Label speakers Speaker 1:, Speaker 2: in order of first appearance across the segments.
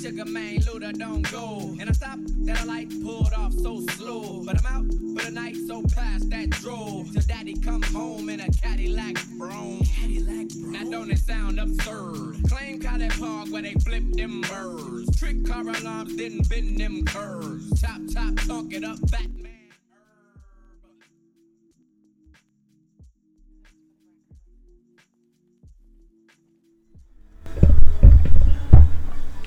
Speaker 1: Sugar man, Luda don't go. And I stop that I like pulled off so slow. But I'm out for the night, so past that draw. Till daddy come home in a Cadillac brown. Cadillac Now don't it sound absurd? Claim College Park where they flip them birds. Trick car alarms didn't bend them curves. Chop, chop, talk it up, Batman.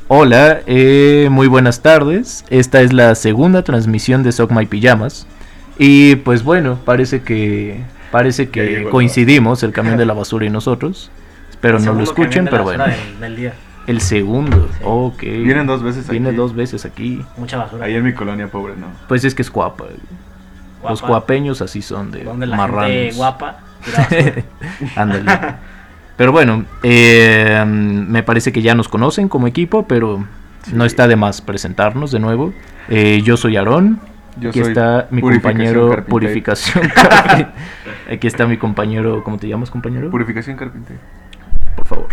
Speaker 2: Hola, eh, muy buenas tardes. Esta es la segunda transmisión de Sock My Pijamas. Y pues bueno, parece que parece
Speaker 3: Ya
Speaker 2: que
Speaker 3: llegó el
Speaker 2: coincidimos el camión de la basura y nosotros. Espero no lo escuchen, pero bueno.
Speaker 4: Del día.
Speaker 2: El segundo, ok.
Speaker 3: Vienen dos veces
Speaker 2: Viene
Speaker 3: aquí.
Speaker 2: dos veces aquí.
Speaker 4: Mucha basura.
Speaker 3: Ahí en mi colonia pobre, no.
Speaker 2: Pues es que es guapa. Los
Speaker 4: Guapa.
Speaker 2: guapeños así son de
Speaker 4: Donde la
Speaker 2: marranos.
Speaker 4: gente guapa tira basura.
Speaker 2: Ándale. Pero bueno, eh, me parece que ya nos conocen como equipo, pero no está de más presentarnos de nuevo. Eh, yo soy Aarón.
Speaker 3: Yo
Speaker 2: Aquí
Speaker 3: soy
Speaker 2: está mi
Speaker 3: Purificación
Speaker 2: compañero
Speaker 3: Carpintero.
Speaker 2: Purificación. Carpintero. Aquí está mi compañero, ¿cómo te llamas, compañero?
Speaker 3: Purificación Carpintero.
Speaker 2: Por favor.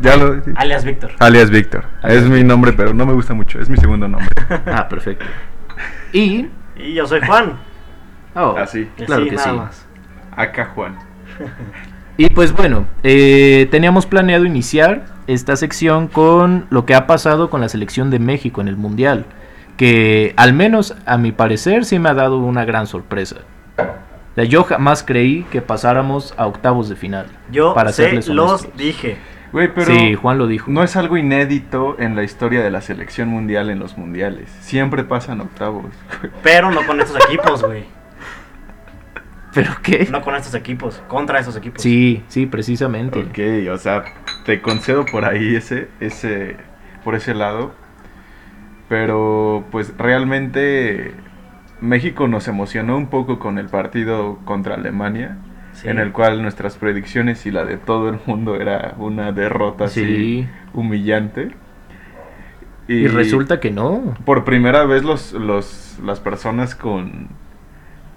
Speaker 3: Ya lo dije.
Speaker 4: Alias Víctor.
Speaker 3: Alias Víctor.
Speaker 2: Alias
Speaker 3: es mi nombre, pero no me gusta mucho. Es mi segundo nombre.
Speaker 2: Ah, perfecto. Y.
Speaker 4: Y yo soy Juan.
Speaker 2: oh,
Speaker 3: Así.
Speaker 2: Claro
Speaker 4: Así,
Speaker 2: que
Speaker 4: nada
Speaker 2: sí.
Speaker 4: más.
Speaker 3: Acá Juan.
Speaker 2: Y pues bueno, eh, teníamos planeado iniciar esta sección con lo que ha pasado con la selección de México en el Mundial, que al menos a mi parecer sí me ha dado una gran sorpresa. O sea, yo jamás creí que pasáramos a octavos de final.
Speaker 4: Yo
Speaker 2: para
Speaker 4: se
Speaker 2: serles
Speaker 4: los
Speaker 2: honestos.
Speaker 4: dije.
Speaker 3: Güey, pero
Speaker 2: Sí, Juan lo dijo.
Speaker 3: no es algo inédito en la historia de la selección mundial en los mundiales. Siempre pasan octavos.
Speaker 4: Pero no con estos equipos, güey.
Speaker 2: ¿Pero qué?
Speaker 4: No con estos equipos. Contra estos equipos.
Speaker 2: Sí, sí, precisamente.
Speaker 3: ok, o sea, te concedo por ahí ese, ese, por ese lado. Pero pues realmente México nos emocionó un poco con el partido contra Alemania.
Speaker 4: Sí.
Speaker 3: en el cual nuestras predicciones y la de todo el mundo era una derrota así
Speaker 2: Sí.
Speaker 3: humillante.
Speaker 2: Y... resulta que no.
Speaker 3: por primera vez los, los las personas con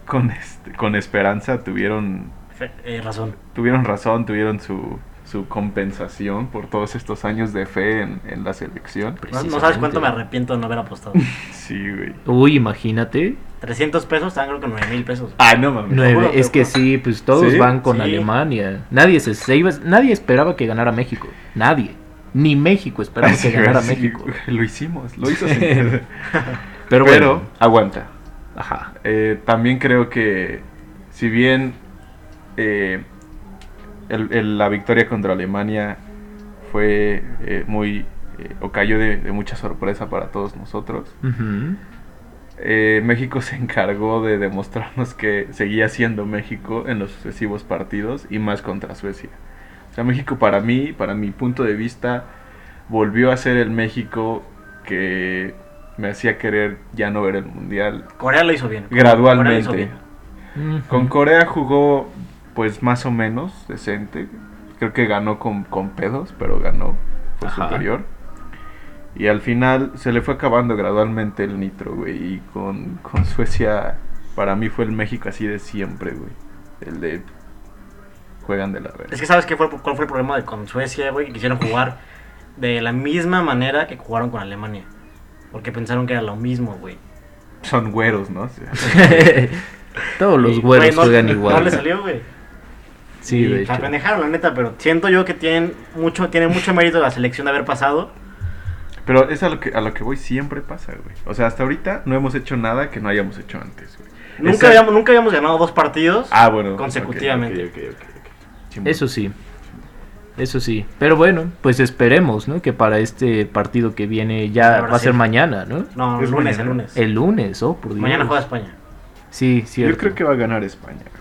Speaker 3: con este- con esperanza tuvieron
Speaker 4: Fe- eh, razón.
Speaker 3: tuvieron razón, tuvieron su su compensación por todos estos años de fe en, en la selección.
Speaker 4: No, no sabes cuánto me arrepiento de no haber apostado.
Speaker 3: Sí, güey.
Speaker 2: Uy, imagínate.
Speaker 4: 300 pesos, están creo que 9 mil pesos.
Speaker 3: Ah, no mames.
Speaker 2: Nueve.
Speaker 4: juro, te
Speaker 2: es que
Speaker 4: juro.
Speaker 2: sí, pues todos
Speaker 3: ¿Sí?
Speaker 2: van con
Speaker 4: Sí.
Speaker 2: Alemania. Nadie se, se iba- nadie esperaba que ganara México. Nadie. Ni México esperaba
Speaker 3: Así,
Speaker 2: que ganara
Speaker 3: güey, sí,
Speaker 2: México.
Speaker 3: güey, Lo hicimos, lo hizo sin querer.
Speaker 2: Pero,
Speaker 3: Pero
Speaker 2: bueno,
Speaker 3: aguanta.
Speaker 2: ajá.
Speaker 3: Eh, también creo que, si bien eh, el- el- la victoria contra Alemania fue eh, muy. eh, o cayó de, de mucha sorpresa para todos nosotros,
Speaker 2: Ujú.
Speaker 3: eh, México se encargó de demostrarnos que seguía siendo México en los sucesivos partidos y más contra Suecia. O sea, México para mí, para mi punto de vista, volvió a ser el México que me hacía querer ya no ver el mundial
Speaker 4: Corea lo hizo bien. Corea lo hizo
Speaker 3: gradualmente.
Speaker 4: bien.
Speaker 2: Ujú.
Speaker 3: Con Corea jugó, pues más o menos, decente. Creo que ganó con, con pedos, pero ganó. Fue
Speaker 2: Ajá.
Speaker 3: superior. Y al final se le fue acabando gradualmente el nitro, güey. Y con, con Suecia, para mí fue el México así de siempre, güey. El de. Juegan de la red.
Speaker 4: Es que sabes qué fue, cuál fue el problema de con Suecia, güey, que quisieron jugar de la misma manera que jugaron con Alemania. Porque pensaron que era lo mismo, güey.
Speaker 3: Son güeros, ¿no?
Speaker 2: todos los
Speaker 4: Y,
Speaker 2: güeros
Speaker 4: güey, no-
Speaker 2: juegan
Speaker 4: No
Speaker 2: igual.
Speaker 4: le salió, güey.
Speaker 2: sí, de
Speaker 4: Y
Speaker 2: hecho.
Speaker 4: la pendejaron, la neta, pero siento yo que tienen mucho, tiene mucho mérito la selección de haber pasado.
Speaker 3: Pero es a lo, que, a lo que voy, siempre pasa, güey. O sea, hasta ahorita no hemos hecho nada que no hayamos hecho antes, güey.
Speaker 4: Nunca,
Speaker 3: Esa-
Speaker 4: habíamos, nunca habíamos ganado dos partidos.
Speaker 3: Ah, bueno. ok,
Speaker 4: consecutivamente.
Speaker 3: ok, ok, ok, ok. Chimón.
Speaker 2: Eso sí. Eso sí. Pero bueno, pues esperemos, ¿no? Que para este partido que viene ya
Speaker 4: Ahora
Speaker 2: va a ser
Speaker 4: sí.
Speaker 2: mañana, ¿no?
Speaker 4: no, el
Speaker 3: Es
Speaker 4: lunes, el
Speaker 3: mañana.
Speaker 4: lunes.
Speaker 2: El lunes, oh, por Dios.
Speaker 4: Mañana juega España.
Speaker 2: Sí, cierto.
Speaker 3: Yo creo que va a ganar España, güey.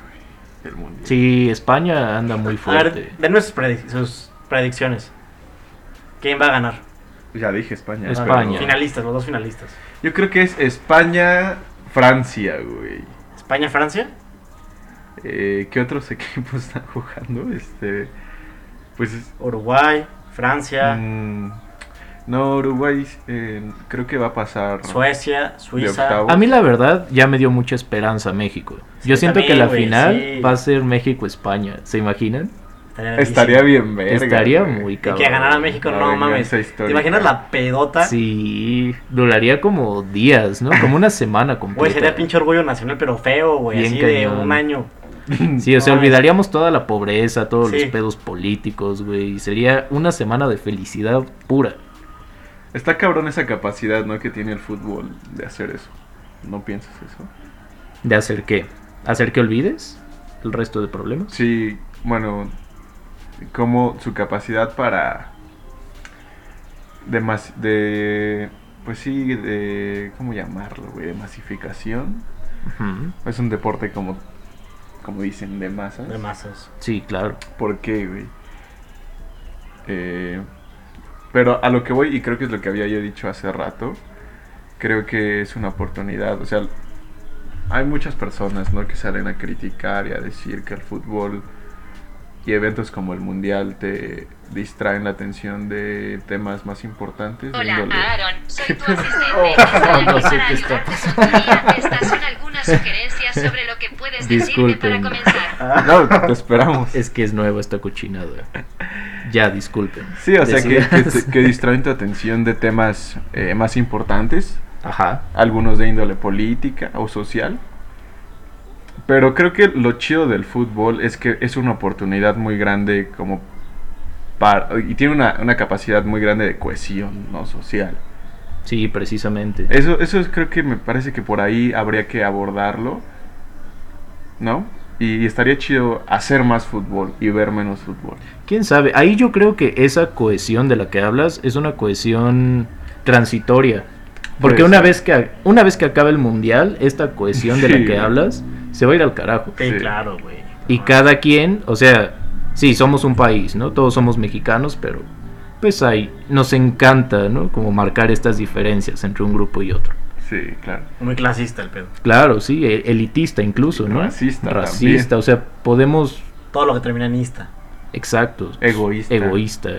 Speaker 3: El mundial.
Speaker 2: Sí, España anda muy
Speaker 4: A
Speaker 2: fuerte.
Speaker 4: ver, denme sus, predic- sus predicciones. ¿Quién va a ganar?
Speaker 3: Ya dije España.
Speaker 2: España.
Speaker 3: pero-
Speaker 4: Finalistas, los dos finalistas.
Speaker 3: Yo creo que es España, Francia, güey.
Speaker 4: España-Francia.
Speaker 3: Eh, ¿Qué otros equipos están jugando? Este. Pues. es-
Speaker 4: Uruguay, Francia,
Speaker 3: mm, no, Uruguay. eh, creo que va a pasar.
Speaker 4: Suecia,
Speaker 3: De
Speaker 4: Suiza.
Speaker 3: octavo.
Speaker 2: A mí la verdad ya me dio mucha esperanza México. Yo
Speaker 4: Sí,
Speaker 2: siento
Speaker 4: también,
Speaker 2: que la
Speaker 4: güey,
Speaker 2: final
Speaker 4: sí.
Speaker 2: va a ser México-España. ¿Se imaginan?
Speaker 4: Estaría,
Speaker 3: Estaría
Speaker 4: verguísima.
Speaker 3: bien verga.
Speaker 2: Estaría
Speaker 3: güey.
Speaker 2: muy
Speaker 4: Y
Speaker 2: cabrón.
Speaker 4: que ganara México,
Speaker 3: La
Speaker 4: no
Speaker 3: venganza
Speaker 4: mames. ¿Te
Speaker 3: histórica.
Speaker 4: imaginas la pedota?
Speaker 2: Sí, duraría como días, ¿no? Como una semana completa.
Speaker 4: Güey, sería pinche orgullo nacional, pero feo, güey.
Speaker 2: Bien
Speaker 4: Así
Speaker 2: cañón.
Speaker 4: de un año.
Speaker 2: Sí, o sea,
Speaker 4: No,
Speaker 2: olvidaríamos toda la pobreza, todos
Speaker 4: Sí.
Speaker 2: los pedos políticos, güey. y Sería una semana de felicidad pura.
Speaker 3: Está cabrón esa capacidad, ¿no? Que tiene el fútbol de hacer eso. ¿No piensas eso?
Speaker 2: ¿De hacer qué? ¿Hacer que olvides el resto de problemas?
Speaker 3: Sí, bueno, como su capacidad para de mas- de pues sí, de ¿cómo llamarlo, güey? De masificación.
Speaker 2: Ujú.
Speaker 3: Es un deporte como como dicen de masas.
Speaker 4: De masas.
Speaker 2: Sí, claro.
Speaker 3: ¿Por qué, güey? Eh, pero a lo que voy, y creo que es lo que había yo dicho hace rato, creo que es una oportunidad. O sea, hay muchas personas, ¿no? Que salen a criticar y a decir que el fútbol y eventos como el Mundial te distraen la atención de temas más importantes. de
Speaker 5: Hola,
Speaker 3: índole-
Speaker 5: Aaron, soy tu asistente.
Speaker 2: Oh,
Speaker 5: Estoy aquí
Speaker 2: no sé
Speaker 5: para
Speaker 2: qué está
Speaker 5: ayudarte con tu día. Estas son algunas sugerencias sobre lo que puedes decirme para
Speaker 2: Disculpen.
Speaker 5: comenzar.
Speaker 3: No, te esperamos.
Speaker 2: Es que es nueva esta cochinada. Ya, disculpen.
Speaker 3: Sí, o sea, que, que,
Speaker 2: Decidas.
Speaker 3: te- que distraen tu atención de temas eh, más importantes
Speaker 2: Ajá.
Speaker 3: algunos de índole política o social. Pero creo que lo chido del fútbol es que es una oportunidad muy grande como para, y tiene una, una capacidad muy grande de cohesión ¿no? social.
Speaker 2: Sí, precisamente.
Speaker 3: Eso, eso es- creo que me parece que por ahí habría que abordarlo, ¿no? Y estaría chido hacer más fútbol y ver menos fútbol.
Speaker 2: ¿Quién sabe? Ahí yo creo que esa cohesión de la que hablas es una cohesión transitoria. Porque
Speaker 3: Puede
Speaker 2: una
Speaker 3: ser.
Speaker 2: vez, que, una vez que acabe el mundial, esta cohesión de la
Speaker 3: Sí.
Speaker 2: que hablas se va a ir al carajo.
Speaker 4: Sí,
Speaker 3: Sí.
Speaker 4: claro, güey.
Speaker 2: Y cada quien, o sea, sí, somos un país, ¿no? Todos somos mexicanos, pero pues ahí nos encanta, ¿no? Como marcar estas diferencias entre un grupo y otro.
Speaker 3: Sí, claro.
Speaker 4: Muy clasista el pedo.
Speaker 2: Claro, sí, e- elitista incluso, ¿no?
Speaker 3: Racista
Speaker 2: Racista, o sea, podemos...
Speaker 4: Todo lo que termina en ista,
Speaker 2: Exactos.
Speaker 3: Egoísta.
Speaker 2: Egoísta,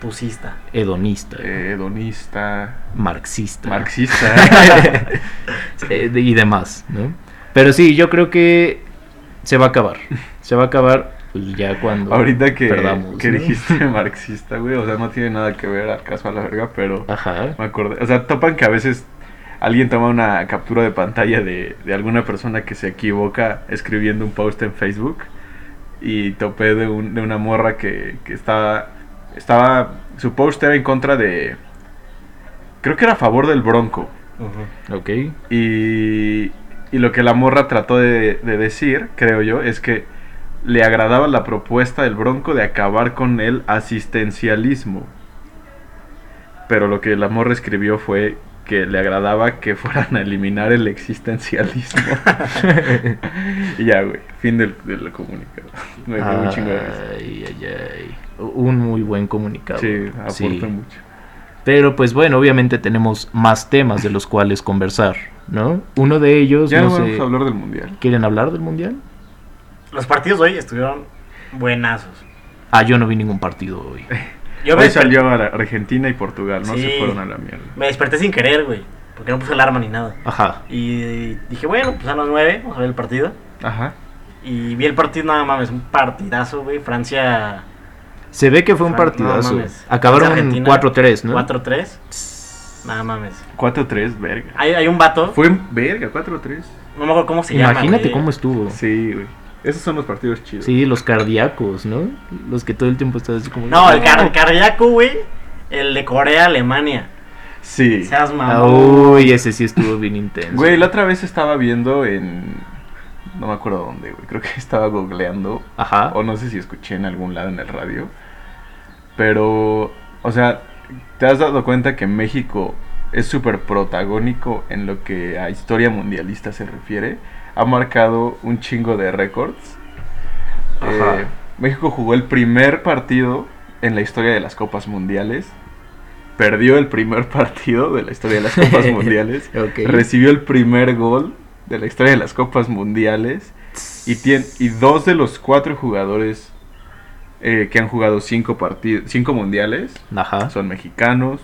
Speaker 4: pusista.
Speaker 2: hedonista,
Speaker 3: Eh, hedonista,
Speaker 2: marxista.
Speaker 3: marxista.
Speaker 2: Eh, de- y demás, ¿no? Pero sí, yo creo que se va a acabar. Se va a acabar pues, ya cuando
Speaker 3: Ahorita que,
Speaker 2: perdamos,
Speaker 3: que
Speaker 2: ¿no?
Speaker 3: dijiste marxista, güey, o sea, no tiene nada que ver al caso a la verga, pero
Speaker 2: Ajá.
Speaker 3: me acordé. O sea, topan que a veces alguien toma una captura de pantalla de, de alguna persona que se equivoca escribiendo un post en Facebook y topé de, un- de una morra que, que estaba, estaba. Su post era en contra de. Creo que era a favor del Bronco.
Speaker 4: Ujú.
Speaker 2: Ok.
Speaker 3: Y, y lo que la morra trató de, de decir, creo yo, es que le agradaba la propuesta del Bronco de acabar con el asistencialismo. Pero lo que la morra escribió fue que le agradaba que fueran a eliminar el existencialismo. y ya, güey, fin del, del comunicado. Me dio un chingo de risa.
Speaker 2: Ay, ay, ay. Un muy buen comunicado.
Speaker 3: Ah, Sí, aporta mucho.
Speaker 2: Pero pues bueno, obviamente tenemos más temas de los cuales conversar, ¿no? Uno de ellos,
Speaker 3: Ya
Speaker 2: no
Speaker 3: Pues no vamos
Speaker 2: sé,
Speaker 3: a hablar del mundial.
Speaker 2: ¿quieren hablar del mundial?
Speaker 4: Los partidos hoy estuvieron buenazos.
Speaker 2: Ah, yo no vi ningún partido hoy.
Speaker 4: Yo me,
Speaker 3: Hoy
Speaker 4: desper-
Speaker 3: salió a la- Argentina y Portugal, ¿no?
Speaker 4: Sí.
Speaker 3: Se fueron a la mierda.
Speaker 4: me desperté sin querer, güey. Porque no puse alarma ni nada.
Speaker 2: Ajá.
Speaker 4: Y dije, bueno, pues a las 9 vamos a ver el partido.
Speaker 3: Ajá.
Speaker 4: Y vi el partido, nada mames, un partidazo, güey. Francia
Speaker 2: Se ve que fue un
Speaker 4: Fran- no
Speaker 2: partidazo.
Speaker 4: mames.
Speaker 2: Acabaron
Speaker 4: Argentina,
Speaker 2: 4-3, ¿no?
Speaker 4: 4-3. Nada mames.
Speaker 3: 4-3, verga.
Speaker 4: Hay, hay un vato,
Speaker 3: Fue en verga, 4-3.
Speaker 4: no me acuerdo cómo se llama.
Speaker 2: Imagínate
Speaker 4: güey.
Speaker 2: cómo estuvo.
Speaker 3: eh. Sí, güey. Esos son los partidos chidos.
Speaker 2: Sí, los cardíacos, ¿no? Los que todo el tiempo estás así como...
Speaker 4: No, el, car- el cardíaco, güey. El de Corea, Alemania.
Speaker 3: Sí.
Speaker 4: Seas
Speaker 2: Ah,
Speaker 4: mamón.
Speaker 2: Uy, ese sí estuvo bien intenso.
Speaker 3: Güey, la otra vez estaba viendo en. No me acuerdo dónde, güey. Creo que estaba googleando.
Speaker 2: Ajá.
Speaker 3: O no sé si escuché en algún lado en el radio. Pero. O sea, ¿te has dado cuenta que México es súper protagónico en lo que a historia mundialista se refiere? Ha marcado un chingo de récords.
Speaker 2: Ajá.
Speaker 3: Eh, México jugó el primer partido en la historia de las Copas Mundiales. Perdió el primer partido de la historia de las Copas Mundiales.
Speaker 2: Ok.
Speaker 3: Recibió el primer gol de la historia de las Copas Mundiales. Y, tien- y dos de los cuatro jugadores eh, que han jugado cinco, partidos, cinco mundiales
Speaker 2: Ajá.
Speaker 3: son mexicanos.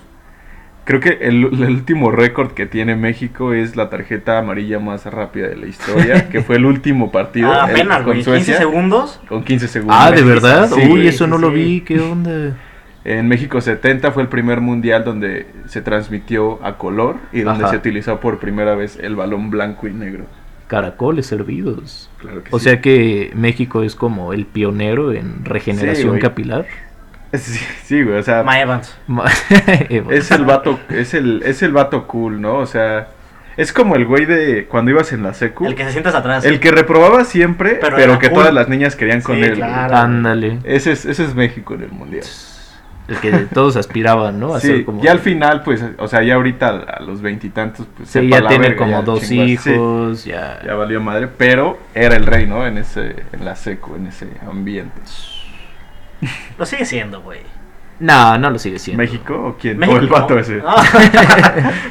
Speaker 3: Creo que el, el último récord que tiene México es la tarjeta amarilla más rápida de la historia, que fue el último partido
Speaker 4: Ah,
Speaker 3: el-
Speaker 4: apenas,
Speaker 3: con
Speaker 4: güey. 15
Speaker 3: Suecia.
Speaker 4: segundos.
Speaker 3: Con 15 segundos.
Speaker 2: Ah, ¿de verdad?
Speaker 3: Sí,
Speaker 2: Uy,
Speaker 3: güey,
Speaker 2: eso
Speaker 3: sí,
Speaker 2: no lo
Speaker 3: sí.
Speaker 2: vi, ¿qué onda?
Speaker 3: En México 70 fue el primer mundial donde se transmitió a color y donde
Speaker 2: Ajá.
Speaker 3: se utilizó por primera vez el balón blanco y negro.
Speaker 2: Caracoles servidos.
Speaker 3: Claro que
Speaker 2: O
Speaker 3: sí.
Speaker 2: sea que México es como el pionero en regeneración
Speaker 3: güey.
Speaker 2: capilar.
Speaker 3: Sí, sí, güey, o sea,
Speaker 4: Ma Evans.
Speaker 2: Ma-
Speaker 3: es el vato, es el, es el vato cool, ¿no? O sea, es como el güey de cuando ibas en la secu,
Speaker 4: El que se sientas atrás.
Speaker 3: el que reprobaba siempre,
Speaker 4: Pero
Speaker 3: pero,
Speaker 4: era
Speaker 3: que
Speaker 4: cool.
Speaker 3: todas las niñas querían con
Speaker 4: Sí,
Speaker 3: él. güey.
Speaker 4: claro.
Speaker 2: Ándale.
Speaker 3: Ese es, ese es México en el mundial.
Speaker 2: El que todos aspiraban, ¿no? A
Speaker 3: Eh. Sí,
Speaker 2: ser como-
Speaker 3: y al final, pues, o sea, ya ahorita a los veintitantos, pues,
Speaker 2: Sí,
Speaker 3: sepa
Speaker 2: ya
Speaker 3: la
Speaker 2: tiene
Speaker 3: verga,
Speaker 2: como
Speaker 3: ya
Speaker 2: dos
Speaker 3: chingas, sí.
Speaker 2: hijos, ya...
Speaker 3: Ya valió madre, pero era el rey, ¿no? En ese, en la seco, en ese ambiente.
Speaker 4: Lo sigue siendo, güey.
Speaker 2: No, no lo sigue siendo.
Speaker 3: ¿México o quién? O el
Speaker 4: como-
Speaker 3: vato ese.
Speaker 4: No.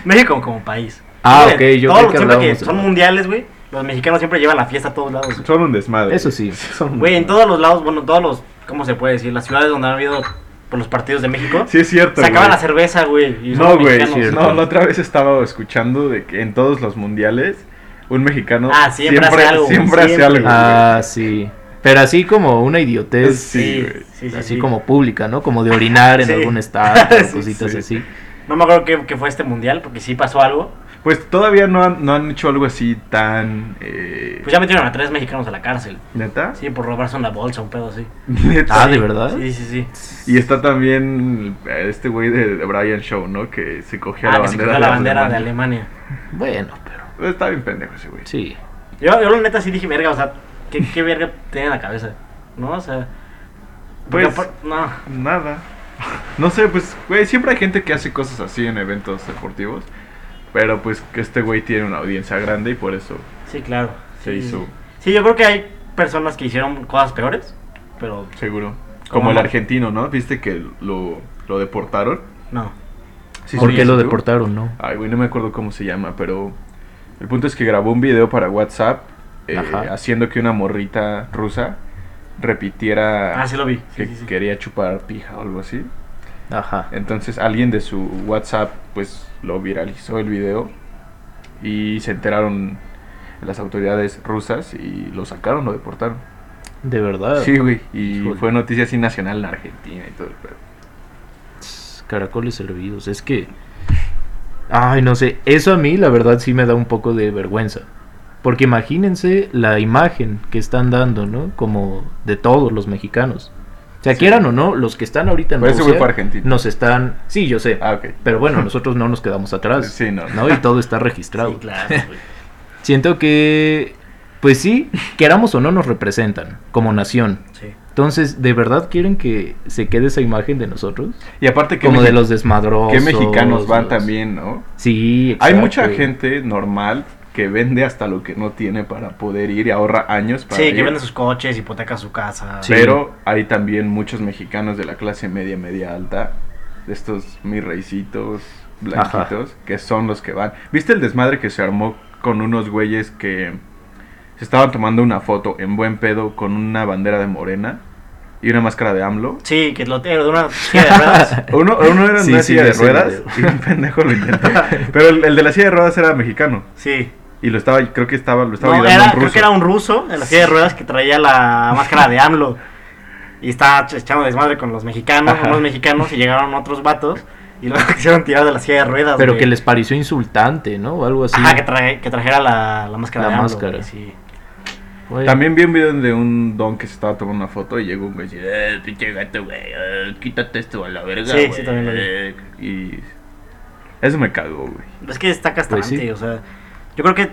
Speaker 4: México como país.
Speaker 2: Ah,
Speaker 4: Miren,
Speaker 2: ok, yo
Speaker 4: todo-
Speaker 2: creo que
Speaker 4: siempre que
Speaker 2: hablábamos de-
Speaker 4: son mundiales, güey. Los mexicanos siempre llevan la fiesta a todos lados. güey.
Speaker 3: Son un desmadre.
Speaker 2: Eso sí.
Speaker 3: Son un
Speaker 4: Güey, en
Speaker 3: desmadre.
Speaker 4: todos los lados, bueno, todos los, ¿cómo se puede decir? Las ciudades donde han habido por los partidos de México.
Speaker 3: Sí, es cierto.
Speaker 4: sacaban
Speaker 3: güey.
Speaker 4: la cerveza, güey. y son
Speaker 3: No,
Speaker 4: los
Speaker 3: güey.
Speaker 4: mexicanos.
Speaker 2: sí, Cierto.
Speaker 3: No, la otra vez estaba escuchando de que en todos los mundiales un mexicano
Speaker 4: Ah, siempre hace algo, güey,
Speaker 3: siempre hace
Speaker 4: siempre.
Speaker 3: algo. güey.
Speaker 2: Ah, sí. Pero así como una idiotez,
Speaker 3: Sí, güey.
Speaker 4: sí, sí,
Speaker 2: así
Speaker 4: sí.
Speaker 2: como pública, ¿no? Como de orinar en
Speaker 4: Sí.
Speaker 2: algún estadio,
Speaker 4: Sí,
Speaker 2: cositas
Speaker 3: sí.
Speaker 2: así.
Speaker 4: No me acuerdo qué, qué fue este mundial, porque sí pasó algo.
Speaker 3: Pues todavía no han, no han hecho algo así tan. Eh,
Speaker 4: Pues ya metieron a tres mexicanos a la cárcel.
Speaker 3: ¿Neta?
Speaker 4: Sí, por robarse una bolsa, un pedo así.
Speaker 3: Neta.
Speaker 2: Ah, ¿de verdad?
Speaker 4: Sí, sí, sí.
Speaker 3: Y está también eh, este güey de, de Brian Show, ¿no? Que se cogió
Speaker 4: Ah,
Speaker 3: la
Speaker 4: que
Speaker 3: bandera,
Speaker 4: se cogió la bandera de
Speaker 3: Alemania.
Speaker 4: Alemania.
Speaker 2: Bueno, pero
Speaker 3: Está bien pendejo ese güey.
Speaker 2: sí.
Speaker 4: Yo, yo la neta sí dije, verga, o sea, ¿qué, qué verga tiene en la cabeza? ¿No? O sea. porque
Speaker 3: Pues-
Speaker 4: apar- No.
Speaker 3: Nada. No sé, pues, güey, siempre hay gente que hace cosas así en eventos deportivos. Pero pues que este güey tiene una audiencia grande y por eso
Speaker 4: Sí, claro.
Speaker 3: se
Speaker 4: Sí,
Speaker 3: hizo,
Speaker 4: Sí, yo creo que hay personas que hicieron cosas peores, pero
Speaker 3: seguro.
Speaker 4: Como
Speaker 3: Como el
Speaker 4: no.
Speaker 3: argentino, ¿no? ¿Viste que lo, lo deportaron?
Speaker 4: no.
Speaker 3: Sí,
Speaker 2: ¿Por
Speaker 3: sí,
Speaker 2: qué
Speaker 3: sí,
Speaker 2: lo
Speaker 3: tú.
Speaker 2: deportaron, no?
Speaker 3: Ay, güey, no me acuerdo cómo se llama, pero el punto es que grabó un video para WhatsApp eh,
Speaker 2: Ajá.
Speaker 3: haciendo que una morrita rusa repitiera
Speaker 4: Ah, sí lo vi.
Speaker 3: que
Speaker 4: Sí, sí, sí.
Speaker 3: quería chupar pija o algo así.
Speaker 2: Ajá.
Speaker 3: Entonces alguien de su WhatsApp pues lo viralizó el video y se enteraron las autoridades rusas y lo sacaron, lo deportaron.
Speaker 2: De verdad.
Speaker 3: Sí, güey. Y
Speaker 2: Ah. Híjole.
Speaker 3: fue noticia así nacional en Argentina y todo el pedo.
Speaker 2: Caracoles servidos. Es que. Ay, no sé. Eso a mí, la verdad, sí me da un poco de vergüenza. Porque imagínense la imagen que están dando, ¿no? Como de todos los mexicanos. O sea,
Speaker 3: Sí.
Speaker 2: quieran o no, los que están ahorita en
Speaker 3: Pero ese güey
Speaker 2: Rusia
Speaker 3: fue argentino.
Speaker 2: nos están. Sí, yo sé.
Speaker 3: Ah, ok.
Speaker 2: Pero bueno, nosotros no nos quedamos atrás.
Speaker 3: Sí, no.
Speaker 2: ¿no? Y todo está
Speaker 4: Sí,
Speaker 2: registrado.
Speaker 4: claro, güey.
Speaker 2: Siento que. Pues sí, queramos o no, nos representan como nación.
Speaker 4: Sí.
Speaker 2: Entonces, ¿de verdad quieren que se quede esa imagen de nosotros?
Speaker 3: Y aparte que,
Speaker 2: Como de
Speaker 3: mexi-
Speaker 2: los desmadrosos.
Speaker 3: que mexicanos van
Speaker 2: los-
Speaker 3: también, ¿no?
Speaker 2: Sí, exacto.
Speaker 3: Hay mucha gente normal que vende hasta lo que no tiene para poder ir y ahorra años para
Speaker 4: Sí,
Speaker 3: ir.
Speaker 4: que venden sus coches, hipoteca su casa.
Speaker 2: Sí.
Speaker 3: Pero hay también muchos mexicanos de la clase media, media alta, de estos mis reycitos blanquitos, que son los que van. ¿Viste el desmadre que se armó con unos güeyes que se estaban tomando una foto en buen pedo con una bandera de morena y una máscara de AMLO?
Speaker 4: Sí, que lo tengo de una silla de ruedas.
Speaker 3: Uno, uno era en
Speaker 2: Sí,
Speaker 3: una
Speaker 2: sí,
Speaker 3: silla de
Speaker 2: ese
Speaker 3: ruedas y
Speaker 2: video.
Speaker 3: un pendejo lo intentó. Pero el, el de la silla de ruedas era mexicano
Speaker 4: Sí.
Speaker 3: y lo estaba, creo que estaba, lo estaba
Speaker 4: No,
Speaker 3: ayudando
Speaker 4: era-
Speaker 3: un
Speaker 4: creo
Speaker 3: ruso.
Speaker 4: que era un ruso en la silla de ruedas que traía la máscara de AMLO. Y estaba ch- echando desmadre con los mexicanos,
Speaker 3: Ajá.
Speaker 4: unos mexicanos, y llegaron otros vatos. Y lo quisieron tirar de la silla de ruedas.
Speaker 2: Pero
Speaker 4: güey.
Speaker 2: que les pareció insultante, ¿no? O algo así.
Speaker 4: Ajá, que, traje- que trajera la, la máscara
Speaker 2: La
Speaker 4: de AMLO.
Speaker 2: máscara.
Speaker 4: güey, sí.
Speaker 2: Güey,
Speaker 3: También vi un video de un don que se estaba tomando una foto y llegó un güey y decía, "Eh, pinche gato, güey, eh, quítate esto a la verga,
Speaker 4: Sí, sí,
Speaker 3: güey".
Speaker 4: también lo vi.
Speaker 3: Eh, Y eso me cagó, güey.
Speaker 4: Es que está castrante,
Speaker 2: Pues sí.
Speaker 4: o sea, yo creo que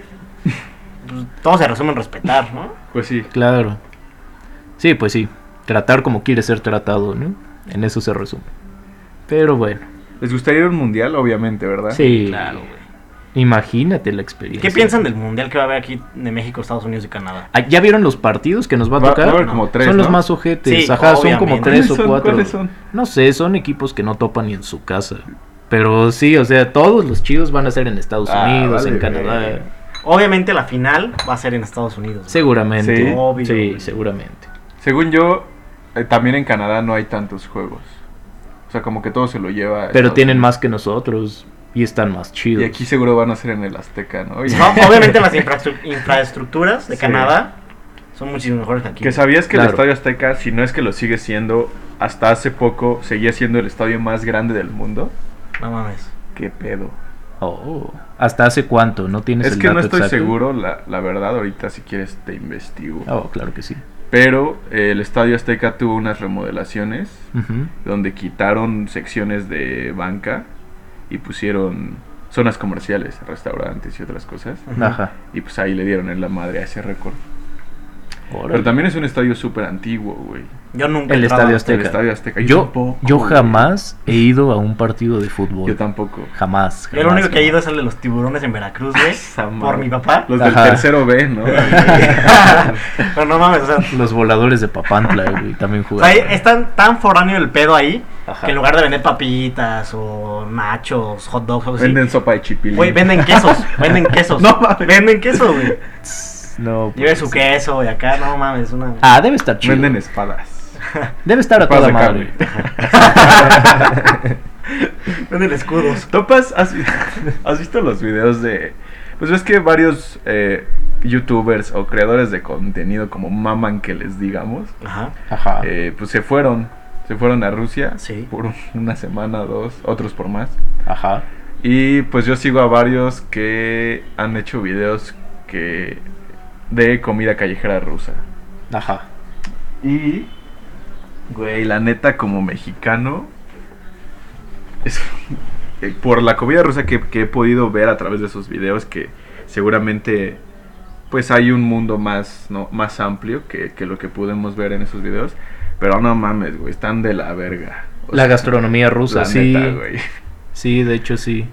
Speaker 4: pues, todo se resume en respetar, ¿no?
Speaker 3: Pues sí,
Speaker 2: Claro. Sí, pues sí. Tratar como quiere ser tratado, ¿no? En eso se resume. Pero bueno.
Speaker 3: les gustaría ir a un mundial, obviamente, ¿verdad?
Speaker 2: Sí.
Speaker 4: güey.
Speaker 2: Imagínate la
Speaker 4: ¿Qué
Speaker 2: experiencia.
Speaker 4: piensan del mundial que va a haber aquí de México, Estados Unidos y Canadá?
Speaker 2: Ah, ¿Ya vieron los partidos que nos va a
Speaker 3: Va- va a
Speaker 2: tocar?
Speaker 3: haber como tres,
Speaker 2: son los
Speaker 3: ¿no?
Speaker 2: más ojetes.
Speaker 4: Sí,
Speaker 2: Ajá, son como
Speaker 4: obviamente.
Speaker 2: tres o
Speaker 3: ¿Cuáles son?
Speaker 2: cuatro.
Speaker 3: ¿Cuáles son?
Speaker 2: No sé, son equipos que no topan ni en su casa. Pero sí, o sea, todos los chidos van a ser en Estados
Speaker 3: Ah,
Speaker 2: Unidos,
Speaker 3: vale,
Speaker 2: en Canadá. eh.
Speaker 3: güey.
Speaker 4: Obviamente la final va a ser en Estados Unidos. güey.
Speaker 2: Seguramente.
Speaker 3: Sí.
Speaker 2: Sí,
Speaker 4: Obvio, güey.
Speaker 2: seguramente.
Speaker 3: Según yo, eh, también en Canadá no hay tantos juegos. O sea, como que todo se lo lleva. a
Speaker 2: Pero
Speaker 3: Estados
Speaker 2: tienen
Speaker 3: Unidos.
Speaker 2: más que nosotros y están más chidos.
Speaker 3: Y aquí seguro van a ser en el Azteca, ¿no? Y-
Speaker 4: No, obviamente las infraestru- infraestructuras de
Speaker 3: Sí.
Speaker 4: Canadá son muchísimo mejores que aquí.
Speaker 3: Que sabías que el
Speaker 2: Claro.
Speaker 3: Estadio Azteca, si no es que lo sigue siendo, hasta hace poco seguía siendo el estadio más grande del mundo.
Speaker 4: No mames.
Speaker 3: ¿Qué pedo?
Speaker 2: Oh, ¿Hasta hace cuánto? ¿No tienes
Speaker 3: Es
Speaker 2: el
Speaker 3: que no
Speaker 2: dato
Speaker 3: estoy
Speaker 2: exacto?
Speaker 3: seguro, la, la verdad, ahorita si quieres te investigo.
Speaker 2: Oh, claro que sí.
Speaker 3: Pero eh, el Estadio Azteca tuvo unas remodelaciones
Speaker 2: Ujú.
Speaker 3: donde quitaron secciones de banca y pusieron zonas comerciales, restaurantes y otras cosas.
Speaker 4: Ujú.
Speaker 2: Ajá.
Speaker 3: Y pues ahí le dieron en la madre a ese récord.
Speaker 2: Órale.
Speaker 3: Pero también es un estadio súper antiguo, güey.
Speaker 4: Yo nunca
Speaker 2: El
Speaker 4: he entrado.
Speaker 2: Estadio Azteca.
Speaker 3: El Estadio Azteca.
Speaker 2: Yo,
Speaker 3: tampoco,
Speaker 2: yo
Speaker 3: güey.
Speaker 2: jamás he ido a un partido de fútbol.
Speaker 3: Yo tampoco.
Speaker 2: Jamás.
Speaker 4: Yo lo
Speaker 2: jamás,
Speaker 4: único que he ido
Speaker 2: jamás.
Speaker 4: es el de los tiburones en Veracruz, güey.
Speaker 3: Esa
Speaker 4: por
Speaker 3: madre.
Speaker 4: mi papá.
Speaker 3: Los del
Speaker 2: Ajá.
Speaker 3: tercero B, ¿no?
Speaker 4: Pero no mames, o sea,
Speaker 2: Los voladores de Papantla, güey, también
Speaker 4: o sea,
Speaker 2: jugaron.
Speaker 4: ahí es tan, tan foráneo el pedo ahí
Speaker 2: Ajá.
Speaker 4: que en lugar de vender papitas o nachos, hot dogs, algo así,
Speaker 3: Venden sopa de chipilín.
Speaker 4: güey, venden quesos, venden quesos.
Speaker 3: No mames.
Speaker 4: Venden queso, güey.
Speaker 2: No,
Speaker 4: Lleve
Speaker 2: pues.
Speaker 4: su queso y acá, no mames, una.
Speaker 2: Ah, debe estar chido.
Speaker 3: Venden espadas.
Speaker 2: Debe estar a toda
Speaker 3: Espadas de
Speaker 2: madre.
Speaker 3: Ah. carne.
Speaker 4: Venden escudos.
Speaker 3: Topas, has, vi- has visto los videos de. Pues ves que varios eh, youtubers o creadores de contenido, como maman que les digamos,
Speaker 4: Ajá.
Speaker 2: Ajá.
Speaker 3: eh, pues se fueron. Se fueron a Rusia
Speaker 4: Sí.
Speaker 3: por un- una semana, dos, otros por más.
Speaker 2: Ajá.
Speaker 3: Y pues yo sigo a varios que han hecho videos que de comida callejera rusa.
Speaker 2: Ajá.
Speaker 3: Y, güey, la neta como mexicano, es, eh, por la comida rusa que, que he podido ver a través de esos videos, que seguramente pues hay un mundo más, ¿no? más amplio que, que lo que pudimos ver en esos videos. Pero no mames, güey, están de la verga. O
Speaker 2: La
Speaker 3: sea,
Speaker 2: gastronomía rusa,
Speaker 3: la
Speaker 2: sí.
Speaker 3: neta, güey.
Speaker 2: Sí, de hecho sí.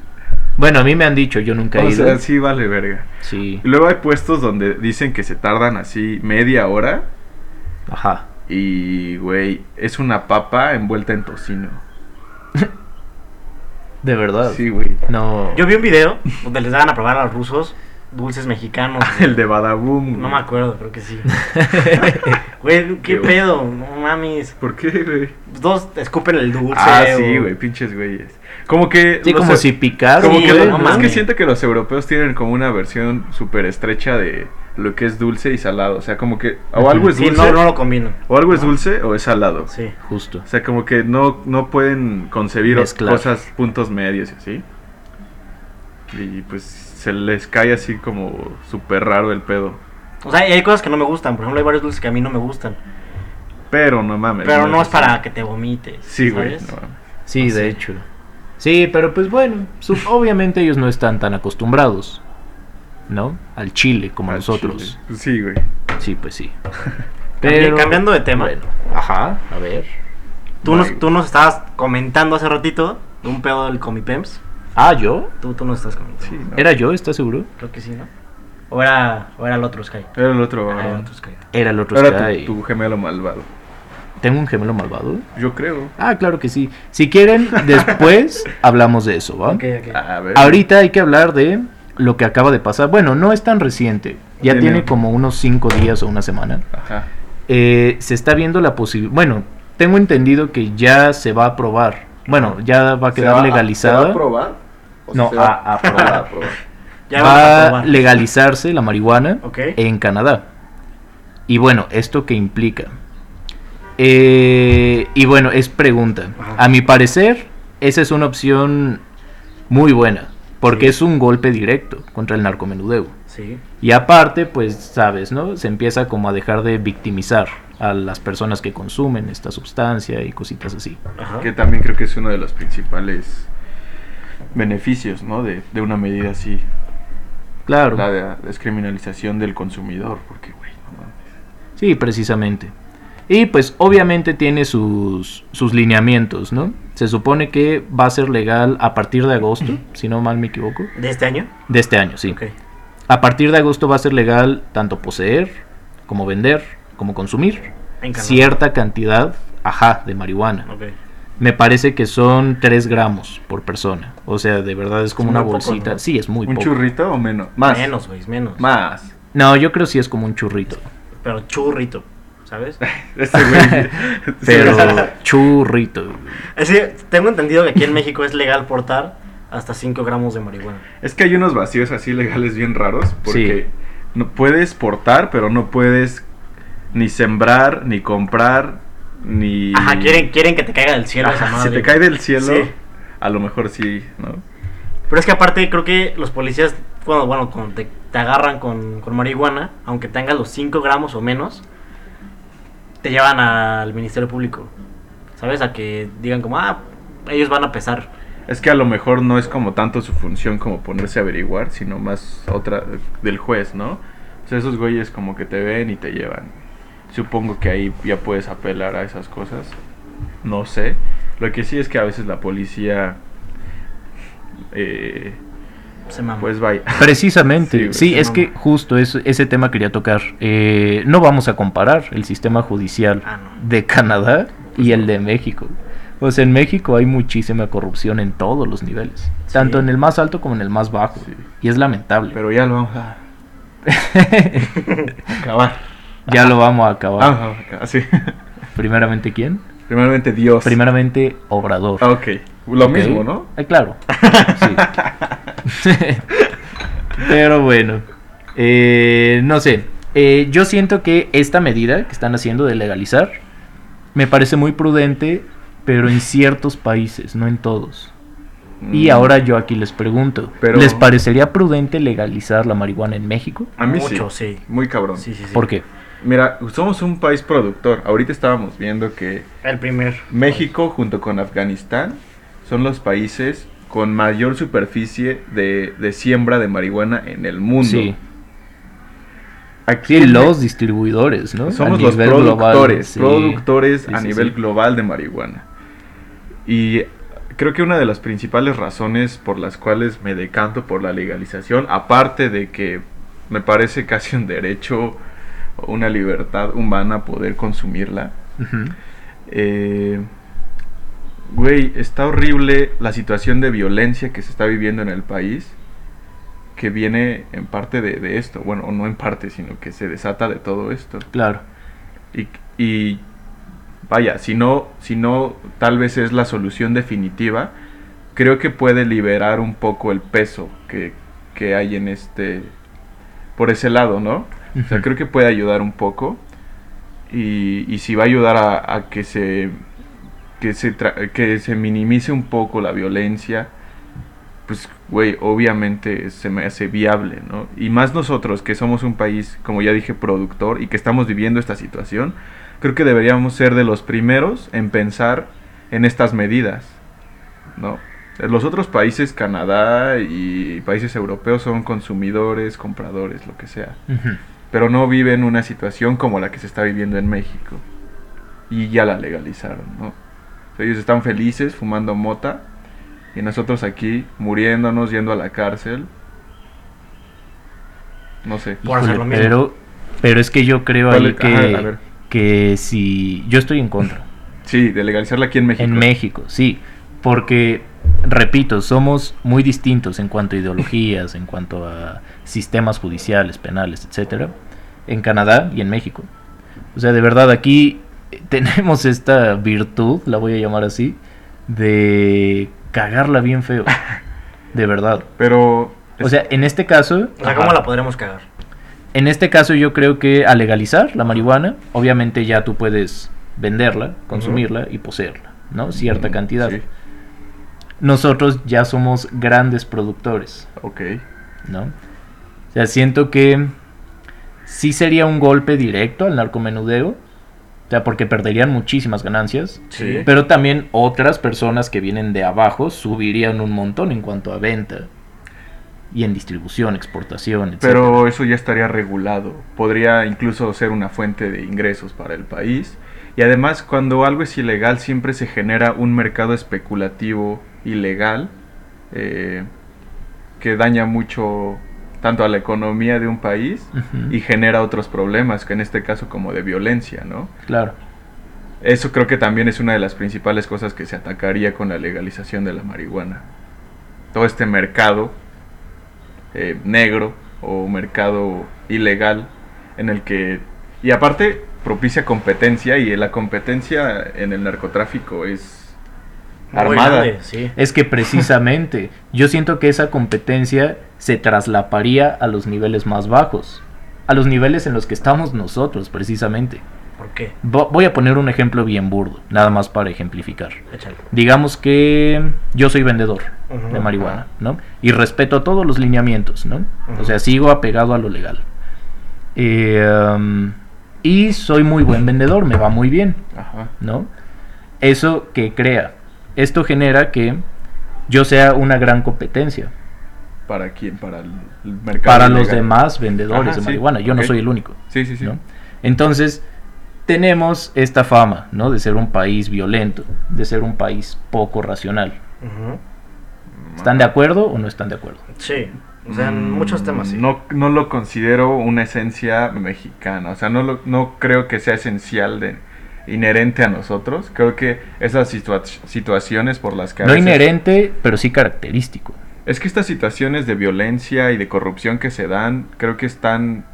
Speaker 2: Bueno, a mí me han dicho, yo nunca he
Speaker 3: O
Speaker 2: ido.
Speaker 3: sea, sí vale verga.
Speaker 2: Sí.
Speaker 3: Y Luego hay puestos donde dicen que se tardan así media hora
Speaker 2: Ajá.
Speaker 3: y, güey, es una papa envuelta en tocino.
Speaker 2: De verdad.
Speaker 3: Sí, güey.
Speaker 2: No.
Speaker 4: Yo vi un video donde les daban a probar a los rusos dulces mexicanos.
Speaker 3: Ah, El de Badaboom.
Speaker 4: No me
Speaker 3: güey.
Speaker 4: acuerdo, creo que sí. Güey, ¿qué
Speaker 3: Qué bueno.
Speaker 4: pedo? No mames.
Speaker 3: ¿Por qué, güey?
Speaker 4: Dos te escupen el dulce.
Speaker 3: Ah,
Speaker 4: o-
Speaker 3: sí, güey, pinches güeyes. Como que.
Speaker 2: sí,
Speaker 3: los
Speaker 2: como
Speaker 3: e-
Speaker 2: si picar.
Speaker 3: Como
Speaker 4: Sí,
Speaker 3: que
Speaker 4: güey,
Speaker 3: lo- es
Speaker 4: no
Speaker 3: que
Speaker 4: mames.
Speaker 3: siento que los europeos tienen como una versión súper estrecha de lo que es dulce y salado. O sea, como que. O algo es
Speaker 4: Sí,
Speaker 3: Pues dulce.
Speaker 4: no, no lo combino.
Speaker 3: O algo es dulce o es salado.
Speaker 4: Sí.
Speaker 2: Justo.
Speaker 3: O sea, como que no, no pueden concebir
Speaker 2: Mezclar.
Speaker 3: cosas, puntos medios y así. Y pues se les cae así como súper raro el pedo.
Speaker 4: O sea, y hay cosas que no me gustan. Por ejemplo, hay varios dulces que a mí no me gustan.
Speaker 3: Pero no mames.
Speaker 4: Pero no es
Speaker 3: así.
Speaker 4: para que te vomites.
Speaker 3: Sí, güey.
Speaker 4: ¿sabes?
Speaker 3: no mames.
Speaker 2: Sí,
Speaker 3: Ah,
Speaker 2: de hecho. Sí, pero pues bueno, su- obviamente ellos no están tan acostumbrados, ¿no? Al chile como
Speaker 3: Al
Speaker 2: nosotros.
Speaker 3: chile. Sí, güey.
Speaker 2: Sí, pues sí.
Speaker 4: Cambi- cambiando de tema.
Speaker 2: Bueno, ajá, a ver.
Speaker 4: Tú, nos,
Speaker 3: Bye.
Speaker 4: tú nos estabas comentando hace ratito de un pedo del Comipems.
Speaker 2: Ah, ¿yo?
Speaker 4: Tú, tú nos estás comentando.
Speaker 3: Sí, no.
Speaker 2: ¿Era yo? ¿Estás seguro?
Speaker 4: Creo que sí, ¿no? O era, o era el otro Sky.
Speaker 3: Era el otro.
Speaker 4: Ah, era el
Speaker 3: ¿no?
Speaker 4: otro Sky.
Speaker 2: Era el otro
Speaker 3: Era
Speaker 2: Sky.
Speaker 3: tu, tu gemelo malvado.
Speaker 2: ¿Tengo un gemelo malvado?
Speaker 3: Yo creo.
Speaker 2: Ah, claro que sí. Si quieren, después hablamos de eso, ¿va?
Speaker 4: Ok, ok.
Speaker 3: A ver.
Speaker 2: Ahorita hay que hablar de lo que acaba de pasar. Bueno, no es tan reciente. Ya
Speaker 3: Tiene-
Speaker 2: tiene como unos cinco días o una semana.
Speaker 3: Ajá.
Speaker 2: Eh, se está viendo la posibilidad. Bueno, tengo entendido que ya se va a aprobar. Bueno, ya va a quedar legalizada.
Speaker 3: ¿Se va a probar? ¿O
Speaker 2: No,
Speaker 3: se va
Speaker 2: a- a probar.
Speaker 3: a probar.
Speaker 4: Ya
Speaker 2: va
Speaker 4: vamos a
Speaker 2: a
Speaker 4: probar.
Speaker 2: legalizarse la marihuana
Speaker 4: Ok.
Speaker 3: eh,
Speaker 2: en Canadá. Y bueno, ¿esto qué implica? Eh, y bueno, es pregunta.
Speaker 4: Ajá.
Speaker 2: A mi parecer, esa es una opción muy buena, porque
Speaker 4: Sí.
Speaker 2: es un golpe directo contra el narcomenudeo.
Speaker 4: Sí.
Speaker 2: Y aparte, pues sabes, ¿no? Se empieza como a dejar de victimizar a las personas que consumen esta sustancia y cositas así.
Speaker 4: Ajá.
Speaker 3: Que también creo que es uno de los principales beneficios, ¿no? De, de una medida así.
Speaker 2: Claro.
Speaker 3: La de- descriminalización del consumidor. Porque, güey, no mames.
Speaker 2: Sí, precisamente. Y pues obviamente tiene sus, sus lineamientos, ¿no? Se supone que va a ser legal a partir de agosto, si no mal me equivoco,
Speaker 4: ¿De este año?
Speaker 2: de este año, sí.
Speaker 4: Ok.
Speaker 2: A partir de agosto va a ser legal tanto poseer, como vender, como consumir
Speaker 4: En Canadá.
Speaker 2: cierta cantidad, ajá, de marihuana.
Speaker 4: Ok.
Speaker 2: Me parece que son 3 gramos por persona. O sea, de verdad es como
Speaker 4: Es
Speaker 2: una
Speaker 4: muy poco,
Speaker 2: bolsita.
Speaker 4: ¿no?
Speaker 2: Sí, es muy
Speaker 3: ¿Un
Speaker 2: poco.
Speaker 3: churrito o menos? Más.
Speaker 4: Menos, güey, menos.
Speaker 3: Más.
Speaker 2: No, yo creo sí es como un churrito.
Speaker 4: Pero churrito. O ¿sabes?
Speaker 3: Este güey.
Speaker 2: Pero churrito.
Speaker 4: Es que tengo entendido que aquí en México es legal portar hasta 5 gramos de marihuana.
Speaker 3: Es que hay unos vacíos así legales bien raros porque no puedes portar, pero no puedes ni sembrar, ni comprar, ni.
Speaker 4: Ajá, quieren, quieren que te caiga del cielo esa
Speaker 3: Ajá,
Speaker 4: madre.
Speaker 3: si te cae del cielo,
Speaker 4: Sí.
Speaker 3: a lo mejor sí, ¿no?
Speaker 4: Pero es que aparte creo que los policías, cuando, bueno, cuando te, te agarran con, con marihuana, aunque tengas los 5 gramos o menos, te llevan al Ministerio Público. ¿Sabes? A que digan como, ah, ellos van a pesar.
Speaker 3: Es que a lo mejor no es como tanto su función como ponerse a averiguar, sino más otra del juez, ¿no? O sea, esos güeyes como que te ven y te llevan. Supongo que ahí ya puedes apelar a esas cosas. No sé. Lo que sí es que a veces la policía... eh,
Speaker 4: Se maman.
Speaker 3: pues vaya. Sí,
Speaker 2: Precisamente,
Speaker 3: güey,
Speaker 2: sí,
Speaker 4: se
Speaker 2: es que
Speaker 4: mama.
Speaker 2: justo eso- ese tema quería tocar. Eh, no vamos a comparar el sistema judicial
Speaker 4: Ah, no.
Speaker 2: de Canadá y el de México. O sea, en México hay muchísima corrupción en todos los niveles,
Speaker 4: Sí.
Speaker 2: tanto en el más alto como en el más bajo,
Speaker 3: Sí.
Speaker 2: y es lamentable.
Speaker 3: Pero ya lo vamos a acabar. Ah.
Speaker 2: ya lo vamos a acabar.
Speaker 3: Vamos a acabar, sí.
Speaker 2: Primeramente, ¿quién?
Speaker 3: Ah, Primeramente Dios.
Speaker 2: Primeramente, Obrador.
Speaker 3: Ah, ok. Lo
Speaker 2: Ok.
Speaker 3: mismo, ¿no?
Speaker 2: Ah, claro. Sí. Pero bueno, eh, no sé. Eh, yo siento que esta medida que están haciendo de legalizar me parece muy prudente, pero en ciertos países, no en todos. Y
Speaker 3: Mm.
Speaker 2: ahora yo aquí les pregunto,
Speaker 3: Pero-
Speaker 2: ¿les parecería prudente legalizar la marihuana en México?
Speaker 3: A mí
Speaker 4: Mucho,
Speaker 3: sí.
Speaker 4: sí.
Speaker 3: Muy cabrón.
Speaker 4: Sí, sí, sí.
Speaker 2: ¿Por qué?
Speaker 3: Mira, somos un país productor. Ahorita estábamos viendo que
Speaker 4: El primer.
Speaker 3: México junto con Afganistán son los países con mayor superficie de, de siembra de marihuana en el mundo.
Speaker 2: Sí,
Speaker 3: Aquí
Speaker 2: sí,
Speaker 3: en
Speaker 2: los distribuidores, ¿no? A
Speaker 3: somos los
Speaker 2: nivel global,
Speaker 3: productores,
Speaker 2: sí.
Speaker 3: productores
Speaker 2: Sí,
Speaker 3: a
Speaker 2: sí,
Speaker 3: nivel
Speaker 2: sí.
Speaker 3: global de marihuana. Y creo que una de las principales razones por las cuales me decanto por la legalización, aparte de que me parece casi un derecho, una libertad humana poder consumirla,
Speaker 2: Ujú.
Speaker 3: eh, güey, está horrible la situación de violencia que se está viviendo en el país, que viene en parte de, de esto, bueno, no en parte, sino que se desata de todo esto.
Speaker 2: Claro.
Speaker 3: Y, y vaya, si no, si no tal vez es la solución definitiva, creo que puede liberar un poco el peso que, que hay en este... Por ese lado, ¿no? O sea,
Speaker 2: Ujú.
Speaker 3: creo que puede ayudar un poco. Y, y si va a ayudar a, a que se que se, tra- que se minimice un poco la violencia, pues, güey, obviamente se me hace viable, ¿no? Y más nosotros, que somos un país, como ya dije, productor y que estamos viviendo esta situación, creo que deberíamos ser de los primeros en pensar en estas medidas, ¿no? Los otros países, Canadá y países europeos, son consumidores, compradores, lo que sea
Speaker 2: Ujú.
Speaker 3: pero no viven una situación como la que se está viviendo en México. Y ya la legalizaron, ¿no? O sea, Ellos están felices fumando mota y nosotros aquí muriéndonos, yendo a la cárcel. No sé.
Speaker 4: Por hacer lo mismo.
Speaker 2: Pero, pero es que yo creo
Speaker 3: ¿Cuál
Speaker 2: ahí
Speaker 3: es?
Speaker 2: que,
Speaker 3: Ajá, a ver.
Speaker 2: que si yo estoy en contra.
Speaker 3: Sí, de legalizarla aquí en México.
Speaker 2: En México, sí. Porque, repito, somos muy distintos en cuanto a ideologías, en cuanto a sistemas judiciales, penales, etcétera, en Canadá y en México. O sea, de verdad, aquí eh, tenemos esta virtud, la voy a llamar así, de cagarla bien feo. De verdad.
Speaker 3: Pero...
Speaker 2: O sea, en este caso.
Speaker 4: O sea, ¿cómo la podremos cagar?
Speaker 2: En este caso yo creo que al legalizar la marihuana, obviamente ya tú puedes venderla, consumirla y poseerla, ¿no? Cierta
Speaker 3: Mm,
Speaker 2: cantidad.
Speaker 3: sí,
Speaker 2: Nosotros ya somos grandes productores,
Speaker 3: ok.
Speaker 2: ¿no? O sea, siento que sí sería un golpe directo al narcomenudeo, o sea, porque perderían muchísimas ganancias,
Speaker 3: Sí.
Speaker 2: pero también otras personas que vienen de abajo subirían un montón en cuanto a venta y en distribución, exportación, etc.
Speaker 3: Pero eso ya estaría regulado. Podría incluso ser una fuente de ingresos para el país. Y además, cuando algo es ilegal, siempre se genera un mercado especulativo ilegal eh, que daña mucho tanto a la economía de un país
Speaker 2: Ujú,
Speaker 3: y genera otros problemas, que en este caso como de violencia, ¿no?
Speaker 2: claro.
Speaker 3: Eso creo que también es una de las principales cosas que se atacaría con la legalización de la marihuana. Todo este mercado eh, negro o mercado ilegal en el que... Y aparte, propicia competencia y la competencia en el narcotráfico es
Speaker 4: Muy
Speaker 3: armada.
Speaker 4: grande, sí.
Speaker 2: Es que precisamente yo siento que esa competencia se traslaparía a los niveles más bajos, a los niveles en los que estamos nosotros precisamente.
Speaker 4: ¿Por qué?
Speaker 2: Vo- Voy a poner un ejemplo bien burdo, nada más para ejemplificar.
Speaker 4: Échalo.
Speaker 2: Digamos que yo soy vendedor
Speaker 4: Ujú.
Speaker 2: de marihuana, ¿no? Y respeto todos los lineamientos, ¿no? O sea, sigo apegado a lo legal. Eh, um, y soy muy buen vendedor, me va muy bien.
Speaker 3: Ajá.
Speaker 2: ¿no? Eso que crea. Esto genera que yo sea una gran competencia
Speaker 3: ¿Para quién? Para el el mercado.
Speaker 2: para los
Speaker 3: ilegal.
Speaker 2: demás vendedores
Speaker 3: Ajá,
Speaker 2: de
Speaker 3: sí,
Speaker 2: marihuana. Yo no
Speaker 3: ok.
Speaker 2: soy el único.
Speaker 3: Sí, sí, sí.
Speaker 2: ¿no? Entonces, tenemos esta fama, ¿no? De ser un país violento, de ser un país poco racional.
Speaker 4: Ujú.
Speaker 2: ¿Están de acuerdo o no están de acuerdo?
Speaker 4: Sí. O sea, en
Speaker 3: Mm,
Speaker 4: muchos temas, sí.
Speaker 3: No, no lo considero una esencia mexicana. O sea, no, lo- no creo que sea esencial de inherente a nosotros. Creo que esas situa- situaciones por las que... a
Speaker 2: No
Speaker 3: veces-
Speaker 2: inherente, pero sí característico.
Speaker 3: Es que estas situaciones de violencia y de corrupción que se dan, creo que están...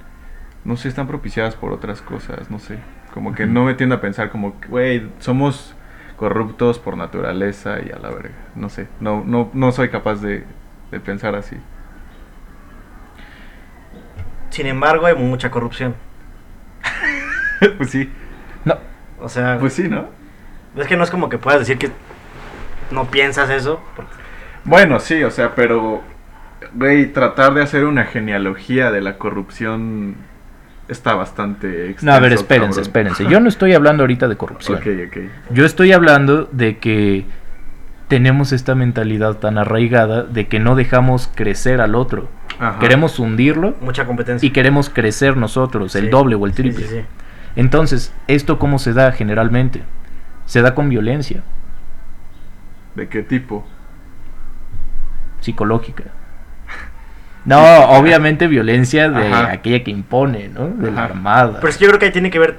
Speaker 3: No sé, están propiciadas por otras cosas, no sé. Como que no me tiendo a pensar como, que, güey, somos corruptos por naturaleza y a la verga. No sé, no, no, no soy capaz de, de pensar así.
Speaker 4: Sin embargo, hay mucha corrupción.
Speaker 3: pues sí,
Speaker 2: No,
Speaker 4: O sea,
Speaker 3: pues sí, ¿no?
Speaker 4: es que no es como que puedas decir que no piensas eso. porque-
Speaker 3: Bueno, sí, o sea, pero, güey, tratar de hacer una genealogía de la corrupción está bastante extenso.
Speaker 2: no a ver, espérense,
Speaker 3: cabrón.
Speaker 2: espérense. Yo no estoy hablando ahorita de corrupción.
Speaker 3: Ok, ok.
Speaker 2: Yo estoy hablando de que tenemos esta mentalidad tan arraigada de que no dejamos crecer al otro.
Speaker 3: Ajá.
Speaker 2: Queremos hundirlo
Speaker 4: Mucha competencia.
Speaker 2: y queremos crecer
Speaker 3: pues
Speaker 2: nosotros,
Speaker 4: Sí.
Speaker 2: el doble o el
Speaker 4: Sí,
Speaker 2: triple.
Speaker 4: sí, sí.
Speaker 2: Entonces, ¿esto cómo se da generalmente? Se da con violencia
Speaker 3: ¿De qué tipo?
Speaker 2: psicológica. No, obviamente violencia de
Speaker 3: Ajá.
Speaker 2: aquella que impone, ¿no? De la
Speaker 3: Ajá.
Speaker 2: armada.
Speaker 4: Pero es que yo creo que ahí tiene que ver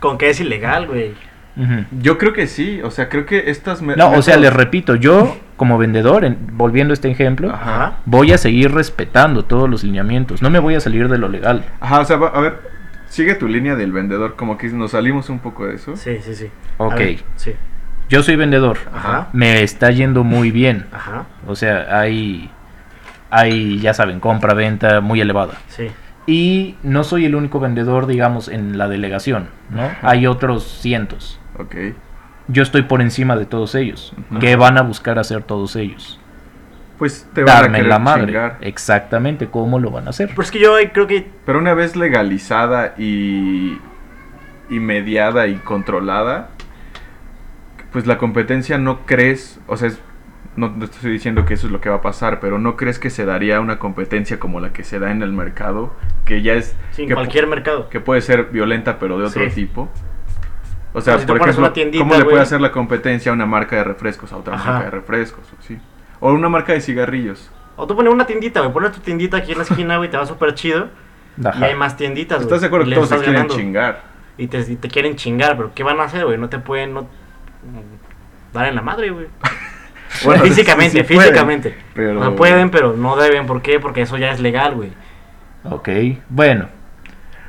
Speaker 4: con que es ilegal, güey.
Speaker 2: Ujú.
Speaker 3: Yo creo que sí, o sea, creo que estas... me-
Speaker 2: No, o sea,
Speaker 3: métodos-
Speaker 2: les repito, yo como vendedor, en- volviendo a este ejemplo,
Speaker 3: Ajá.
Speaker 4: Ajá.
Speaker 2: voy a seguir respetando todos los lineamientos, no me voy a salir de lo legal.
Speaker 3: Ajá, o sea, va- a ver, sigue tu línea del vendedor, como que nos salimos un poco de eso.
Speaker 4: Sí, sí, sí. A
Speaker 2: Ok.
Speaker 4: ver, sí.
Speaker 2: Yo soy vendedor,
Speaker 4: Ajá.
Speaker 2: me está yendo muy bien,
Speaker 4: Ajá.
Speaker 2: o sea, hay, hay ya saben, compra-venta muy elevada.
Speaker 4: Sí.
Speaker 2: Y no soy el único vendedor, digamos, en la delegación, ¿no? Hay otros cientos.
Speaker 3: Ok.
Speaker 2: Yo estoy por encima de todos ellos.
Speaker 3: Ujú.
Speaker 2: ¿Qué van a buscar hacer todos ellos?
Speaker 3: Pues te van a
Speaker 2: Darme
Speaker 3: querer
Speaker 2: en la madre.
Speaker 3: chingar.
Speaker 2: Exactamente, ¿cómo lo van a hacer?
Speaker 4: Pero es que yo ahí creo que
Speaker 3: Pero una vez legalizada y, y mediada y controlada, pues la competencia no crees, o sea, es- no, no estoy diciendo que eso es lo que va a pasar, pero no crees que se daría una competencia como la que se da en el mercado, que ya es...
Speaker 4: sí, en
Speaker 3: que, pu-
Speaker 4: cualquier mercado.
Speaker 3: que puede ser violenta pero de otro
Speaker 4: Sí.
Speaker 3: tipo. O sea,
Speaker 4: Pero si tú
Speaker 3: por
Speaker 4: pones
Speaker 3: ejemplo,
Speaker 4: una tiendita,
Speaker 3: ¿cómo le
Speaker 4: güey.
Speaker 3: puede hacer la competencia a una marca de refrescos, a otra
Speaker 4: Ajá.
Speaker 3: marca de refrescos? o Sí. O una marca de cigarrillos.
Speaker 4: O tú pones una tiendita, güey. Pones tu tiendita aquí en la esquina, güey. Te va súper chido. Y
Speaker 2: Ajá.
Speaker 4: hay más tienditas, güey.
Speaker 3: ¿Estás de acuerdo
Speaker 4: y
Speaker 3: que
Speaker 4: les
Speaker 3: todos se
Speaker 4: Pues estás
Speaker 3: quieren
Speaker 4: ganando.
Speaker 3: chingar?
Speaker 4: Y te, y te quieren chingar, pero ¿qué van a hacer, güey? No te pueden no, mm, dar en la madre, güey.
Speaker 3: Bueno,
Speaker 4: físicamente,
Speaker 3: sí, sí pueden,
Speaker 4: físicamente.
Speaker 3: pero-
Speaker 4: No pueden, pero no deben. ¿Por qué? Porque eso ya es legal, güey.
Speaker 2: Ok, bueno.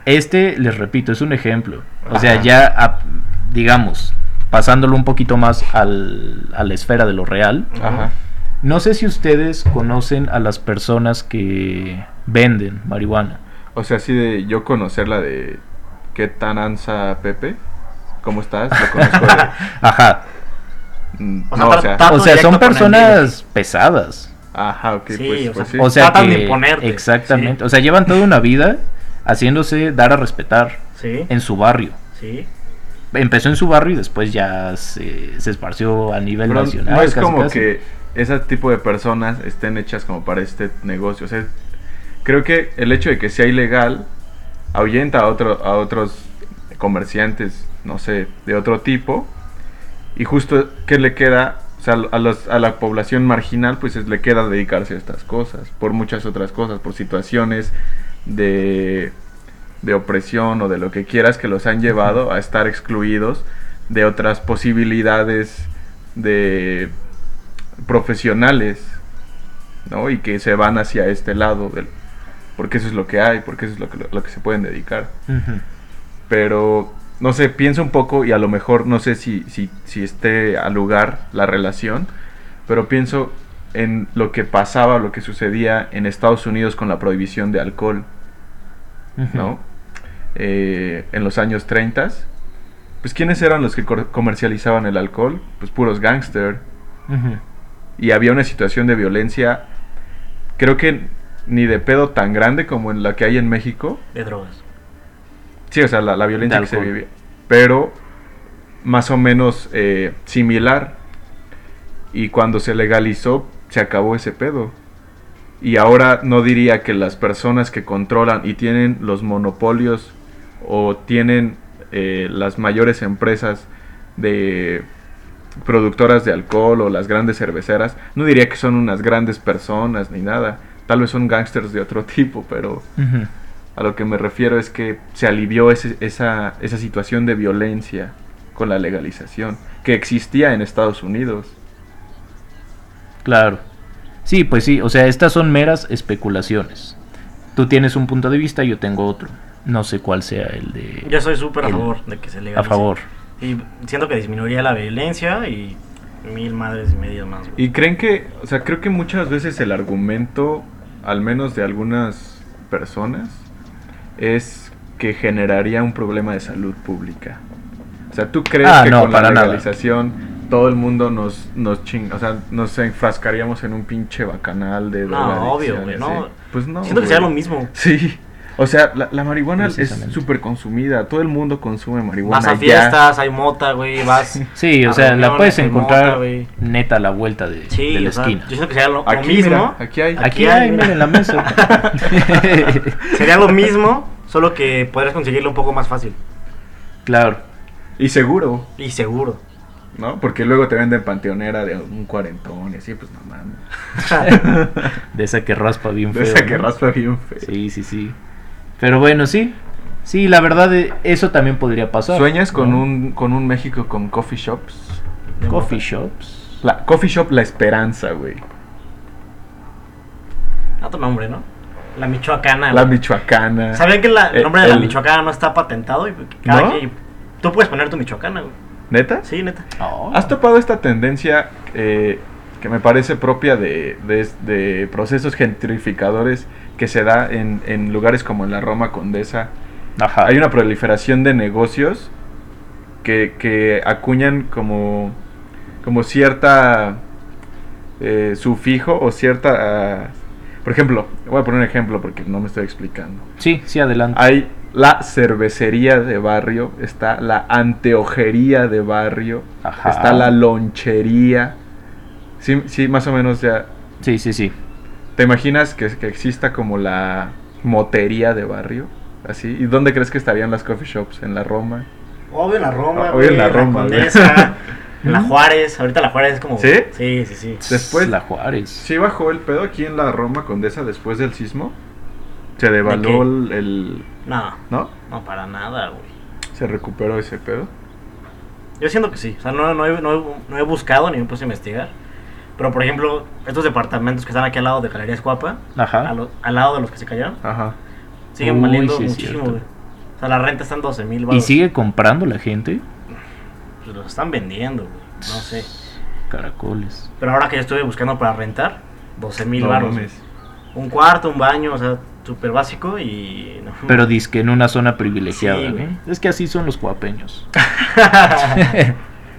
Speaker 2: Este, les repito, es un ejemplo. O sea,
Speaker 3: Ajá.
Speaker 2: ya, a- digamos, pasándolo un poquito más al- a la esfera de lo real.
Speaker 3: Ajá.
Speaker 2: No sé si ustedes conocen a las personas que venden marihuana.
Speaker 3: O sea, así de yo conocer la de ¿Qué tan ansa Pepe? ¿Cómo estás? Lo conozco de-
Speaker 2: Ajá.
Speaker 3: Mm,
Speaker 4: O sea,
Speaker 3: no,
Speaker 4: tra-
Speaker 3: o sea,
Speaker 4: tra-
Speaker 2: O sea,
Speaker 4: directo
Speaker 2: son
Speaker 4: con el
Speaker 2: personas pesadas.
Speaker 3: ajá, ok,
Speaker 4: Sí,
Speaker 3: pues,
Speaker 4: o
Speaker 3: pues
Speaker 4: sea,
Speaker 3: sí.
Speaker 2: O sea,
Speaker 4: Tratan
Speaker 2: que,
Speaker 4: de imponerte,
Speaker 2: Exactamente.
Speaker 4: sí.
Speaker 2: O sea, llevan toda una vida haciéndose dar a respetar
Speaker 4: Sí,
Speaker 2: en su barrio.
Speaker 4: sí.
Speaker 2: Empezó en su barrio y después ya se, se esparció a nivel
Speaker 3: Pero
Speaker 2: nacional.
Speaker 3: no es
Speaker 2: casi,
Speaker 3: como
Speaker 2: casi.
Speaker 3: que ese tipo de personas estén hechas como para este negocio. O sea, creo que el hecho de que sea ilegal ahuyenta a, otro, a otros comerciantes, no sé, de otro tipo. Y justo que le queda, o sea, a, los- a la población marginal, pues es- le queda dedicarse a estas cosas, por muchas otras cosas, por situaciones de, de opresión o de lo que quieras que los han llevado a estar excluidos de otras posibilidades de profesionales, ¿no? Y que se van hacia este lado, del, porque eso es lo que hay, porque eso es lo que, lo que se pueden dedicar.
Speaker 2: Ujú.
Speaker 3: Pero no sé, piensa un poco y a lo mejor no sé si, si, si esté al lugar la relación, pero pienso en lo que pasaba, lo que sucedía en Estados Unidos con la prohibición de alcohol, ¿no? Eh, en los años 30, pues ¿quiénes eran los que cor- comercializaban el alcohol? Pues puros gángster.
Speaker 2: Ujú.
Speaker 3: Y había una situación de violencia, creo que ni de pedo tan grande como en la que hay en México,
Speaker 4: de drogas.
Speaker 3: Sí, o sea, la, la violencia
Speaker 2: De
Speaker 3: que se
Speaker 2: alcohol.
Speaker 3: vivía. Pero más o menos eh, similar. Y cuando se legalizó, se acabó ese pedo. Y ahora no diría que las personas que controlan y tienen los monopolios o tienen eh, las mayores empresas de productoras de alcohol o las grandes cerveceras, no diría que son unas grandes personas ni nada. Tal vez son gángsters de otro tipo, pero...
Speaker 2: Ujú.
Speaker 3: A lo que me refiero es que se alivió ese- esa, esa situación de violencia con la legalización que existía en Estados Unidos.
Speaker 2: Claro. Sí, pues sí, o sea, estas son meras especulaciones. Tú tienes un punto de vista, yo tengo otro. No sé cuál sea el de...
Speaker 4: Yo soy súper a
Speaker 2: el-
Speaker 4: favor de que se legalice.
Speaker 2: A favor.
Speaker 4: Y siento que disminuiría la violencia y mil madres y medias más. güey.
Speaker 3: Y creen que, o sea, creo que muchas veces el argumento, al menos de algunas personas, es que generaría un problema de salud pública. O sea, ¿tú crees
Speaker 2: Ah,
Speaker 3: que
Speaker 2: no,
Speaker 3: con
Speaker 2: para
Speaker 3: la
Speaker 2: nada.
Speaker 3: legalización todo el mundo nos, nos ching- o sea, nos enfrascaríamos en un pinche bacanal de
Speaker 4: No,
Speaker 3: drogadicción
Speaker 4: obvio, güey,
Speaker 3: y
Speaker 4: no.
Speaker 3: así? Pues no.
Speaker 4: siento que sería
Speaker 3: güey.
Speaker 4: lo mismo.
Speaker 3: Sí. O sea, la, la marihuana es
Speaker 2: Precisamente.
Speaker 3: súper consumida. Todo el mundo consume marihuana.
Speaker 4: Vas a
Speaker 3: ya.
Speaker 4: fiestas, hay mota, güey, vas...
Speaker 2: Sí, o
Speaker 4: a
Speaker 2: sea, la
Speaker 4: reuniones,
Speaker 2: puedes
Speaker 4: hay mota,
Speaker 2: encontrar
Speaker 4: güey.
Speaker 2: neta a la vuelta de,
Speaker 4: Sí,
Speaker 2: de la
Speaker 4: o sea,
Speaker 2: esquina.
Speaker 4: yo siento que sería lo, lo
Speaker 3: Aquí,
Speaker 4: mismo.
Speaker 3: mira, aquí hay.
Speaker 2: Aquí
Speaker 4: Aquí
Speaker 2: hay,
Speaker 4: hay,
Speaker 2: miren,
Speaker 4: mira.
Speaker 2: en la mesa.
Speaker 4: Sería lo mismo, solo que podrías conseguirlo un poco más fácil
Speaker 2: claro.
Speaker 3: Y seguro,
Speaker 4: y seguro.
Speaker 3: ¿no? Porque luego te venden panteonera de un cuarentón y así, pues no mames.
Speaker 2: De esa que raspa bien
Speaker 3: De
Speaker 2: feo.
Speaker 3: esa que
Speaker 2: ¿no?
Speaker 3: raspa bien feo.
Speaker 2: Sí, sí, sí. Pero bueno, sí. Sí, la verdad, eh, eso también podría pasar.
Speaker 3: ¿Sueñas con,
Speaker 2: ¿no?
Speaker 3: un, con un México con coffee shops?
Speaker 4: De
Speaker 2: Coffee
Speaker 4: mota.
Speaker 2: shops.
Speaker 3: La, coffee shop La Esperanza, güey.
Speaker 4: Otro nombre, ¿no? La Michoacana.
Speaker 3: La
Speaker 4: Ah, güey.
Speaker 3: Michoacana.
Speaker 4: ¿Sabían que la- el
Speaker 3: Eh,
Speaker 4: nombre de la
Speaker 3: el-
Speaker 4: Michoacana no está patentado? Y que cada
Speaker 3: ¿No?
Speaker 4: quien- tú puedes poner tu Michoacana, güey.
Speaker 3: ¿Neta?
Speaker 4: Sí, neta.
Speaker 2: Oh.
Speaker 3: ¿Has topado esta tendencia eh, que me parece propia de, de- de procesos gentrificadores que se da en, en lugares como en la Roma Condesa?
Speaker 2: Ajá.
Speaker 3: Hay una proliferación de negocios que, que acuñan como, como cierta eh, sufijo o cierta... ah, por ejemplo, voy a poner un ejemplo porque no me estoy explicando.
Speaker 2: Sí, sí, adelante.
Speaker 4: Ah,
Speaker 3: Hay la cervecería de barrio, está la anteojería de barrio,
Speaker 2: Ajá.
Speaker 3: está la lonchería. Sí, sí, más o menos ya.
Speaker 2: Sí, sí, sí.
Speaker 3: ¿Te imaginas que, que exista como la motería de barrio? Así. ¿Y dónde crees que estarían las coffee shops? ¿En la Roma?
Speaker 4: Obvio en la Roma,
Speaker 3: Ah, Obvio en
Speaker 4: güey,
Speaker 3: la Roma, güey.
Speaker 4: Condesa, en la Juárez. Ahorita la Juárez es como...
Speaker 3: ¿Sí?
Speaker 4: Sí, sí, sí.
Speaker 3: Después-
Speaker 2: La Juárez.
Speaker 3: Sí bajó el pedo aquí en la Roma Condesa después del sismo. Se devaluó el, el-
Speaker 4: No,
Speaker 3: ¿No?
Speaker 4: no para nada, güey.
Speaker 3: Se recuperó ese pedo.
Speaker 4: Yo siento que sí. O sea, no, no, he, no he- no he buscado ni me puse a investigar. Pero, por ejemplo, estos departamentos que están aquí al lado de Galerías Cuapa,
Speaker 2: Ajá.
Speaker 4: a lo- al lado de los que se cayeron,
Speaker 3: Ajá.
Speaker 4: siguen
Speaker 2: ¿Ah? Uy,
Speaker 4: valiendo
Speaker 2: sí es
Speaker 4: muchísimo,
Speaker 2: cierto.
Speaker 4: güey. O sea, la renta está en 12 mil Pues,
Speaker 2: ¿Y sigue comprando la gente?
Speaker 4: Los están vendiendo, güey. No sé.
Speaker 2: Caracoles.
Speaker 4: Pero ahora que yo estuve buscando para rentar, 12 mil
Speaker 3: No
Speaker 4: baros.
Speaker 3: mames.
Speaker 4: Un cuarto, un baño, o sea, súper básico y... no.
Speaker 2: Pero dizque en una zona privilegiada.
Speaker 4: Sí,
Speaker 2: ¿no?
Speaker 4: güey.
Speaker 2: Es que así son los cuapeños.
Speaker 4: Ah,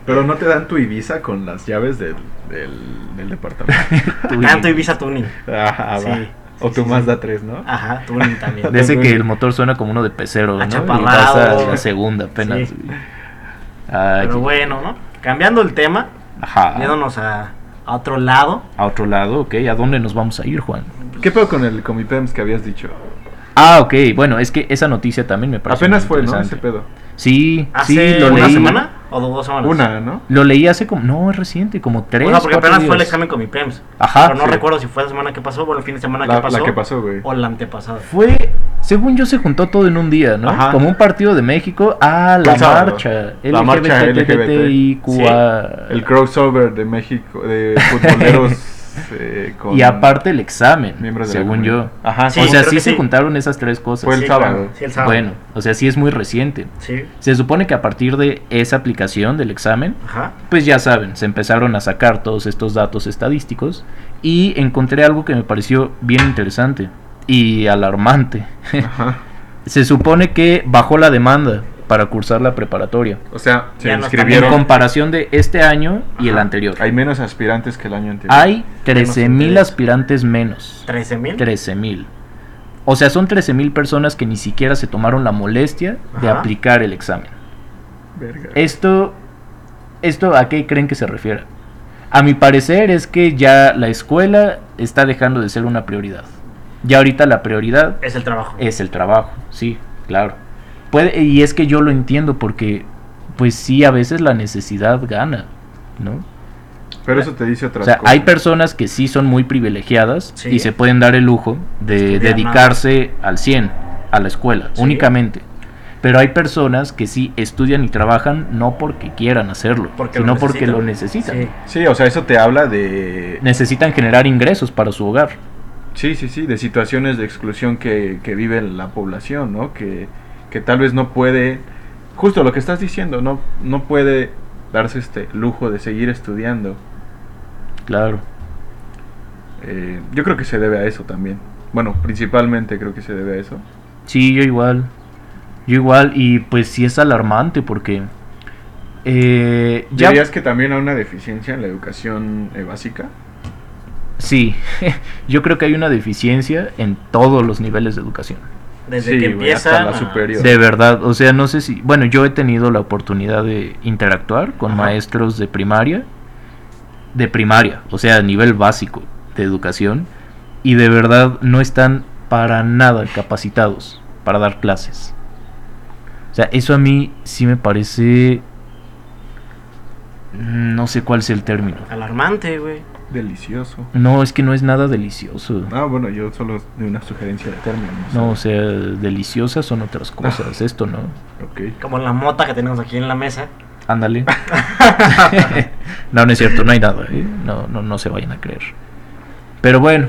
Speaker 3: Pero no te dan tu Ibiza con las llaves del, del, del departamento.
Speaker 4: Tanto Ibiza Tuning.
Speaker 3: Ajá,
Speaker 4: Sí,
Speaker 3: va.
Speaker 4: sí,
Speaker 3: O tu
Speaker 4: sí,
Speaker 3: Mazda 3, ¿no?
Speaker 4: Ajá, Tuning también.
Speaker 2: De ese que el motor suena como uno de pecero, ¿no? Y vas
Speaker 4: Achaparrado.
Speaker 2: a la segunda apenas.
Speaker 4: Sí.
Speaker 2: güey. Ay,
Speaker 4: Pero
Speaker 2: qué-
Speaker 4: bueno, ¿no? Cambiando el tema,
Speaker 2: Ajá.
Speaker 4: yéndonos a, a otro lado.
Speaker 2: A otro lado, ok. ¿A dónde nos vamos a ir, Juan?
Speaker 3: ¿Qué pedo con el con mi PEMS que habías dicho?
Speaker 2: Ah, ok. Bueno, es que esa noticia también me parece.
Speaker 3: Apenas
Speaker 2: muy
Speaker 3: fue, ¿no? Ese
Speaker 2: interesante.
Speaker 3: pedo.
Speaker 2: Sí,
Speaker 4: ¿Hace
Speaker 2: sí, lo
Speaker 4: una
Speaker 2: leí.
Speaker 4: semana o dos semanas?
Speaker 3: Una, ¿no?
Speaker 2: Lo leí hace como. No, es reciente, como tres.
Speaker 4: O sea, porque
Speaker 2: cuatro
Speaker 4: apenas fue el
Speaker 2: días.
Speaker 4: examen con mi PEMS.
Speaker 2: Ajá,
Speaker 4: Pero no
Speaker 3: sí.
Speaker 4: recuerdo si fue la semana que pasó o el fin de semana
Speaker 3: La,
Speaker 4: que pasó.
Speaker 3: la que pasó, güey.
Speaker 4: O la antepasada.
Speaker 2: Fue, según yo, se juntó todo en un día, ¿no?
Speaker 3: Ajá.
Speaker 2: Como un partido de México a la
Speaker 3: El sábado.
Speaker 2: marcha.
Speaker 3: La marcha
Speaker 2: LGBTTIQA.
Speaker 3: El crossover de México, de futboleros eh, con
Speaker 2: Y aparte el examen,
Speaker 3: miembros de la
Speaker 2: según yo.
Speaker 3: comunidad. Ajá,
Speaker 4: Sí,
Speaker 2: o sea,
Speaker 4: creo
Speaker 2: sí
Speaker 4: que
Speaker 2: se
Speaker 4: sí.
Speaker 2: juntaron esas tres cosas.
Speaker 3: Fue el
Speaker 4: Sí,
Speaker 3: sábado.
Speaker 4: claro, sí, el sábado.
Speaker 2: Bueno, o sea, sí es muy reciente.
Speaker 4: Sí.
Speaker 2: Se supone que a partir de esa aplicación del examen,
Speaker 4: Ajá.
Speaker 2: pues ya saben, se empezaron a sacar todos estos datos estadísticos y encontré algo que me pareció bien interesante y alarmante.
Speaker 3: Ajá.
Speaker 2: se supone que bajó la demanda para cursar la preparatoria.
Speaker 3: O sea, se
Speaker 4: Ya no
Speaker 2: En
Speaker 3: inscribieron.
Speaker 2: comparación de este año y el
Speaker 4: Ajá.
Speaker 2: anterior.
Speaker 3: Hay menos aspirantes que el año anterior.
Speaker 2: Hay 13.000
Speaker 4: interesa.
Speaker 2: aspirantes menos.
Speaker 4: ¿13 mil?
Speaker 2: 13.000. O sea, son 13.000 personas que ni siquiera se tomaron la molestia de
Speaker 4: Ajá.
Speaker 2: aplicar el examen.
Speaker 3: Verga.
Speaker 2: eh, Esto, esto ¿a qué creen que se refiere? A mi parecer es que ya la escuela está dejando de ser una prioridad. Ya ahorita la prioridad
Speaker 4: Es el trabajo.
Speaker 3: Eh,
Speaker 2: es el trabajo, sí, claro. Puede, y es que yo lo entiendo porque, pues sí, a veces la necesidad gana, ¿no?
Speaker 3: Pero eso te dice
Speaker 2: O
Speaker 3: otras
Speaker 2: sea,
Speaker 3: cosas.
Speaker 2: hay personas que sí son muy privilegiadas
Speaker 4: Sí.
Speaker 2: y se pueden dar el lujo de
Speaker 4: Estudiar nada.
Speaker 2: dedicarse al 100, a la escuela,
Speaker 4: Sí.
Speaker 2: únicamente. Pero hay personas que sí estudian y trabajan no porque quieran hacerlo,
Speaker 4: Porque lo
Speaker 2: sino porque
Speaker 4: necesitan.
Speaker 2: lo necesitan.
Speaker 4: Sí.
Speaker 3: Sí, o sea, eso te habla de.
Speaker 2: Necesitan generar ingresos para su hogar.
Speaker 3: Sí, sí, sí, de situaciones de exclusión que, que vive la población, ¿no? Que, que tal vez no puede, justo lo que estás diciendo, no, no puede darse este lujo de seguir estudiando.
Speaker 2: Claro.
Speaker 3: Eh, yo creo que se debe a eso también. Bueno, principalmente creo que se debe a eso.
Speaker 2: Sí, yo igual. Yo igual. Y pues sí es alarmante porque... eh, ya...
Speaker 3: ¿Dirías que también hay una deficiencia en la educación eh, básica?
Speaker 2: Sí, yo creo que hay una deficiencia en todos los niveles de educación.
Speaker 4: Desde
Speaker 3: Sí,
Speaker 4: que
Speaker 3: güey,
Speaker 4: empieza.
Speaker 3: hasta la
Speaker 4: a-
Speaker 3: superior.
Speaker 2: De verdad, o sea, no sé si... Bueno, yo he tenido la oportunidad de interactuar con
Speaker 3: Ajá.
Speaker 2: maestros de primaria, de primaria, o sea, a nivel básico de educación, y de verdad no están para nada capacitados para dar clases. O sea, eso a mí sí me parece... No sé cuál es el término.
Speaker 4: Alarmante, güey.
Speaker 3: Delicioso.
Speaker 2: No, es que no es nada delicioso.
Speaker 3: Ah, bueno, yo solo de una sugerencia de términos.
Speaker 2: No, o sea, deliciosas son otras cosas, esto no.
Speaker 3: Ok.
Speaker 4: Como la mota que tenemos aquí en la mesa.
Speaker 2: Ándale. no, no es cierto, no hay nada, ¿eh? no, no, no se vayan a creer. Pero bueno,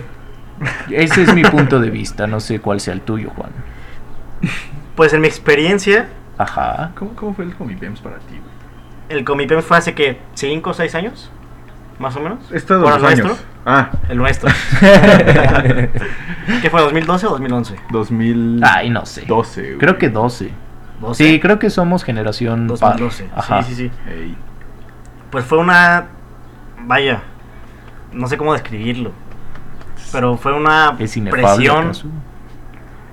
Speaker 2: ese es mi punto de vista, no sé cuál sea el tuyo, Juan.
Speaker 4: Pues en mi experiencia,
Speaker 2: Ajá.
Speaker 3: ¿Cómo, cómo fue el Comipems para ti, güey?
Speaker 4: el Comipem fue hace que 5 o 6 años, más o menos.
Speaker 3: Es todos
Speaker 4: Bueno,
Speaker 3: los
Speaker 4: el
Speaker 3: años.
Speaker 4: nuestro.
Speaker 3: Ah,
Speaker 4: El nuestro. ¿Qué fue, 2012 o 2011?
Speaker 3: 2012,
Speaker 2: Ay, no sé.
Speaker 3: güey.
Speaker 2: Creo que 12.
Speaker 4: 12.
Speaker 2: Sí, creo que somos generación par.
Speaker 4: 2012.
Speaker 2: Ajá.
Speaker 4: Sí, sí, sí.
Speaker 3: Ey.
Speaker 4: Pues fue una. Vaya. No sé cómo describirlo. Pero fue una
Speaker 2: Es inefable.
Speaker 4: presión
Speaker 2: acaso.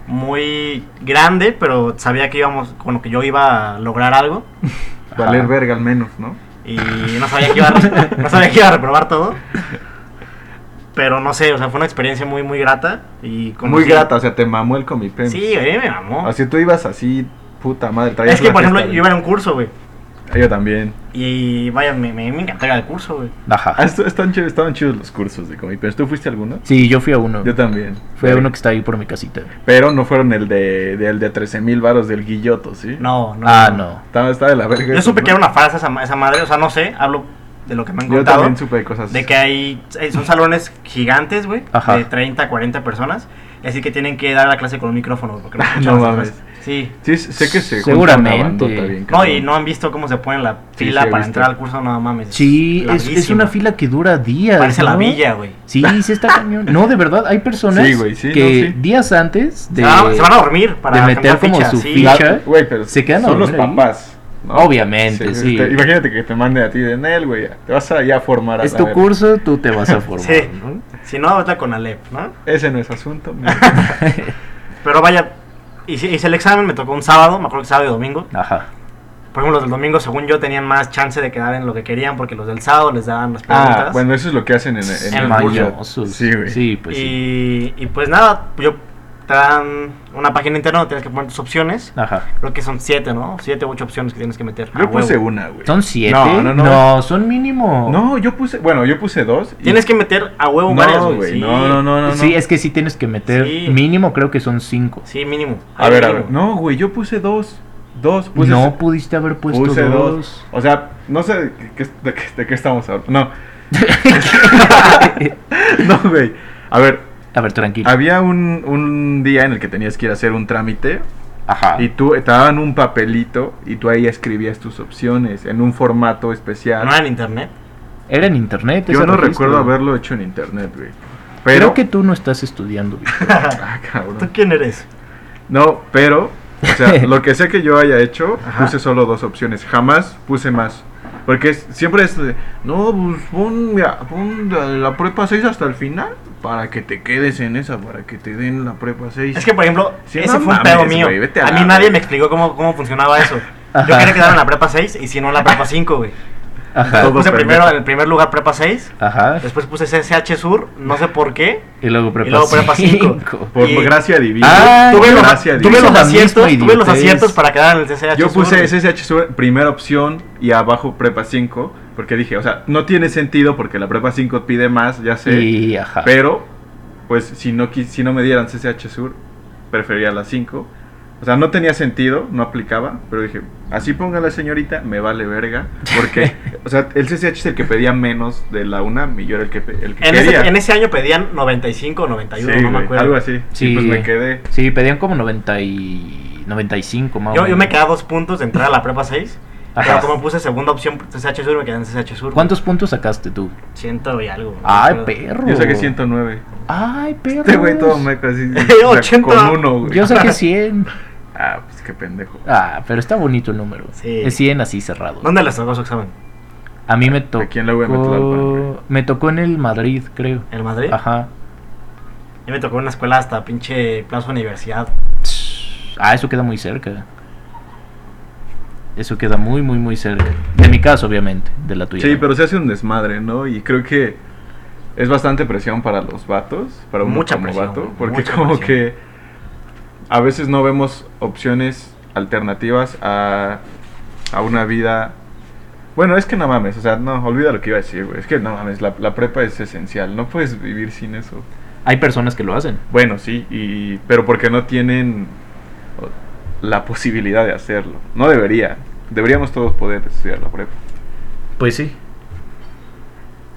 Speaker 4: muy grande, pero sabía que íbamos, con lo que yo iba a lograr algo.
Speaker 2: Ajá.
Speaker 3: Valer verga al menos, ¿no?
Speaker 4: Y no sabía que iba a, re- no sabía que iba a reprobar todo. Pero no sé, o sea, fue una experiencia muy, muy grata. Y
Speaker 3: Muy
Speaker 4: conocí-
Speaker 3: grata, o sea, te mamó el comipem.
Speaker 4: Sí, a mí me mamó.
Speaker 3: Así tú ibas así, puta madre. traías
Speaker 4: es que,
Speaker 3: la
Speaker 4: por ejemplo,
Speaker 3: fiesta,
Speaker 4: yo
Speaker 3: güey.
Speaker 4: iba a un curso, güey.
Speaker 3: Ah, Yo también.
Speaker 4: Y vaya, me, me, me encantaba el curso, güey.
Speaker 3: Ah,
Speaker 2: Ajá.
Speaker 3: est- están chidos- estaban chidos los cursos de comipem. ¿Tú fuiste a alguno?
Speaker 2: Sí, yo fui a uno.
Speaker 3: Yo también.
Speaker 2: Fue uno que está ahí por mi casita.
Speaker 3: Pero no fueron el de, del de 13 mil varos del Guilloto, ¿sí?
Speaker 4: No, no.
Speaker 2: Ah, no.
Speaker 3: Estaba, estaba de la verga.
Speaker 4: Yo
Speaker 3: eso,
Speaker 4: supe
Speaker 3: ¿no?
Speaker 4: que era una farsa esa, ma- esa madre, o sea, no sé, hablo de lo que me han
Speaker 3: Yo
Speaker 4: contado.
Speaker 3: también supe de cosas.
Speaker 4: De que hay, hay- son salones gigantes, güey,
Speaker 2: Ajá.
Speaker 4: de 30, 40 personas. Así que tienen que dar la clase con un micrófono, porque no
Speaker 3: No
Speaker 4: escuchaban las
Speaker 3: mames.
Speaker 4: demás. Sí.
Speaker 3: Sí, sé que se junta
Speaker 2: Seguramente.
Speaker 3: una bandota bien,
Speaker 4: No,
Speaker 3: cabrón.
Speaker 4: y no han visto cómo se pone la
Speaker 3: Sí,
Speaker 4: fila
Speaker 3: sí, he
Speaker 4: para
Speaker 3: visto.
Speaker 4: entrar al curso, no mames. es
Speaker 2: Sí, es, es
Speaker 4: larguísima.
Speaker 2: una fila que dura días.
Speaker 4: Parece la
Speaker 2: ¿no?
Speaker 4: villa, güey.
Speaker 2: Sí, sí está cañón. No, de verdad, hay personas
Speaker 3: Sí, güey, sí,
Speaker 2: que
Speaker 3: no, sí.
Speaker 2: días antes de...
Speaker 4: Se, van, se van a dormir para
Speaker 2: de meter
Speaker 4: agendar
Speaker 2: como
Speaker 4: ficha,
Speaker 2: su
Speaker 4: sí.
Speaker 2: fila. ficha.
Speaker 3: Güey, pero
Speaker 2: Se quedan a
Speaker 3: son los
Speaker 2: dormir ahí.
Speaker 3: papás. ¿no?
Speaker 2: Obviamente, sí.
Speaker 3: te- imagínate que te mande a ti de Nel, güey. Te vas allá a formar a
Speaker 2: Es
Speaker 3: la
Speaker 2: tu
Speaker 3: verga.
Speaker 2: este curso, tú te vas a formar.
Speaker 4: Sí.
Speaker 2: ¿no?
Speaker 4: Si no, vete con Alep, ¿no?
Speaker 3: Ese no es asunto. mío.
Speaker 2: Ah.
Speaker 4: Pero vaya, hice, hice el examen, me tocó un sábado, me acuerdo que sábado y domingo.
Speaker 2: Ajá.
Speaker 4: Por ejemplo, los del domingo, según yo, tenían más chance de quedar en lo que querían porque los del sábado les daban las preguntas.
Speaker 3: ah, bueno, eso es lo que hacen en, en
Speaker 4: El
Speaker 3: el curso.
Speaker 2: Mañosos.
Speaker 3: Sí, güey.
Speaker 2: Sí, pues sí.
Speaker 4: y, y pues nada, yo te dan una página interna donde tienes que poner tus opciones.
Speaker 2: Ajá.
Speaker 4: Creo que son siete, ¿no? Siete u ocho opciones que tienes que meter.
Speaker 3: Yo
Speaker 4: Ah,
Speaker 3: puse
Speaker 4: huevo.
Speaker 3: una, güey.
Speaker 2: ¿Son siete?
Speaker 3: No, no, no.
Speaker 2: son mínimo.
Speaker 3: No, yo puse, bueno, yo puse dos. y-
Speaker 4: Tienes que meter a huevo
Speaker 3: No,
Speaker 4: varias, güey.
Speaker 3: güey,
Speaker 4: sí.
Speaker 3: no, no, no, no.
Speaker 2: Sí,
Speaker 3: no.
Speaker 2: es que sí tienes que meter
Speaker 4: Sí.
Speaker 2: mínimo, creo que son cinco.
Speaker 4: Sí, mínimo.
Speaker 3: A ver, a
Speaker 4: mínimo.
Speaker 3: ver. No, güey, yo puse dos. Dos. Puse
Speaker 2: no pudiste haber puesto
Speaker 3: puse
Speaker 2: dos.
Speaker 3: dos. O sea, no sé de qué, de qué- de qué estamos hablando. No. no, güey. A ver,
Speaker 2: A ver, tranquilo.
Speaker 3: había un, un día en el que tenías que ir a hacer un trámite
Speaker 2: Ajá.
Speaker 3: y tú te daban un papelito y tú ahí escribías tus opciones en un formato especial.
Speaker 4: No era en internet.
Speaker 2: Era en internet.
Speaker 3: Yo
Speaker 2: ese
Speaker 3: no
Speaker 2: registro.
Speaker 3: recuerdo haberlo hecho en internet, güey.
Speaker 2: Creo
Speaker 3: Pero
Speaker 2: que tú no estás estudiando. Víctor.
Speaker 3: Ah, cabrón.
Speaker 4: ¿Tú quién eres?
Speaker 3: No, pero, o sea, lo que sea que yo haya hecho, puse solo dos opciones. Jamás puse más. Porque es- siempre es de, no, pues pon, mira, pon la, la prepa 6 hasta el final para que te quedes en esa, para que te den la prepa 6.
Speaker 4: Es que, pues, por ejemplo,
Speaker 3: Sí,
Speaker 4: ese
Speaker 3: no
Speaker 4: fue un
Speaker 3: mames,
Speaker 4: pedo mío.
Speaker 3: güey, vete a
Speaker 4: a,
Speaker 3: la
Speaker 4: mí nadie
Speaker 3: verga.
Speaker 4: me explicó cómo, cómo funcionaba eso.
Speaker 2: Ajá.
Speaker 4: Yo quería quedar en la prepa 6 y si no en la prepa 5, güey.
Speaker 2: Ajá.
Speaker 4: Entonces puse
Speaker 3: pendejo.
Speaker 4: primero en el primer lugar prepa 6,
Speaker 2: Ajá.
Speaker 4: después puse CCH Sur, no sé por qué.
Speaker 2: Y luego prepa,
Speaker 4: Y luego prepa cinco.
Speaker 2: cinco.
Speaker 3: Por
Speaker 4: y-
Speaker 3: gracia divina.
Speaker 2: Ah,
Speaker 3: tuve
Speaker 4: tuve los,
Speaker 3: gracia
Speaker 4: tuve
Speaker 3: divina.
Speaker 4: los
Speaker 2: la
Speaker 4: aciertos,
Speaker 2: misma
Speaker 4: tuve los
Speaker 2: idiotez.
Speaker 4: aciertos para quedar en el CCH
Speaker 3: Yo
Speaker 4: Sur.
Speaker 3: puse
Speaker 4: güey.
Speaker 3: SSH Sur, primera opción y abajo prepa 5 porque dije, o sea, no tiene sentido porque la prepa 5 pide más, ya sé.
Speaker 2: Y ajá.
Speaker 3: Pero, pues si no, qui- si no me dieran CCH Sur, preferiría la 5. O sea, no tenía sentido, no aplicaba, pero dije, así ponga la señorita, me vale verga. Porque, o sea, el CCH es el que pedía menos de la UNAM y yo era el que, pe- el que
Speaker 4: En ese,
Speaker 3: quería.
Speaker 4: en ese año pedían 95 o 91,
Speaker 3: Sí,
Speaker 4: no me
Speaker 3: güey,
Speaker 4: acuerdo.
Speaker 3: algo así.
Speaker 2: Sí.
Speaker 3: Y pues me quedé.
Speaker 2: Sí, pedían como 90 y 95 más o
Speaker 4: Yo, yo
Speaker 2: menos.
Speaker 4: me quedaba dos puntos de entrar a la prepa 6.
Speaker 2: Ajá.
Speaker 4: Pero como puse segunda opción CCH Sur, me quedé en CCH Sur.
Speaker 2: ¿Cuántos puntos sacaste tú?
Speaker 4: Ciento y algo. no
Speaker 2: Ay,
Speaker 4: me acuerdo.
Speaker 2: perro.
Speaker 3: Yo saqué 109.
Speaker 2: Ay, perro.
Speaker 3: Este güey todo meco así. o sea,
Speaker 4: 80.
Speaker 3: con uno, güey.
Speaker 2: Yo saqué 100.
Speaker 3: Ah, pues qué pendejo.
Speaker 2: Ah, pero está bonito el número.
Speaker 4: Sí.
Speaker 2: Es 100 así cerrado.
Speaker 4: ¿Dónde les tocó su examen?
Speaker 2: A mí me tocó.
Speaker 3: Aquí en la UAM Tlalpan, güey.
Speaker 2: me tocó en el Madrid, creo.
Speaker 4: ¿En Madrid?
Speaker 2: Ajá.
Speaker 4: Yo me tocó en una escuela hasta pinche Plaza Universidad.
Speaker 2: Ah, eso queda muy cerca. Eso queda muy, muy, muy cerca. De mi casa, obviamente. De la tuya.
Speaker 3: Sí, pero se hace un desmadre, ¿no? Y creo que es bastante presión para los vatos, para un
Speaker 4: Mucha
Speaker 3: como
Speaker 4: presión,
Speaker 3: vato,
Speaker 4: güey,
Speaker 3: porque
Speaker 4: mucha
Speaker 3: como
Speaker 4: presión.
Speaker 3: que a veces no vemos opciones alternativas a, a una vida... Bueno, es que no mames, o sea, no, olvida lo que iba a decir, güey. Es que no mames, la, la prepa es esencial, no puedes vivir sin eso.
Speaker 2: Hay personas que lo hacen.
Speaker 3: Bueno, sí, y, pero porque no tienen o, la posibilidad de hacerlo. No debería, deberíamos todos poder estudiar la prepa.
Speaker 2: Pues sí.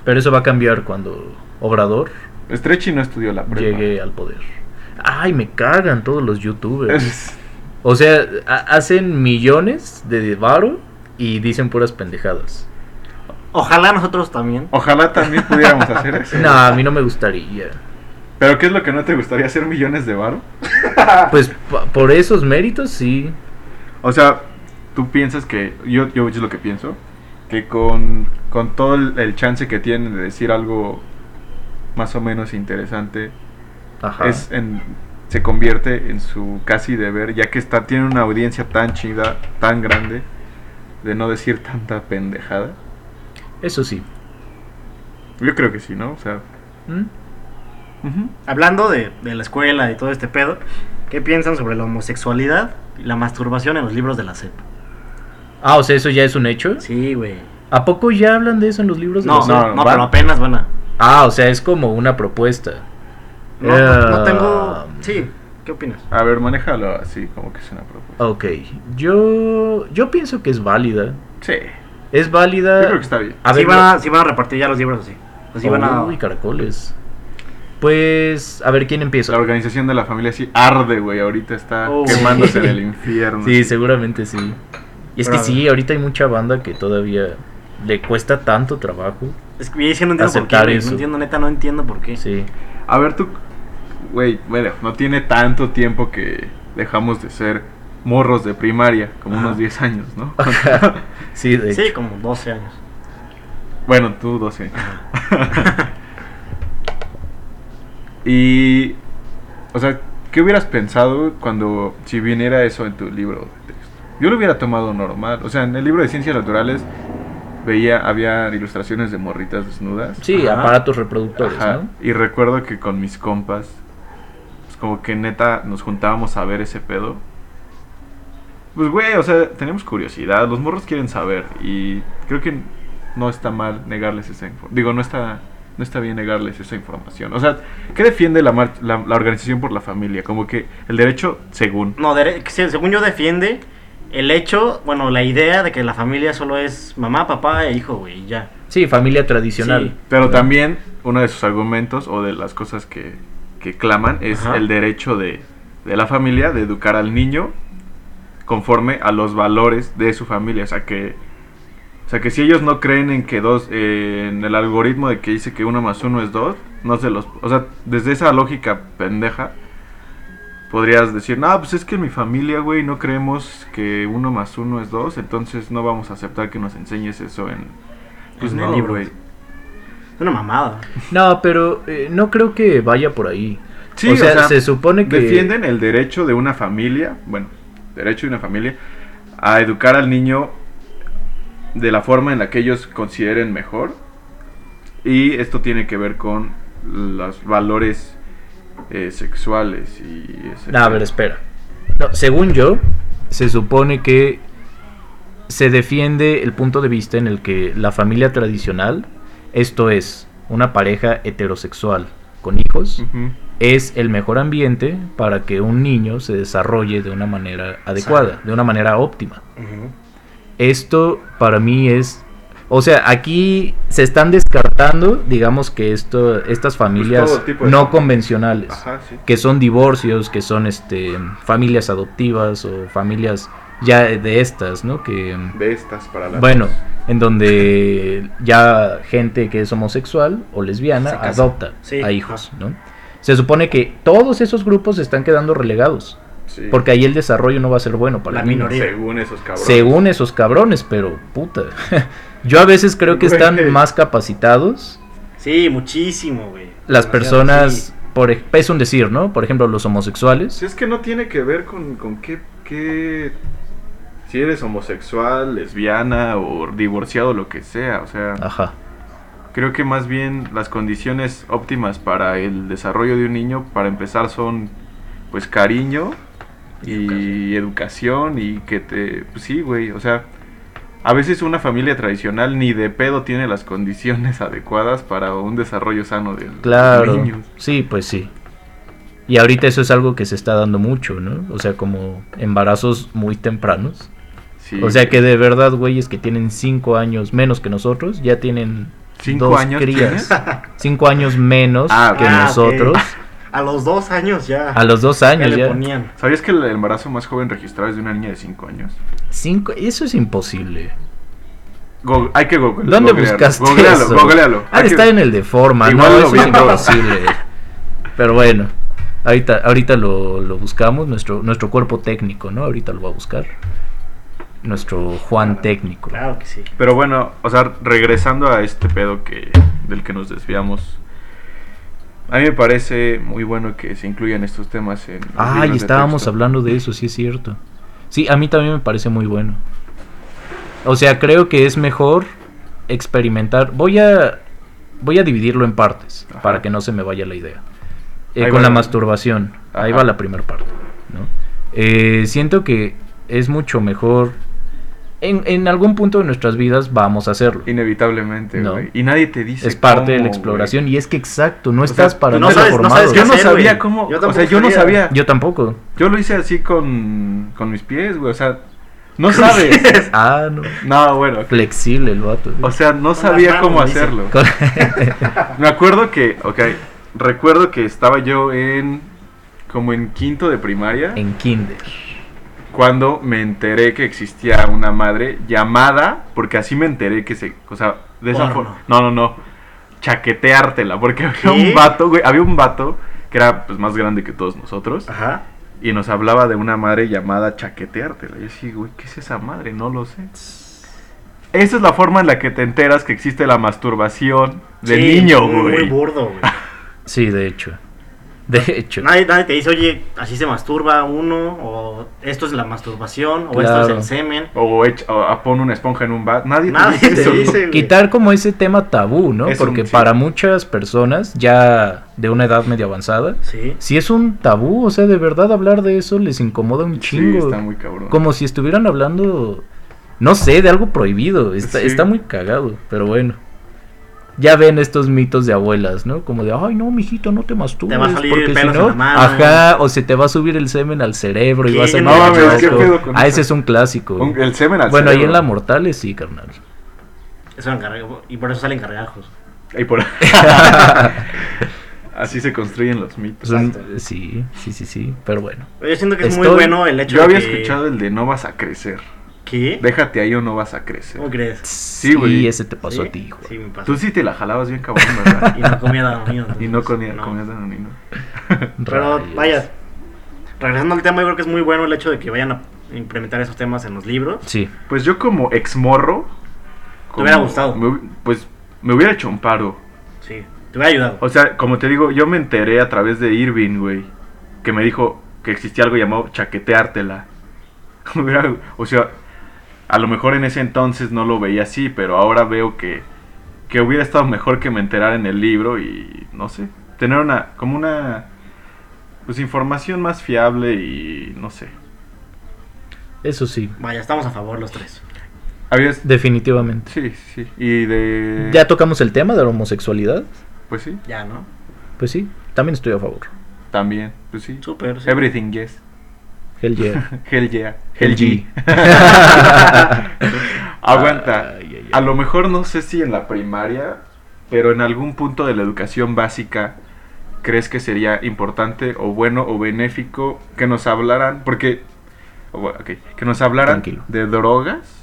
Speaker 2: Pero eso va a cambiar cuando Obrador
Speaker 3: Stretchy no estudió la prepa.
Speaker 2: llegue al poder. Ay, me cagan todos los youtubers.
Speaker 3: Es-
Speaker 2: O sea, ha- hacen millones de varo y dicen puras pendejadas.
Speaker 4: Ojalá nosotros también.
Speaker 3: Ojalá también pudiéramos hacer eso.
Speaker 2: No, a mí no me gustaría.
Speaker 3: Pero ¿qué es lo que no te gustaría hacer millones de varo?
Speaker 4: Ah.
Speaker 2: Pues pa- por esos méritos sí.
Speaker 3: O sea, tú piensas que, yo, yo es lo que pienso, que con, con todo el, el chance que tienen de decir algo más o menos interesante,
Speaker 2: Ajá.
Speaker 3: es en, se convierte en su casi deber, ya que está, tiene una audiencia tan chida, tan grande, de no decir tanta pendejada.
Speaker 2: Eso sí.
Speaker 3: Yo creo que sí, ¿no? O sea...
Speaker 2: ¿Mm?
Speaker 3: ujú.
Speaker 4: Hablando de, de la escuela y todo este pedo, ¿qué piensan sobre la homosexualidad y la masturbación en los libros de la SEP?
Speaker 2: Ah, o sea, eso ya es un hecho.
Speaker 4: Sí, güey.
Speaker 2: ¿A poco ya hablan de eso en los libros? de
Speaker 4: No,
Speaker 2: los-
Speaker 4: no,
Speaker 3: no,
Speaker 4: no,
Speaker 3: va.
Speaker 4: pero apenas van a.
Speaker 2: Ah, o sea, es como una propuesta.
Speaker 4: No,
Speaker 2: Eh,
Speaker 4: no tengo. Sí, ¿qué opinas?
Speaker 3: A ver, manéjalo así, como que es una propuesta.
Speaker 2: Ok, yo, yo pienso que es válida.
Speaker 3: Sí,
Speaker 2: Es válida.
Speaker 3: yo creo que está bien.
Speaker 2: A
Speaker 4: sí,
Speaker 2: ver,
Speaker 4: van
Speaker 2: no-
Speaker 4: a, sí van a repartir ya los libros así. Así van a.
Speaker 2: Uy, caracoles. Pues, a ver quién
Speaker 3: La
Speaker 2: empieza.
Speaker 3: organización de la familia sí arde, güey. Ahorita está
Speaker 4: Oh.
Speaker 3: quemándose
Speaker 2: Sí.
Speaker 3: del infierno.
Speaker 2: Sí, seguramente sí. Y es que
Speaker 4: Pero-
Speaker 2: sí, ahorita hay mucha banda que todavía le cuesta tanto trabajo.
Speaker 4: Es que es que no entiendo por qué.
Speaker 2: Aceptar
Speaker 4: güey,
Speaker 2: eso.
Speaker 4: No entiendo, neta, no entiendo por qué.
Speaker 2: Sí.
Speaker 3: A ver, tú, güey, bueno, no tiene tanto tiempo que dejamos de ser morros de primaria, como
Speaker 4: Ajá.
Speaker 3: unos 10 años, ¿no?
Speaker 2: sí, de
Speaker 4: Sí,
Speaker 2: hecho.
Speaker 4: como 12 años.
Speaker 3: bueno, tú 12. y, o sea, ¿qué hubieras pensado cuando, si viniera eso en tu libro de texto? Yo lo hubiera tomado normal. O sea, en el libro de ciencias naturales veía, había ilustraciones de morritas desnudas.
Speaker 2: Sí,
Speaker 4: Ajá.
Speaker 2: aparatos reproductores,
Speaker 3: Ajá,
Speaker 2: ¿no?
Speaker 3: Y recuerdo que con mis compas, pues como que neta nos juntábamos a ver ese pedo. Pues güey, o sea, tenemos curiosidad, los morros quieren saber y creo que no está mal negarles esa información. Digo, no está, no está bien negarles esa información. O sea, ¿qué defiende la, mar- la, la organización por la familia? Como que el derecho según...
Speaker 4: No, dere- se- según yo defiende el hecho, bueno, la idea de que la familia solo es mamá, papá e hijo, güey, y ya.
Speaker 2: Sí, familia tradicional.
Speaker 4: Sí.
Speaker 3: Pero también uno de sus argumentos o de las cosas que, que claman es
Speaker 4: Ajá.
Speaker 3: el derecho de, de la familia de educar al niño conforme a los valores de su familia. O sea que, o sea que si ellos no creen en que dos, eh, en el algoritmo de que dice que uno más uno es dos, no se los... O sea, desde esa lógica pendeja. Podrías decir, no, pues es que en mi familia, güey, no creemos que uno más uno es dos, entonces no vamos a aceptar que nos enseñes eso en... Pues
Speaker 4: En el
Speaker 3: no,
Speaker 4: libro.
Speaker 3: güey.
Speaker 4: Es una mamada.
Speaker 2: No, pero eh, no creo que vaya por ahí.
Speaker 3: Sí,
Speaker 2: o, sea, se supone que...
Speaker 3: defienden el derecho de una familia, bueno, derecho de una familia a educar al niño de la forma en la que ellos consideren mejor. Y esto tiene que ver con los valores eh, sexuales y ese
Speaker 2: No, Ah, a ver, espera. No, según yo, se supone que se defiende el punto de vista en el que la familia tradicional, esto es, una pareja heterosexual con hijos,
Speaker 3: Ujú.
Speaker 2: es el mejor ambiente para que un niño se desarrolle de una manera adecuada, de una manera óptima. Esto para mí es... O sea, aquí se están descartando, digamos que esto, estas familias
Speaker 3: Pues todo tipo de
Speaker 2: no
Speaker 3: familia.
Speaker 2: convencionales
Speaker 3: Ajá, sí.
Speaker 2: que son divorcios, que son este familias adoptivas o familias ya de estas, ¿no? Que
Speaker 3: De estas para la
Speaker 2: bueno, en donde ya gente que es homosexual o lesbiana
Speaker 4: Se casa.
Speaker 2: adopta
Speaker 4: Sí,
Speaker 2: a hijos, ¿no? Se supone que todos esos grupos están quedando relegados,
Speaker 3: Sí.
Speaker 2: porque ahí el desarrollo no va a ser bueno para
Speaker 4: La
Speaker 2: el niño.
Speaker 4: minoría.
Speaker 3: según esos cabrones.
Speaker 2: Según esos cabrones, pero puta. Yo a veces creo que
Speaker 3: Güey.
Speaker 2: están más capacitados
Speaker 4: Sí, muchísimo, güey.
Speaker 2: las
Speaker 4: Demasiado,
Speaker 2: personas,
Speaker 4: sí.
Speaker 2: por ej- es un decir, ¿no? Por ejemplo, los homosexuales.
Speaker 3: Si es que no tiene que ver con, con qué, qué- Si eres homosexual, lesbiana o divorciado, lo que sea. O sea,
Speaker 2: Ajá. Ah.
Speaker 3: creo que más bien las condiciones óptimas para el desarrollo de un niño, para empezar, son pues cariño y educación y que te... pues, sí, güey. O sea, a veces una familia tradicional ni de pedo tiene las condiciones adecuadas para un desarrollo sano del
Speaker 2: Claro.
Speaker 3: niño.
Speaker 2: Sí, pues sí. Y ahorita eso es algo que se está dando mucho, ¿no? O sea, como embarazos muy tempranos.
Speaker 3: Sí,
Speaker 2: o sea
Speaker 3: güey.
Speaker 2: que de verdad, güeyes que tienen cinco años menos que nosotros, ya tienen
Speaker 3: ¿Cinco
Speaker 2: dos
Speaker 3: años
Speaker 2: crías.
Speaker 3: tienes?
Speaker 2: Cinco años menos
Speaker 3: Ah,
Speaker 2: que
Speaker 3: ok.
Speaker 4: Ah, ok.
Speaker 2: nosotros.
Speaker 4: A los dos años ya.
Speaker 2: A los dos
Speaker 4: ya
Speaker 2: años
Speaker 4: le
Speaker 2: ya.
Speaker 4: ponían.
Speaker 3: ¿Sabías que el embarazo más joven registrado es de una niña de 5 años?
Speaker 2: Cinco, eso es imposible.
Speaker 3: Go- hay que googlearlo.
Speaker 2: ¿Dónde buscaste
Speaker 3: Googlealo,
Speaker 2: eso?
Speaker 3: googlealo.
Speaker 2: Ha de
Speaker 3: Hay que-
Speaker 2: estar en el de forma,
Speaker 3: Igual
Speaker 2: no,
Speaker 3: lo
Speaker 2: eso es
Speaker 3: vi, bro.
Speaker 2: imposible. Pero bueno, ahorita, ahorita lo, lo buscamos, nuestro, nuestro cuerpo técnico, ¿no? Ahorita lo va a buscar. Nuestro Juan
Speaker 3: Claro.
Speaker 2: técnico.
Speaker 4: Claro que sí.
Speaker 3: Pero bueno, o sea, regresando a este pedo que del que nos desviamos. A mí me parece muy bueno que se incluyan estos temas en los
Speaker 2: Ay,
Speaker 3: libros de
Speaker 2: Ah, estábamos
Speaker 3: texto.
Speaker 2: hablando de eso, sí es cierto. Sí, a mí también me parece muy bueno. O sea, creo que es mejor experimentar. Voy a voy a dividirlo en partes
Speaker 3: Ajá.
Speaker 2: para que no se me vaya la idea. Eh,
Speaker 3: Ahí
Speaker 2: con
Speaker 3: va
Speaker 2: la
Speaker 3: la-
Speaker 2: masturbación. Ahí
Speaker 3: Ajá.
Speaker 2: va la primera parte. ¿no? Eh, siento que es mucho mejor. En, en algún punto de nuestras vidas vamos a hacerlo.
Speaker 3: Inevitablemente,
Speaker 2: No.
Speaker 3: güey. Y nadie te dice
Speaker 2: Es parte de la
Speaker 3: cómo, güey.
Speaker 2: exploración. Y es que exacto, no
Speaker 3: O sea,
Speaker 2: estás para
Speaker 3: tú
Speaker 4: no
Speaker 2: nada
Speaker 4: sabes- no
Speaker 2: formado.
Speaker 4: sabes qué
Speaker 3: Yo no
Speaker 4: hacer, güey.
Speaker 3: sabía cómo.
Speaker 4: Yo
Speaker 3: o sea,
Speaker 4: tampoco
Speaker 3: yo no
Speaker 4: sabía.
Speaker 3: sabía.
Speaker 2: Yo tampoco.
Speaker 3: Yo lo hice así con, con mis pies, güey. O sea, no sabes.
Speaker 2: Ah, no.
Speaker 3: no, bueno.
Speaker 2: Flexible el vato.
Speaker 3: O sea, no
Speaker 4: las
Speaker 3: sabía
Speaker 4: manos,
Speaker 3: cómo
Speaker 4: dice.
Speaker 3: hacerlo.
Speaker 2: Con-
Speaker 3: Me acuerdo que, ok, recuerdo que estaba yo en, como en quinto de primaria,
Speaker 2: en kinder.
Speaker 3: cuando me enteré que existía una madre llamada, porque así me enteré que se, o sea, de esa
Speaker 4: Porno.
Speaker 3: forma, no, no, no, chaqueteártela, porque había
Speaker 4: ¿Qué?
Speaker 3: un vato, güey, había un vato que era pues más grande que todos nosotros,
Speaker 4: Ajá.
Speaker 3: y nos hablaba de una madre llamada chaqueteártela, y yo así, güey, ¿qué es esa madre? No lo sé. Esa es la forma en la que te enteras que existe la masturbación de
Speaker 4: Sí,
Speaker 3: niño,
Speaker 4: muy-
Speaker 3: güey.
Speaker 4: Muy burdo, güey.
Speaker 2: Sí, de hecho. De hecho.
Speaker 4: Nadie, nadie te dice, oye, así se masturba uno, o esto es la masturbación, o esto es
Speaker 2: Claro.
Speaker 4: el semen.
Speaker 3: O, echa- o- a- pon una esponja en un bat. Nadie,
Speaker 4: Nadie
Speaker 3: te dice
Speaker 4: te
Speaker 3: eso.
Speaker 4: dice, güey.
Speaker 2: Quitar como ese tema tabú, ¿no?
Speaker 3: Es un-
Speaker 2: Porque
Speaker 3: sí.
Speaker 2: para muchas personas ya de una edad medio avanzada,
Speaker 4: Sí.
Speaker 2: si es un tabú, o sea, de verdad hablar de eso les incomoda un
Speaker 3: Sí,
Speaker 2: chingo.
Speaker 3: está muy cabrón.
Speaker 2: Como si estuvieran hablando, no sé, de algo prohibido. Está,
Speaker 3: Sí.
Speaker 2: está muy cagado, pero bueno. Ya ven estos mitos de abuelas, ¿no? Como de, ay, no, mijito, no te masturbes.
Speaker 4: Te va a salir
Speaker 2: porque si
Speaker 4: pelos en
Speaker 2: no,
Speaker 4: la mano".
Speaker 2: ajá, o se te va a subir el semen al cerebro y
Speaker 4: ¿Qué?
Speaker 2: vas a
Speaker 4: No
Speaker 2: medio
Speaker 4: mames,
Speaker 3: ¿qué
Speaker 2: loco.
Speaker 3: pedo con
Speaker 2: Ah,
Speaker 3: eso?
Speaker 2: ese es un clásico.
Speaker 3: Un- el semen al
Speaker 2: Bueno, ahí en
Speaker 3: cerebro.
Speaker 2: la Mortales sí, carnal.
Speaker 4: Eso eran gargajos, y por eso salen gargajos.
Speaker 3: Y por... Así se construyen los mitos.
Speaker 2: Son- Sí, sí, sí, sí. Pero bueno.
Speaker 4: Yo siento que es muy
Speaker 2: Estoy-
Speaker 4: bueno el hecho
Speaker 3: Yo
Speaker 4: de
Speaker 3: había
Speaker 4: que-
Speaker 3: escuchado el de no vas a crecer.
Speaker 4: ¿Qué?
Speaker 3: Déjate ahí o no vas a crecer.
Speaker 4: ¿Cómo crees?
Speaker 2: Sí,
Speaker 3: güey.
Speaker 2: ese te pasó
Speaker 4: ¿Sí?
Speaker 2: a ti, güey.
Speaker 4: Sí, me pasó.
Speaker 3: Tú sí te la jalabas bien cabrón, ¿verdad?
Speaker 4: Y no comía danonino.
Speaker 3: y no
Speaker 4: entonces,
Speaker 3: comías comías danonino.
Speaker 4: Pero
Speaker 2: Rayos.
Speaker 4: vaya, regresando al tema, yo creo que es muy bueno el hecho de que vayan a implementar esos temas en los libros.
Speaker 2: Sí.
Speaker 3: Pues yo como exmorro... como-
Speaker 4: hubiera gustado.
Speaker 3: me hubi- pues me hubiera hecho un paro.
Speaker 4: Sí, te hubiera ayudado.
Speaker 3: O sea, como te digo, yo me enteré a través de Irving, güey, que me dijo que existía algo llamado chaqueteártela. Hubiera- o sea, a lo mejor en ese entonces no lo veía así, pero ahora veo que, que hubiera estado mejor que me enterara en el libro y no sé, tener una, como una, pues información más fiable y no sé.
Speaker 2: Eso sí.
Speaker 4: Vaya, estamos a favor los tres.
Speaker 3: Habías...
Speaker 2: Definitivamente.
Speaker 3: Sí, sí. Y de...
Speaker 2: ¿Ya tocamos el tema de la homosexualidad?
Speaker 3: Pues sí,
Speaker 4: Ya, ¿no?
Speaker 2: Pues sí, también estoy a favor.
Speaker 3: también. Pues sí.
Speaker 4: Súper. sí.
Speaker 3: Everything, yes.
Speaker 2: Hell yeah.
Speaker 3: Hell yeah.
Speaker 2: Hell G.
Speaker 3: Aguanta.
Speaker 2: Ay, ay, ay.
Speaker 3: A lo mejor no sé si en la primaria, pero en algún punto de la educación básica, ¿crees que sería importante o bueno o benéfico que nos hablaran? Porque. o bueno, ok, que nos hablaran
Speaker 2: Tranquilo.
Speaker 3: de drogas.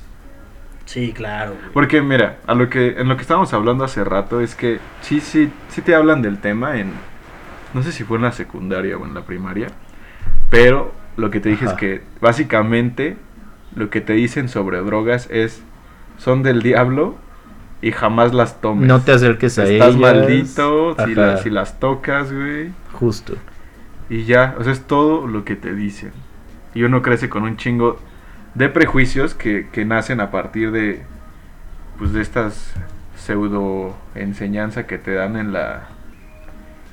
Speaker 4: Sí, claro. güey.
Speaker 3: Porque mira, a lo que, en lo que estábamos hablando hace rato es que sí, sí, sí te hablan del tema en... No sé si fue en la secundaria o en la primaria, pero lo que te dije
Speaker 2: Ajá.
Speaker 3: es que básicamente lo que te dicen sobre drogas es son del diablo y jamás las tomes.
Speaker 2: No te acerques a
Speaker 3: Estás
Speaker 2: ellas.
Speaker 3: maldito
Speaker 2: Ajá,
Speaker 3: si, las- si las tocas, güey.
Speaker 2: Justo.
Speaker 3: Y ya, o sea, es todo lo que te dicen. Y uno crece con un chingo de prejuicios que, que nacen a partir de, pues, de estas pseudo enseñanza que te dan en la,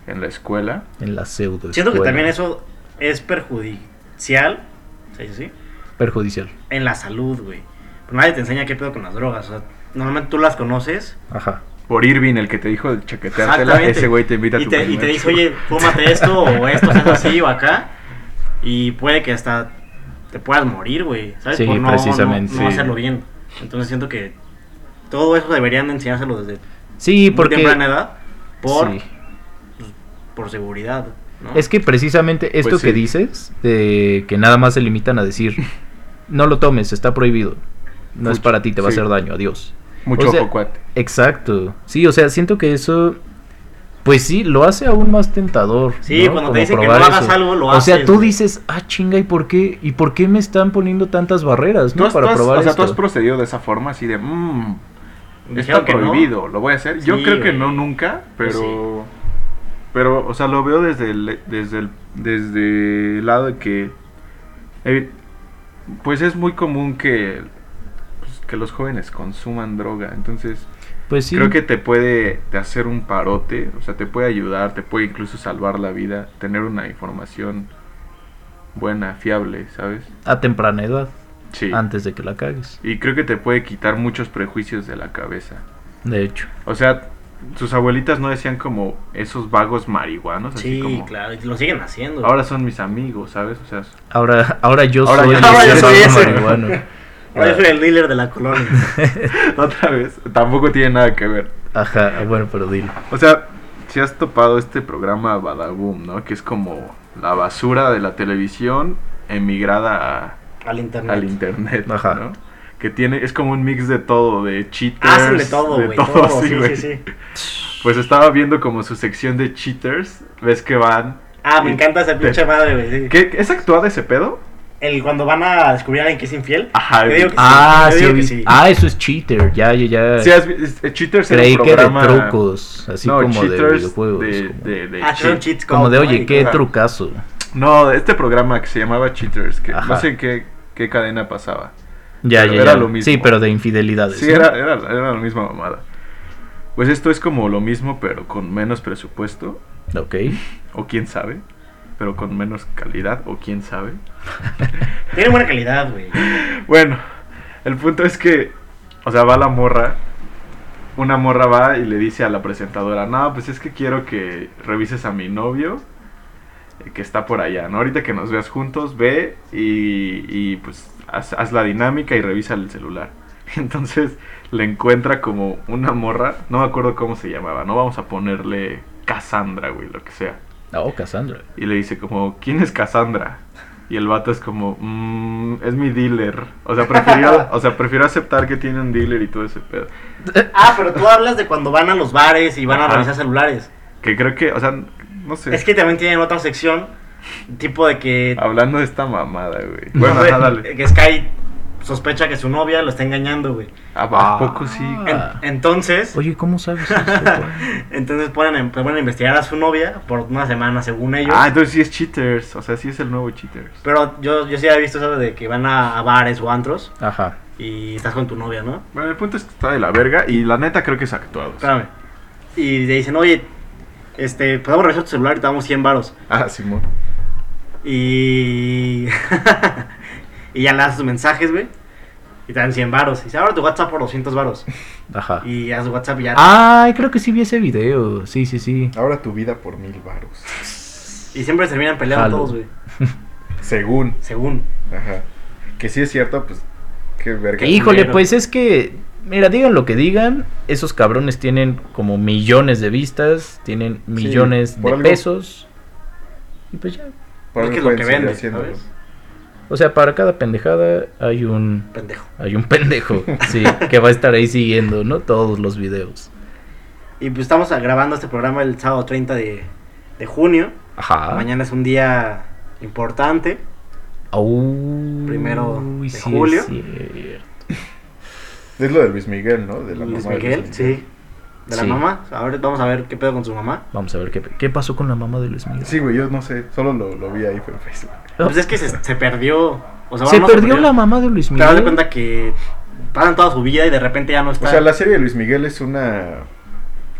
Speaker 3: en la escuela.
Speaker 2: En la pseudo.
Speaker 4: Siento que
Speaker 2: escuela.
Speaker 4: también eso es perjudicial. ¿Sí, sí, sí?
Speaker 2: Perjudicial.
Speaker 4: En la salud, güey. Pero nadie te enseña qué pedo con las drogas. O sea, normalmente tú las conoces.
Speaker 2: Ajá.
Speaker 3: Por Irving, el que te dijo de chaqueteártela,
Speaker 4: Exactamente.
Speaker 3: ese güey te invita a
Speaker 4: y
Speaker 3: tu
Speaker 4: te, y
Speaker 3: primer
Speaker 4: te dice,
Speaker 3: show.
Speaker 4: oye, fómate esto o esto, o sea, así o acá. Y puede que hasta te puedas morir, güey. ¿Sabes?
Speaker 2: Sí,
Speaker 4: Por no,
Speaker 2: precisamente.
Speaker 4: no- no
Speaker 3: Sí.
Speaker 4: hacerlo bien. Entonces siento que todo eso deberían de enseñárselo desde
Speaker 2: Sí,
Speaker 4: muy
Speaker 2: porque.
Speaker 4: temprana edad por,
Speaker 2: Sí.
Speaker 4: por seguridad. ¿no?
Speaker 2: Es que precisamente esto
Speaker 3: Pues
Speaker 2: que
Speaker 3: sí.
Speaker 2: dices, de que nada más se limitan a decir, no lo tomes, está prohibido. No es
Speaker 3: Fuchi,
Speaker 2: para ti, te va
Speaker 3: sí.
Speaker 2: a hacer daño, adiós.
Speaker 3: Mucho
Speaker 2: o sea,
Speaker 3: ojo, cuate.
Speaker 2: Exacto. Sí, o sea, siento que eso, pues sí, lo hace aún más tentador.
Speaker 4: Sí,
Speaker 2: ¿no?
Speaker 4: cuando
Speaker 2: Como
Speaker 4: te dicen que no
Speaker 2: probar
Speaker 4: hagas
Speaker 2: eso.
Speaker 4: algo, lo
Speaker 2: O sea,
Speaker 4: haces,
Speaker 2: tú
Speaker 4: güey.
Speaker 2: dices, ah, chinga, ¿y por qué? ¿Y por qué me están poniendo tantas barreras,
Speaker 3: ¿Tú
Speaker 2: no?
Speaker 3: has,
Speaker 2: Para
Speaker 3: tú has-
Speaker 2: probar
Speaker 3: o sea,
Speaker 2: esto.
Speaker 3: tú has procedido de esa forma, así de, mmm, está
Speaker 4: Me dijeron que no.
Speaker 3: prohibido, lo voy a hacer. Yo
Speaker 4: Sí,
Speaker 3: creo que
Speaker 4: güey.
Speaker 3: no nunca, pero.
Speaker 4: Pues
Speaker 3: Pero, o sea, lo veo desde el, desde el, desde el lado de que. eh, pues es muy común que. pues, que los jóvenes consuman droga. Entonces,
Speaker 2: Pues sí.
Speaker 3: creo que te puede te hacer un parote. O sea, te puede ayudar, te puede incluso salvar la vida. Tener una información buena, fiable, ¿sabes?
Speaker 2: A temprana edad,
Speaker 3: Sí.
Speaker 2: antes de que la cagues.
Speaker 3: Y creo que te puede quitar muchos prejuicios de la cabeza.
Speaker 2: De hecho.
Speaker 3: O sea, sus abuelitas no decían como esos vagos marihuanos, así
Speaker 4: Sí,
Speaker 3: como.
Speaker 4: claro, y lo siguen haciendo.
Speaker 3: Ahora son mis amigos, ¿sabes? O sea,
Speaker 2: Ahora, ahora yo
Speaker 3: Ahora
Speaker 2: soy
Speaker 3: yo-
Speaker 2: el
Speaker 3: ahora yo
Speaker 2: experto
Speaker 4: soy ese.
Speaker 2: marihuano.
Speaker 4: Ahora yo soy el dealer de la colonia.
Speaker 3: otra vez, tampoco tiene nada que ver.
Speaker 2: Ajá, bueno, pero dilo.
Speaker 3: O sea, si has topado este programa Badaboom, ¿no? Que es como la basura de la televisión emigrada
Speaker 4: Al
Speaker 3: a-
Speaker 4: internet.
Speaker 3: al internet,
Speaker 2: Ajá.
Speaker 3: ¿no? Que tiene, es como un mix de todo, de cheaters.
Speaker 4: Hacen Ah, de todo, güey. Todo,
Speaker 3: así,
Speaker 4: sí,
Speaker 3: güey.
Speaker 4: sí, sí.
Speaker 3: Pues estaba viendo como su sección de cheaters, ves que van...
Speaker 4: Ah, me
Speaker 3: y-
Speaker 4: encanta esa pinche madre, güey. sí.
Speaker 3: ¿Qué? ¿Es actuada ese pedo?
Speaker 4: El cuando van a descubrir a alguien que es infiel.
Speaker 3: Ajá,
Speaker 4: Yo digo que
Speaker 2: Ah,
Speaker 4: yo
Speaker 2: sí,
Speaker 4: digo que
Speaker 2: vi- Ah, eso es cheater. Ya, ya, ya.
Speaker 3: Sí, has vi- es- eh, Cheaters era
Speaker 2: Creí
Speaker 3: un
Speaker 2: que de
Speaker 3: programa...
Speaker 2: trucos, así
Speaker 3: no,
Speaker 2: como de
Speaker 3: Cheaters
Speaker 2: videojuegos.
Speaker 3: de-
Speaker 2: como...
Speaker 3: de- de
Speaker 4: Ah,
Speaker 3: cheat.
Speaker 4: son cheats
Speaker 2: como de,
Speaker 4: code,
Speaker 2: oye, qué
Speaker 4: marica.
Speaker 2: trucazo.
Speaker 3: No, de este programa que se llamaba Cheaters, que no
Speaker 2: Ajá.
Speaker 3: sé en qué, qué cadena pasaba.
Speaker 2: Ya,
Speaker 3: Pero
Speaker 2: ya,
Speaker 3: era
Speaker 2: ya.
Speaker 3: lo mismo.
Speaker 2: Sí, pero de infidelidades.
Speaker 3: Sí,
Speaker 2: ¿no?
Speaker 3: era, era, era la misma mamada. Pues esto es como lo mismo, pero con menos presupuesto,
Speaker 2: Ok.
Speaker 3: o quién sabe, pero con menos calidad, o quién sabe.
Speaker 4: Tiene buena calidad, güey.
Speaker 3: Bueno, el punto es que, o sea, va la morra. Una morra va y le dice a la presentadora, no, pues es que quiero que revises a mi novio eh, que está por allá, ¿no? Ahorita que nos veas juntos, ve y, y, pues haz, haz la dinámica y revisa el celular. Entonces le encuentra como una morra, no me acuerdo cómo se llamaba, no vamos a ponerle Cassandra, güey, lo que sea.
Speaker 2: Oh, Cassandra.
Speaker 3: Y le dice como, ¿quién es Cassandra? Y el vato es como, "Mm, es mi dealer. O sea, prefiero, o sea, prefiero aceptar que tiene un dealer y todo ese pedo.
Speaker 4: Ah, pero tú hablas de cuando van a los bares y van a
Speaker 3: Ajá.
Speaker 4: revisar celulares.
Speaker 3: Que creo que, o sea, no sé.
Speaker 4: Es que también tienen otra sección, tipo de que,
Speaker 2: Ah,
Speaker 3: Hablando de esta mamada, güey. Bueno,
Speaker 4: de-
Speaker 3: ajá, dale.
Speaker 4: que Sky sospecha que su novia lo está engañando, güey.
Speaker 3: ¿A, a poco sí?
Speaker 4: En-
Speaker 2: Ah.
Speaker 4: entonces,
Speaker 2: Oye, ¿cómo sabes eso? güey?
Speaker 4: entonces ponen, en- ponen a investigar a su novia por una semana, según ellos.
Speaker 3: Ah, entonces sí es Cheaters. O sea, sí es el nuevo Cheaters.
Speaker 4: Pero yo, yo sí había visto eso de que van a, a bares o antros
Speaker 2: Ajá.
Speaker 4: y estás con tu novia, ¿no?
Speaker 3: Bueno, el punto es que está de la verga y la neta creo que es actuado.
Speaker 4: Espérame. Y le dicen, oye, este, podemos revisar tu celular y te damos 100 varos.
Speaker 3: Ah, Simón.
Speaker 4: Y... y ya le das tus mensajes, güey. Y te dan 100 varos. Y dice, ahora tu WhatsApp por 200 varos.
Speaker 2: Ajá.
Speaker 4: Y haz WhatsApp y ya.
Speaker 2: Ay, creo que sí vi ese video. Sí, sí, sí.
Speaker 3: Ah,
Speaker 6: Ahora tu vida por mil varos.
Speaker 4: Y siempre se terminan peleando
Speaker 2: Jalo.
Speaker 4: todos, güey.
Speaker 6: Según.
Speaker 4: Según.
Speaker 6: Ajá. Que sí es cierto, pues. Qué verga.
Speaker 4: ¿Qué?
Speaker 2: Híjole,
Speaker 4: culero.
Speaker 2: pues es que, mira, digan lo que digan, esos cabrones tienen como millones de vistas, tienen millones de
Speaker 6: por algo.
Speaker 2: pesos. Y pues ya.
Speaker 6: Por algo
Speaker 4: Es que es lo
Speaker 6: pueden
Speaker 4: que
Speaker 6: seguir
Speaker 4: vende,
Speaker 6: haciéndolo.
Speaker 4: ¿sabes?
Speaker 2: O sea, para cada pendejada hay un
Speaker 4: Pendejo.
Speaker 2: hay un pendejo, sí, que va a estar ahí siguiendo, ¿no? Todos los videos.
Speaker 4: Y pues estamos grabando este programa el sábado 30 de, de junio.
Speaker 2: Ajá.
Speaker 4: Mañana es un día importante.
Speaker 2: Au,
Speaker 4: Primero
Speaker 2: uy,
Speaker 4: de
Speaker 2: sí es
Speaker 4: julio.
Speaker 2: cierto.
Speaker 6: Es lo de Luis Miguel, ¿no? De la
Speaker 4: Luis
Speaker 6: mamá de
Speaker 4: Miguel,
Speaker 6: Luis Miguel.
Speaker 4: sí. De la
Speaker 2: Sí.
Speaker 4: mamá. Ahora vamos a ver qué pedo con su mamá.
Speaker 2: Vamos a ver qué, qué pasó con la mamá de Luis Miguel.
Speaker 6: Sí, güey, yo no sé. Solo lo, lo vi ahí por Facebook.
Speaker 2: Ah,
Speaker 4: Pues es que se, se perdió. O sea,
Speaker 2: se
Speaker 4: bueno, no
Speaker 2: perdió la mamá de Luis
Speaker 4: Te
Speaker 2: Miguel.
Speaker 4: das de cuenta que pasan toda su vida y de repente ya no
Speaker 6: O
Speaker 4: está.
Speaker 6: sea, la serie de Luis Miguel es una.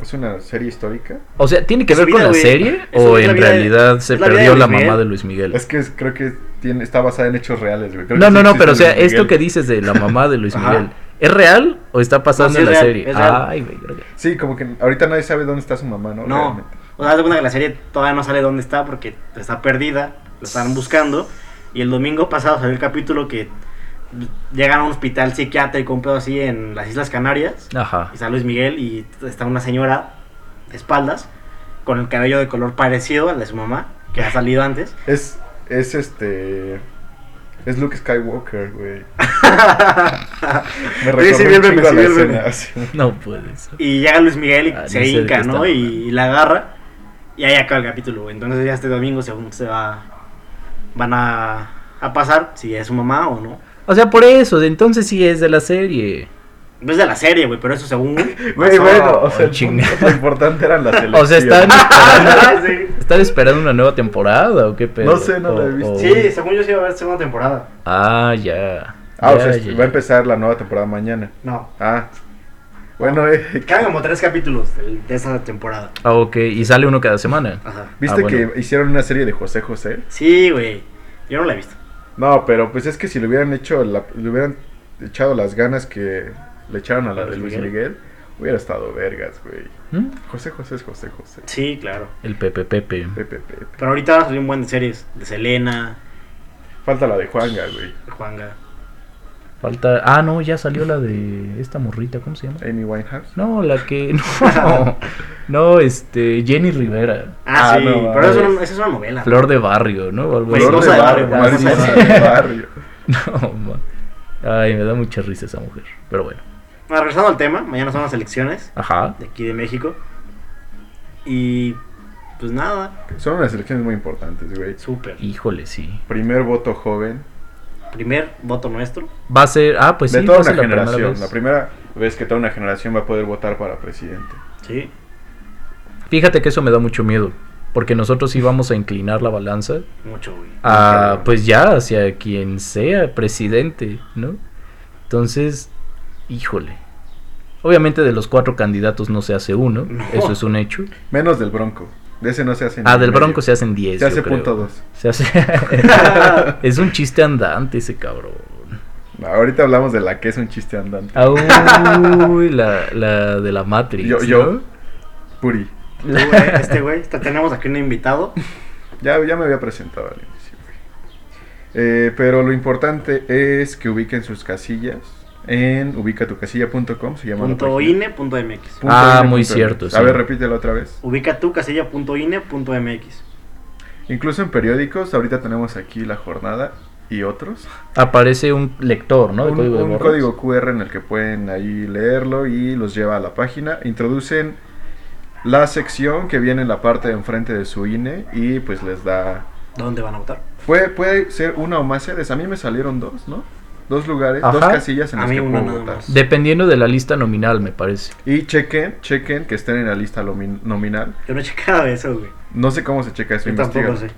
Speaker 6: Es una serie histórica.
Speaker 2: O sea, ¿tiene que
Speaker 4: Su
Speaker 2: ver con
Speaker 4: vida,
Speaker 2: la
Speaker 4: güey.
Speaker 2: serie?
Speaker 4: Es
Speaker 2: ¿O
Speaker 4: la
Speaker 2: en
Speaker 4: vida de-
Speaker 2: realidad se
Speaker 4: es la vida de
Speaker 2: perdió la
Speaker 4: Luis Miguel.
Speaker 2: mamá de Luis Miguel?
Speaker 6: Es que es- creo que tiene, está basada en hechos reales, güey. Creo
Speaker 2: No,
Speaker 6: que
Speaker 2: no,
Speaker 6: sí
Speaker 2: no,
Speaker 6: existe
Speaker 2: pero o sea,
Speaker 6: Luis
Speaker 2: esto
Speaker 6: Miguel.
Speaker 2: que dices de la mamá de Luis
Speaker 6: Ajá.
Speaker 2: Miguel, ¿es real o está pasando
Speaker 4: No, sí
Speaker 2: en la
Speaker 4: es real,
Speaker 2: serie?
Speaker 4: es real.
Speaker 2: Ay, güey, creo que-
Speaker 6: Sí, como que ahorita nadie sabe dónde está su mamá, ¿no?
Speaker 4: No.
Speaker 6: Realmente.
Speaker 4: O sea, haz de cuenta que la serie todavía no sale dónde está porque está perdida. Lo están buscando. Y el domingo pasado salió el capítulo que llegan a un hospital psiquiátrico, un pedo así en las Islas Canarias.
Speaker 2: Ajá.
Speaker 4: Y está Luis Miguel y está una señora de espaldas con el cabello de color parecido al de su mamá, que ha salido antes.
Speaker 6: Es, es este. Es Luke Skywalker, güey. Me
Speaker 4: Sí, sí, vi el meme,
Speaker 6: recuerda
Speaker 4: sí, vi el meme.
Speaker 2: No puede ser.
Speaker 4: Y llega Luis Miguel y
Speaker 2: Ah,
Speaker 4: se
Speaker 2: no sé de
Speaker 4: hinca,
Speaker 2: qué
Speaker 4: ¿no?
Speaker 2: está
Speaker 4: Y,
Speaker 2: hablando.
Speaker 4: y la agarra. Y ahí acaba el capítulo. güey. Entonces ya este domingo según se va... Van a, a pasar si es su mamá o no.
Speaker 2: O sea, por eso, de entonces sí es de la serie.
Speaker 4: No es de la serie, güey, pero eso según...
Speaker 6: Güey,
Speaker 4: pasó-
Speaker 6: bueno, o sea,
Speaker 2: Ay, Oh, chinga.
Speaker 6: el punto- lo importante eran las
Speaker 2: O sea,
Speaker 6: elecciones.
Speaker 2: están esperando,
Speaker 4: Ah, sí.
Speaker 2: están esperando una nueva temporada o qué pedo.
Speaker 6: No sé, no la he
Speaker 2: O-
Speaker 6: visto.
Speaker 2: o-
Speaker 4: Sí, según yo sí va a haber segunda temporada.
Speaker 2: Ah, ya.
Speaker 6: Ah, o
Speaker 2: Ya,
Speaker 6: sea,
Speaker 2: ya,
Speaker 6: va a
Speaker 2: ya.
Speaker 6: empezar la nueva temporada mañana.
Speaker 4: No.
Speaker 6: Ah. Bueno, eh,
Speaker 4: Quedan como tres capítulos de, de esa temporada.
Speaker 2: Ah, ok, y sale uno cada semana.
Speaker 4: Ajá.
Speaker 6: ¿viste
Speaker 2: Ah, bueno.
Speaker 6: que hicieron una serie de José José?
Speaker 4: Sí, güey. Yo no la he visto.
Speaker 6: No, pero pues es que si le hubieran hecho, la- le hubieran echado las ganas que le echaron a la de Luis Miguel, hubiera estado vergas, güey.
Speaker 2: ¿Mm?
Speaker 6: José José es José José.
Speaker 4: Sí, claro.
Speaker 2: El Pepe Pepe.
Speaker 6: Pepe, Pepe.
Speaker 4: Pero ahorita van a salir un buen de series. De Selena,
Speaker 6: Falta la de Juanga, güey.
Speaker 4: de Juanga.
Speaker 2: Falta. Ah, no, ya salió la de esta morrita, ¿cómo se llama?
Speaker 6: Amy Winehouse.
Speaker 2: No, la que. No, no este. Jenny Rivera.
Speaker 4: Ah,
Speaker 6: Ah,
Speaker 4: sí.
Speaker 6: no,
Speaker 4: pero eso
Speaker 6: ah,
Speaker 4: es una, esa es una novela.
Speaker 2: Flor de barrio, ¿no? O algo
Speaker 4: Pues,
Speaker 2: así.
Speaker 6: Flor de
Speaker 4: Mariposa de
Speaker 6: barrio,
Speaker 4: barrio,
Speaker 6: mariposa
Speaker 4: sí,
Speaker 2: sí.
Speaker 6: de barrio.
Speaker 2: No, ma. Ay, me da mucha risa esa mujer. Pero bueno.
Speaker 4: Bueno, regresando al tema, mañana son las elecciones
Speaker 2: Ajá.
Speaker 4: de aquí de México. Y pues nada,
Speaker 6: Son unas elecciones muy importantes, güey.
Speaker 4: súper.
Speaker 2: Híjole, sí.
Speaker 6: Primer voto joven.
Speaker 4: Primer voto nuestro.
Speaker 2: Va a ser. Ah, pues
Speaker 6: de
Speaker 2: sí.
Speaker 6: toda
Speaker 2: va a ser
Speaker 6: una
Speaker 2: la primera
Speaker 6: generación.
Speaker 2: vez.
Speaker 6: la primera vez que toda una generación va a poder votar para presidente.
Speaker 4: Sí.
Speaker 2: Fíjate que eso me da mucho miedo. Porque nosotros íbamos a inclinar la balanza
Speaker 4: Mucho, güey.
Speaker 2: a,
Speaker 6: Claro.
Speaker 2: pues ya, hacia quien sea presidente, ¿no? Entonces, híjole. Obviamente de los cuatro candidatos no se hace uno,
Speaker 4: No.
Speaker 2: eso es un hecho.
Speaker 6: Menos del Bronco. De ese no se hace ni
Speaker 2: Ah,
Speaker 6: en
Speaker 2: del
Speaker 6: medio.
Speaker 2: Bronco se hacen
Speaker 6: Se
Speaker 2: 10. yo
Speaker 6: hace
Speaker 2: creo. Ah.
Speaker 6: punto dos.
Speaker 2: Se hace... es un chiste andante ese cabrón.
Speaker 6: No, ahorita hablamos de la que es un chiste andante.
Speaker 2: Au, la, la de la Matrix.
Speaker 6: Yo,
Speaker 2: ¿no?
Speaker 6: yo. Puri.
Speaker 4: Tú, güey, este güey, te- tenemos aquí un invitado.
Speaker 6: Ya, ya me había presentado al inicio, güey. Eh, pero lo importante es que ubiquen sus casillas
Speaker 3: en ubicatucasilla.com, se llama la
Speaker 4: Punto
Speaker 3: página.
Speaker 4: ine punto mx.
Speaker 3: Punto
Speaker 2: Ah,
Speaker 3: ine
Speaker 2: muy
Speaker 3: punto
Speaker 2: cierto,
Speaker 3: mx.
Speaker 2: sí.
Speaker 3: A ver, repítelo otra vez.
Speaker 4: Ubica tu casilla punto ine punto mx.
Speaker 3: Incluso en periódicos, ahorita tenemos aquí La Jornada y otros.
Speaker 2: Aparece un lector, ¿no? De
Speaker 3: un
Speaker 2: código de
Speaker 3: un
Speaker 2: barras.
Speaker 3: código QR en el que pueden ahí leerlo y los lleva a la página. Introducen la sección que viene en la parte de enfrente de su INE y pues les da...
Speaker 4: ¿Dónde van a votar?
Speaker 3: Puede, puede ser una o más sedes. A mí me salieron dos, ¿no? Dos lugares, dos
Speaker 2: Ajá.
Speaker 3: casillas en
Speaker 4: A
Speaker 3: las
Speaker 4: mí
Speaker 3: que
Speaker 4: una
Speaker 3: puedo
Speaker 4: nada
Speaker 3: votar.
Speaker 4: más.
Speaker 2: Dependiendo de la lista nominal, me parece.
Speaker 3: Y chequen, chequen que estén en la lista lomi- nominal.
Speaker 4: Yo no he checado eso, güey.
Speaker 3: No sé cómo se checa eso.
Speaker 4: Yo tampoco
Speaker 3: investiga.
Speaker 4: sé.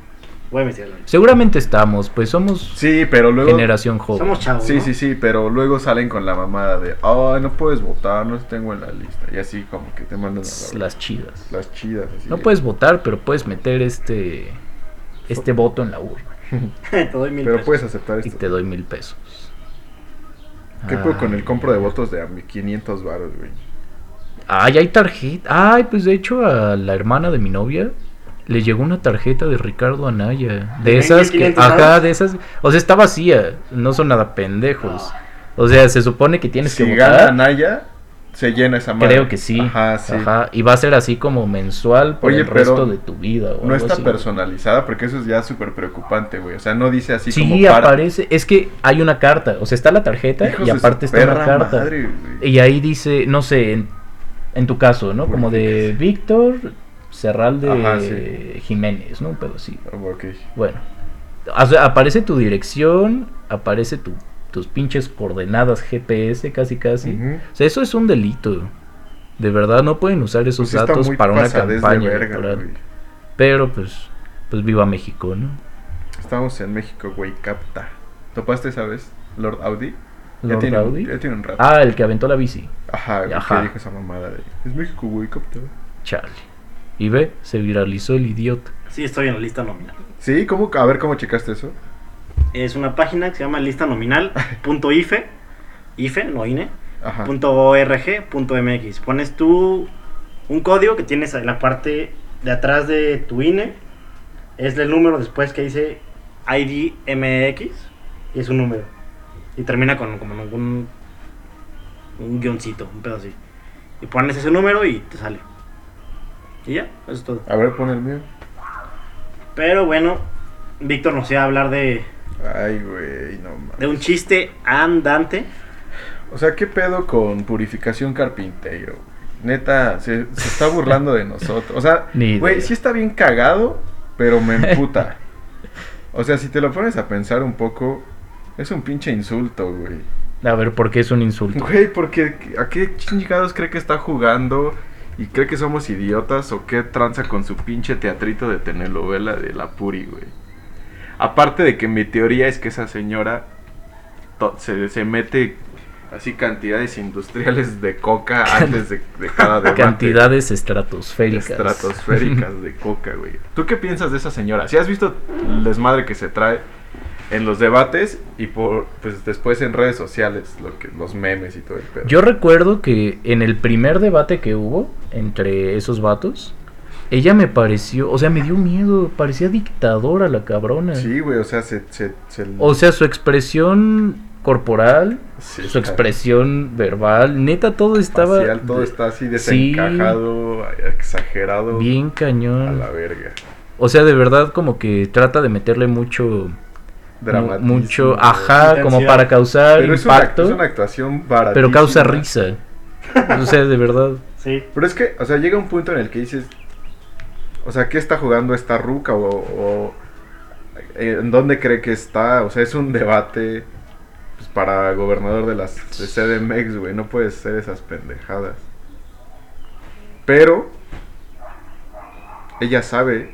Speaker 4: Voy a investigarlo.
Speaker 2: Seguramente estamos, pues somos
Speaker 3: Sí, pero luego...
Speaker 2: generación joven.
Speaker 4: Somos chavos.
Speaker 3: Sí,
Speaker 4: ¿no?
Speaker 3: sí, sí, pero luego salen con la mamada de, ay, no puedes votar, no tengo en la lista. Y así como que te mandan a
Speaker 2: Las-
Speaker 3: la-
Speaker 2: las chidas.
Speaker 3: las chidas. así
Speaker 2: No
Speaker 3: de-
Speaker 2: puedes votar, pero puedes meter este
Speaker 3: Oh.
Speaker 2: este voto en la urna
Speaker 4: Te doy mil
Speaker 3: Pero
Speaker 4: pesos.
Speaker 3: puedes aceptar
Speaker 2: y
Speaker 3: esto.
Speaker 2: te doy mil pesos.
Speaker 3: Este.
Speaker 2: Ah.
Speaker 3: ¿Qué puedo con el
Speaker 2: Ay.
Speaker 3: compro de votos de a mi 500 baros, güey?
Speaker 2: Ay, hay tarjeta. Ay, pues de hecho a la hermana de mi novia le llegó una tarjeta de Ricardo Anaya. De
Speaker 4: ¿De
Speaker 2: esas que...
Speaker 4: 1500
Speaker 2: Ajá,
Speaker 4: varos?
Speaker 2: de esas... O sea, está vacía. No son nada pendejos. O sea, se supone que tienes
Speaker 3: Si
Speaker 2: que
Speaker 3: gana
Speaker 2: votar.
Speaker 3: Anaya, se llena esa madre.
Speaker 2: Creo que sí.
Speaker 3: Ajá, sí.
Speaker 2: Ajá, Y va a ser así como mensual por
Speaker 3: Oye,
Speaker 2: el
Speaker 3: pero
Speaker 2: resto de tu vida. o
Speaker 3: No
Speaker 2: algo
Speaker 3: está
Speaker 2: así.
Speaker 3: personalizada porque eso es ya súper preocupante, güey. O sea, no dice así como
Speaker 2: Sí, aparece. Es que hay una carta. O sea, está la tarjeta
Speaker 3: Hijos
Speaker 2: y
Speaker 3: de su
Speaker 2: aparte está una
Speaker 3: perra
Speaker 2: carta.
Speaker 3: madre, güey.
Speaker 2: Y ahí dice, no sé, en, en tu caso, ¿no? Como de Víctor Serral de
Speaker 3: Ajá, sí.
Speaker 2: Jiménez, ¿no? Un pedo así.
Speaker 3: Ah, Ok.
Speaker 2: Bueno, o sea, aparece tu dirección, aparece tu- tus pinches coordenadas GPS, casi casi.
Speaker 3: Ujú.
Speaker 2: O sea, eso es un delito. De verdad, no pueden usar esos
Speaker 3: Pues está
Speaker 2: datos
Speaker 3: muy
Speaker 2: para una
Speaker 3: pasadez de
Speaker 2: campaña
Speaker 3: verga,
Speaker 2: electoral.
Speaker 3: güey.
Speaker 2: Pero pues, pues viva México, ¿no?
Speaker 3: Estamos en México, güey, capta. ¿Topaste esa vez? Lord Audi.
Speaker 2: Lord
Speaker 3: ya, tiene,
Speaker 2: Audi.
Speaker 3: ya tiene un rato.
Speaker 2: Ah, el que aventó la bici.
Speaker 3: Ajá, güey,
Speaker 2: Ajá.
Speaker 3: que dijo esa mamada de... Es México, güey, capta.
Speaker 2: Chale. Y ve, se viralizó el idiota.
Speaker 4: Sí, estoy en la lista nominal.
Speaker 3: Sí, ¿cómo? A ver, ¿cómo checaste eso?
Speaker 4: Es una página que se llama lista nominal punto ife, ife, no E. ine,
Speaker 3: Ajá.
Speaker 4: punto org punto mx. Pones tú un código que tienes en la parte de atrás de tu INE. Es el número después que dice IDMX y es un número. Y termina con como en algún un guioncito, un pedo así. Y pones ese número y te sale. Y ya, eso es todo.
Speaker 3: A ver, pon el mío.
Speaker 4: Pero bueno, Víctor nos iba a hablar de,
Speaker 3: Ay, güey, no mames.
Speaker 4: de un chiste andante.
Speaker 3: O sea, ¿qué pedo con purificación carpintero? güey? Neta, se, se está burlando de nosotros. O sea,
Speaker 2: Ni idea.
Speaker 3: güey, sí está bien cagado, pero me emputa. O sea, si te lo pones a pensar un poco, es un pinche insulto, güey.
Speaker 2: A ver, ¿por qué es un insulto?
Speaker 3: Güey, porque ¿a qué chingados cree que está jugando? ¿Y cree que somos idiotas? ¿O qué tranza con su pinche teatrito de telenovela de la Puri, güey? Aparte de que mi teoría es que esa señora to- se, se mete así cantidades industriales de coca antes de, de cada debate.
Speaker 2: Cantidades estratosféricas.
Speaker 3: Estratosféricas de coca, güey. ¿Tú qué piensas de esa señora? Si has visto el desmadre que se trae en los debates y por pues después en redes sociales, lo que, los memes y todo el pedo.
Speaker 2: Yo recuerdo que en el primer debate que hubo entre esos vatos, ella me pareció, o sea, me dio miedo, parecía dictadora la cabrona.
Speaker 3: Sí, güey, o sea, se... se, se-
Speaker 2: O sea, su expresión corporal,
Speaker 3: sí,
Speaker 2: su
Speaker 3: está
Speaker 2: expresión verbal, neta, todo estaba
Speaker 3: facial, todo está así desencajado, exagerado.
Speaker 2: bien
Speaker 3: A
Speaker 2: cañón.
Speaker 3: la verga.
Speaker 2: O sea, de verdad como que trata de meterle mucho mu-
Speaker 3: Dramatismo.
Speaker 2: mucho
Speaker 3: güey.
Speaker 2: ajá, como
Speaker 4: Intensidad.
Speaker 2: para causar
Speaker 3: Pero es una,
Speaker 2: impacto,
Speaker 3: es una actuación barata.
Speaker 2: pero causa risa. O sea, de verdad.
Speaker 4: Sí.
Speaker 3: Pero es que, o sea, llega un punto en el que dices, o sea, ¿qué está jugando esta ruca? O, o, eh, ¿En dónde cree que está? O sea, es un debate pues, para gobernador de las de CDMX, güey. No puedes ser esas pendejadas. Pero ella sabe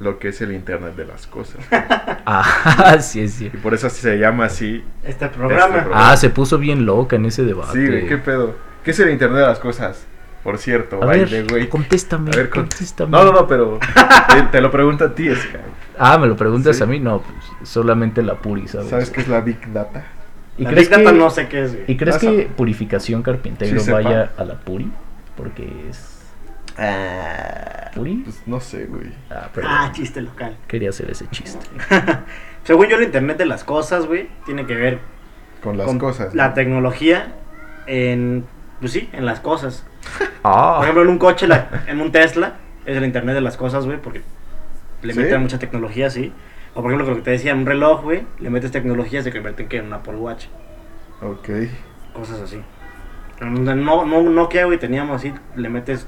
Speaker 3: lo que es el Internet de las cosas.
Speaker 2: Ajá, Ah, sí es cierto.
Speaker 3: Y por eso se llama así.
Speaker 4: Este programa.
Speaker 3: Este pro-
Speaker 2: Ah, se puso bien loca en ese debate.
Speaker 3: Sí, güey, ¿qué pedo? ¿Qué es el Internet de las cosas? Por cierto,
Speaker 2: A
Speaker 3: baile, güey.
Speaker 2: ver, contéstame,
Speaker 3: A ver, con-
Speaker 2: contéstame.
Speaker 3: No, no, no, pero te, te lo pregunto a ti, es que-
Speaker 2: Ah, ¿me lo preguntas
Speaker 3: Sí.
Speaker 2: a mí? No, pues, solamente la puri, ¿sabes?
Speaker 3: ¿Sabes qué es la Big Data?
Speaker 2: ¿Y
Speaker 4: la
Speaker 2: crees,
Speaker 4: Big Data
Speaker 2: que,
Speaker 4: no sé qué es, güey.
Speaker 2: ¿y crees
Speaker 3: Vas
Speaker 2: que Purificación Carpintero
Speaker 3: Sí, sepa.
Speaker 2: vaya a la puri? Porque es... ¿Puri?
Speaker 3: Pues no sé, güey.
Speaker 2: Ah, perdón.
Speaker 4: Ah, chiste local.
Speaker 2: Quería hacer ese chiste.
Speaker 4: Según yo, el Internet de las cosas, güey, tiene que ver
Speaker 3: Con las
Speaker 4: con
Speaker 3: cosas.
Speaker 4: La
Speaker 3: ¿no?
Speaker 4: tecnología en, pues sí, en las cosas.
Speaker 2: Ah.
Speaker 4: Por ejemplo, en un coche, la- en un Tesla, es el Internet de las cosas, güey, porque le
Speaker 3: ¿Sí?
Speaker 4: meten mucha tecnología, sí. O por ejemplo, lo que te decía, en un reloj, güey, le metes tecnología, se convierte en, ¿qué? en un Apple Watch,
Speaker 3: Ok.
Speaker 4: cosas así. En un- en No, no, Nokia, güey, teníamos así, le metes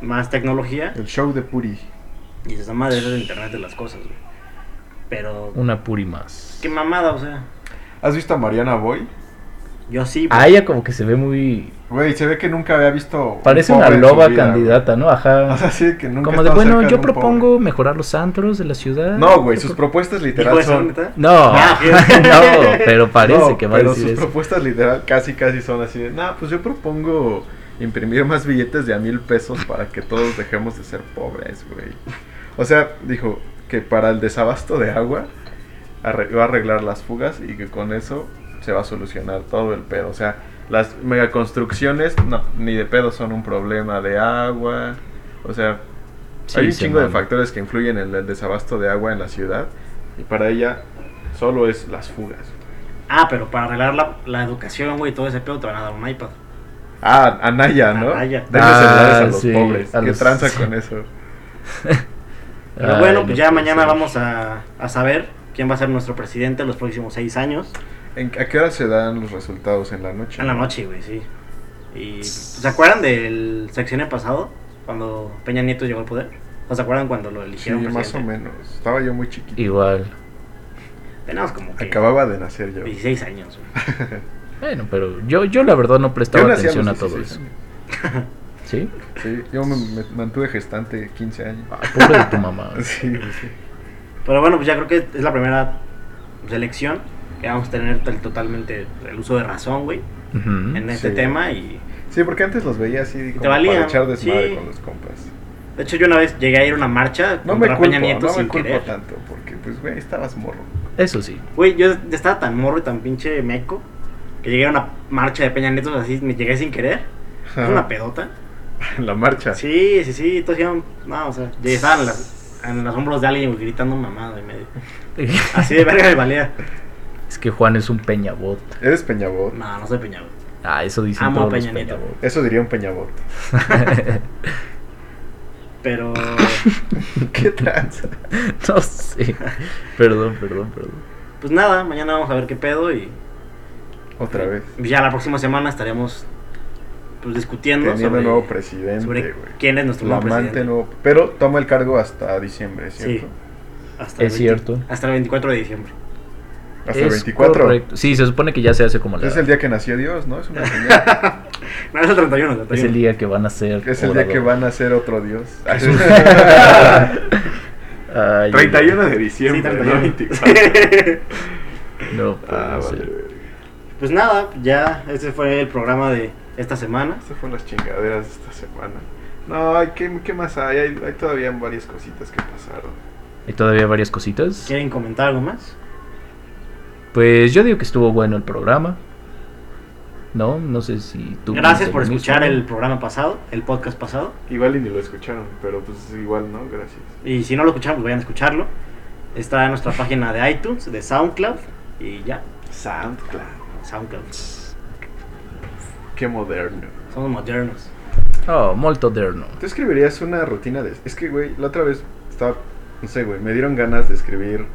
Speaker 4: más tecnología
Speaker 3: El show de Puri.
Speaker 4: y esa madre es el Internet de las cosas, güey. Pero,
Speaker 2: Una puri más.
Speaker 4: qué mamada, o sea,
Speaker 3: ¿Has visto a Mariana Boy?
Speaker 4: yo sí, güey.
Speaker 2: A Ah, ella como que se ve muy...
Speaker 3: Güey, se ve que nunca había visto. un
Speaker 2: Parece
Speaker 3: pobre
Speaker 2: una
Speaker 3: en su
Speaker 2: loba
Speaker 3: vida, güey.
Speaker 2: candidata, ¿no? Ajá.
Speaker 3: O sea, sí, que nunca
Speaker 2: como
Speaker 3: ha
Speaker 2: de,
Speaker 3: estado
Speaker 2: bueno,
Speaker 3: cerca de
Speaker 2: yo
Speaker 3: un
Speaker 2: propongo mejorar los antros de la ciudad.
Speaker 3: pobre. No, güey,
Speaker 2: Yo
Speaker 3: sus
Speaker 2: pro-
Speaker 3: propuestas
Speaker 4: Dijo
Speaker 3: literal
Speaker 4: eso,
Speaker 3: son.
Speaker 4: neta.
Speaker 2: No,
Speaker 4: Ah,
Speaker 2: no, pero parece
Speaker 3: No,
Speaker 2: que va a
Speaker 3: pero
Speaker 2: decir
Speaker 3: sus
Speaker 2: eso.
Speaker 3: propuestas literal casi casi son así de, nah, pues yo propongo imprimir más billetes de a mil pesos para que todos dejemos de ser pobres, güey. O sea, dijo que para el desabasto de agua arre- va a arreglar las fugas y que con eso se va a solucionar todo el pedo. O sea, las megaconstrucciones, no, ni de pedo son un problema de agua. O sea,
Speaker 2: Sí,
Speaker 3: hay un
Speaker 2: se
Speaker 3: chingo de
Speaker 2: mama.
Speaker 3: factores que influyen en el desabasto de agua en la ciudad y para ella solo es las fugas.
Speaker 4: Ah, pero para arreglar la, la educación, güey, todo ese pedo, te van a dar un iPad.
Speaker 3: Ah, Anaya, ¿no?
Speaker 4: Anaya.
Speaker 3: Denle
Speaker 2: Ah,
Speaker 3: celulares a los
Speaker 2: sí,
Speaker 3: pobres.
Speaker 2: a
Speaker 3: ¿Qué
Speaker 2: los-
Speaker 3: tranza
Speaker 2: sí.
Speaker 3: con eso?
Speaker 4: Pero
Speaker 2: Ay,
Speaker 4: bueno, pues ya
Speaker 2: no
Speaker 4: mañana
Speaker 2: puede
Speaker 4: vamos a, a saber quién va a ser nuestro presidente los próximos seis años.
Speaker 3: ¿En- ¿A qué hora se dan los resultados? ¿En la noche?
Speaker 4: En la noche, güey, sí. Y, pues, ¿Se acuerdan del sexenio pasado? Cuando Peña Nieto llegó al poder. ¿O se acuerdan cuando lo
Speaker 3: Sí,
Speaker 4: eligieron
Speaker 3: más o
Speaker 4: presidente?
Speaker 3: menos. Estaba yo muy chiquito.
Speaker 2: ser. Igual.
Speaker 4: Teníamos como que
Speaker 3: Acababa de nacer yo.
Speaker 4: 16 años, güey.
Speaker 2: Bueno, pero yo, yo la verdad no
Speaker 3: Yo
Speaker 2: prestaba
Speaker 3: nací a los
Speaker 2: atención a todo
Speaker 3: 16
Speaker 2: eso.
Speaker 3: años.
Speaker 2: ¿Sí?
Speaker 3: Sí, yo me, me mantuve gestante 15 años.
Speaker 2: Ah, Pobre de tu mamá.
Speaker 3: Sí, güey, sí.
Speaker 4: Pero bueno, pues ya creo que es la primera elección que vamos a tener tal- totalmente el uso de razón, güey,
Speaker 2: Ujú.
Speaker 4: en este
Speaker 3: Mm, sí.
Speaker 4: tema y...
Speaker 3: Sí, porque antes los veía así como
Speaker 4: valía,
Speaker 3: para echar desmadre
Speaker 4: sí.
Speaker 3: con los compas.
Speaker 4: De hecho, yo una vez llegué a ir a una marcha
Speaker 3: No me
Speaker 4: contra
Speaker 3: culpo,
Speaker 4: Peña Nieto
Speaker 3: no
Speaker 4: sin
Speaker 3: me culpo
Speaker 4: querer.
Speaker 3: tanto, porque pues, güey, estabas morro.
Speaker 2: Eso sí.
Speaker 4: Güey, yo estaba tan morro y tan pinche meco que llegué a una marcha de Peña Nieto así, me llegué sin querer. Fue una pedota.
Speaker 3: En la marcha.
Speaker 4: Sí, sí, sí, todos iban, no, o sea, ya estaban en, las- en los hombros de alguien güey, gritando mamada y medio. Así de verga me valía.
Speaker 2: Es que Juan es un peñabot.
Speaker 3: Eres Peñabot.
Speaker 4: No, no soy Peña, güey.
Speaker 2: Ah, eso dicen
Speaker 4: Amo a
Speaker 2: todos los
Speaker 4: Peña Nieto.
Speaker 2: peñabot.
Speaker 3: Eso diría un Peñabot.
Speaker 4: Pero,
Speaker 3: ¿Qué tranza?
Speaker 2: no sé. Perdón, perdón, perdón.
Speaker 4: pues nada, mañana vamos a ver qué pedo y pues
Speaker 3: Otra vez.
Speaker 4: ya la próxima semana estaremos pues discutiendo
Speaker 3: Teniendo
Speaker 4: sobre,
Speaker 3: nuevo presidente,
Speaker 4: sobre
Speaker 3: güey.
Speaker 4: quién es nuestro nuevo
Speaker 3: Flamante
Speaker 4: presidente.
Speaker 3: nuevo. Pero toma el cargo hasta diciembre, ¿cierto?
Speaker 4: Sí. Hasta el
Speaker 2: Es
Speaker 4: 20
Speaker 2: cierto.
Speaker 4: Hasta el 24 de diciembre.
Speaker 3: Hasta el
Speaker 2: Es
Speaker 3: 24.
Speaker 2: correcto. Sí, se supone que ya se hace como la.
Speaker 3: Es el día que nació Dios, ¿no? Es, una señal.
Speaker 4: No, es el 31. el 31.
Speaker 2: es el día que van a ser.
Speaker 3: Es el día que
Speaker 2: orador.
Speaker 3: van a ser otro Dios.
Speaker 2: Ay,
Speaker 3: de
Speaker 4: Sí,
Speaker 3: diciembre,
Speaker 4: 31.
Speaker 2: No puede
Speaker 3: Ah, vale.
Speaker 2: ser.
Speaker 4: Pues nada, ya ese fue el programa de esta semana.
Speaker 3: Estas fueron las chingaderas de esta semana. No, ay, ¿qué, qué más hay? hay? hay todavía varias cositas que pasaron.
Speaker 2: Hay todavía varias cositas.
Speaker 4: ¿Quieren comentar algo más?
Speaker 2: Pues yo digo que estuvo bueno el programa. No, no sé si tú.
Speaker 4: Gracias
Speaker 2: piensas
Speaker 4: por
Speaker 2: lo mismo.
Speaker 4: escuchar el programa pasado, el podcast pasado.
Speaker 3: Igual y ni lo escucharon, pero pues igual, ¿no? Gracias.
Speaker 4: Y si no lo escucharon, pues vayan a escucharlo. Está en nuestra página de iTunes, de SoundCloud y ya,
Speaker 3: SoundCloud.
Speaker 4: SoundCloud.
Speaker 3: Qué moderno.
Speaker 4: Somos modernos.
Speaker 2: Oh, molto derno.
Speaker 3: ¿Tú escribirías una rutina de.? Es que, güey, la otra vez estaba. No sé, güey, me dieron ganas de escribir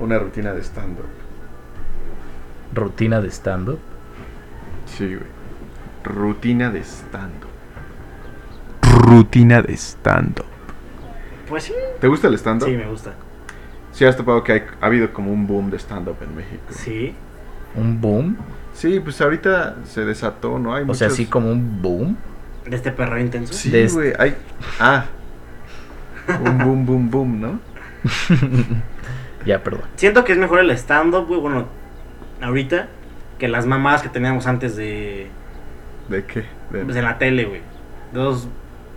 Speaker 3: una rutina de stand-up.
Speaker 2: Rutina de stand-up.
Speaker 3: Sí, güey. Rutina de stand-up. Rutina de stand-up.
Speaker 4: Pues sí,
Speaker 3: ¿Te gusta el stand-up?
Speaker 4: sí
Speaker 3: Sí,
Speaker 4: me gusta.
Speaker 3: has topado que hay- ha habido como un boom de stand-up en México.
Speaker 4: Sí,
Speaker 2: Un boom.
Speaker 3: Sí, pues ahorita se desató, ¿no? Hay
Speaker 2: O sea,
Speaker 3: muchos-
Speaker 2: así como un boom.
Speaker 4: de este perro intenso.
Speaker 3: Sí,
Speaker 2: de-
Speaker 3: güey, hay. Ah. Un boom, boom, boom, ¿no?
Speaker 2: Ya, perdón.
Speaker 4: Siento que es mejor el stand-up, güey, bueno, ahorita, que las mamadas que teníamos antes de,
Speaker 3: ¿De qué? De-
Speaker 4: pues, en la tele, güey. Dos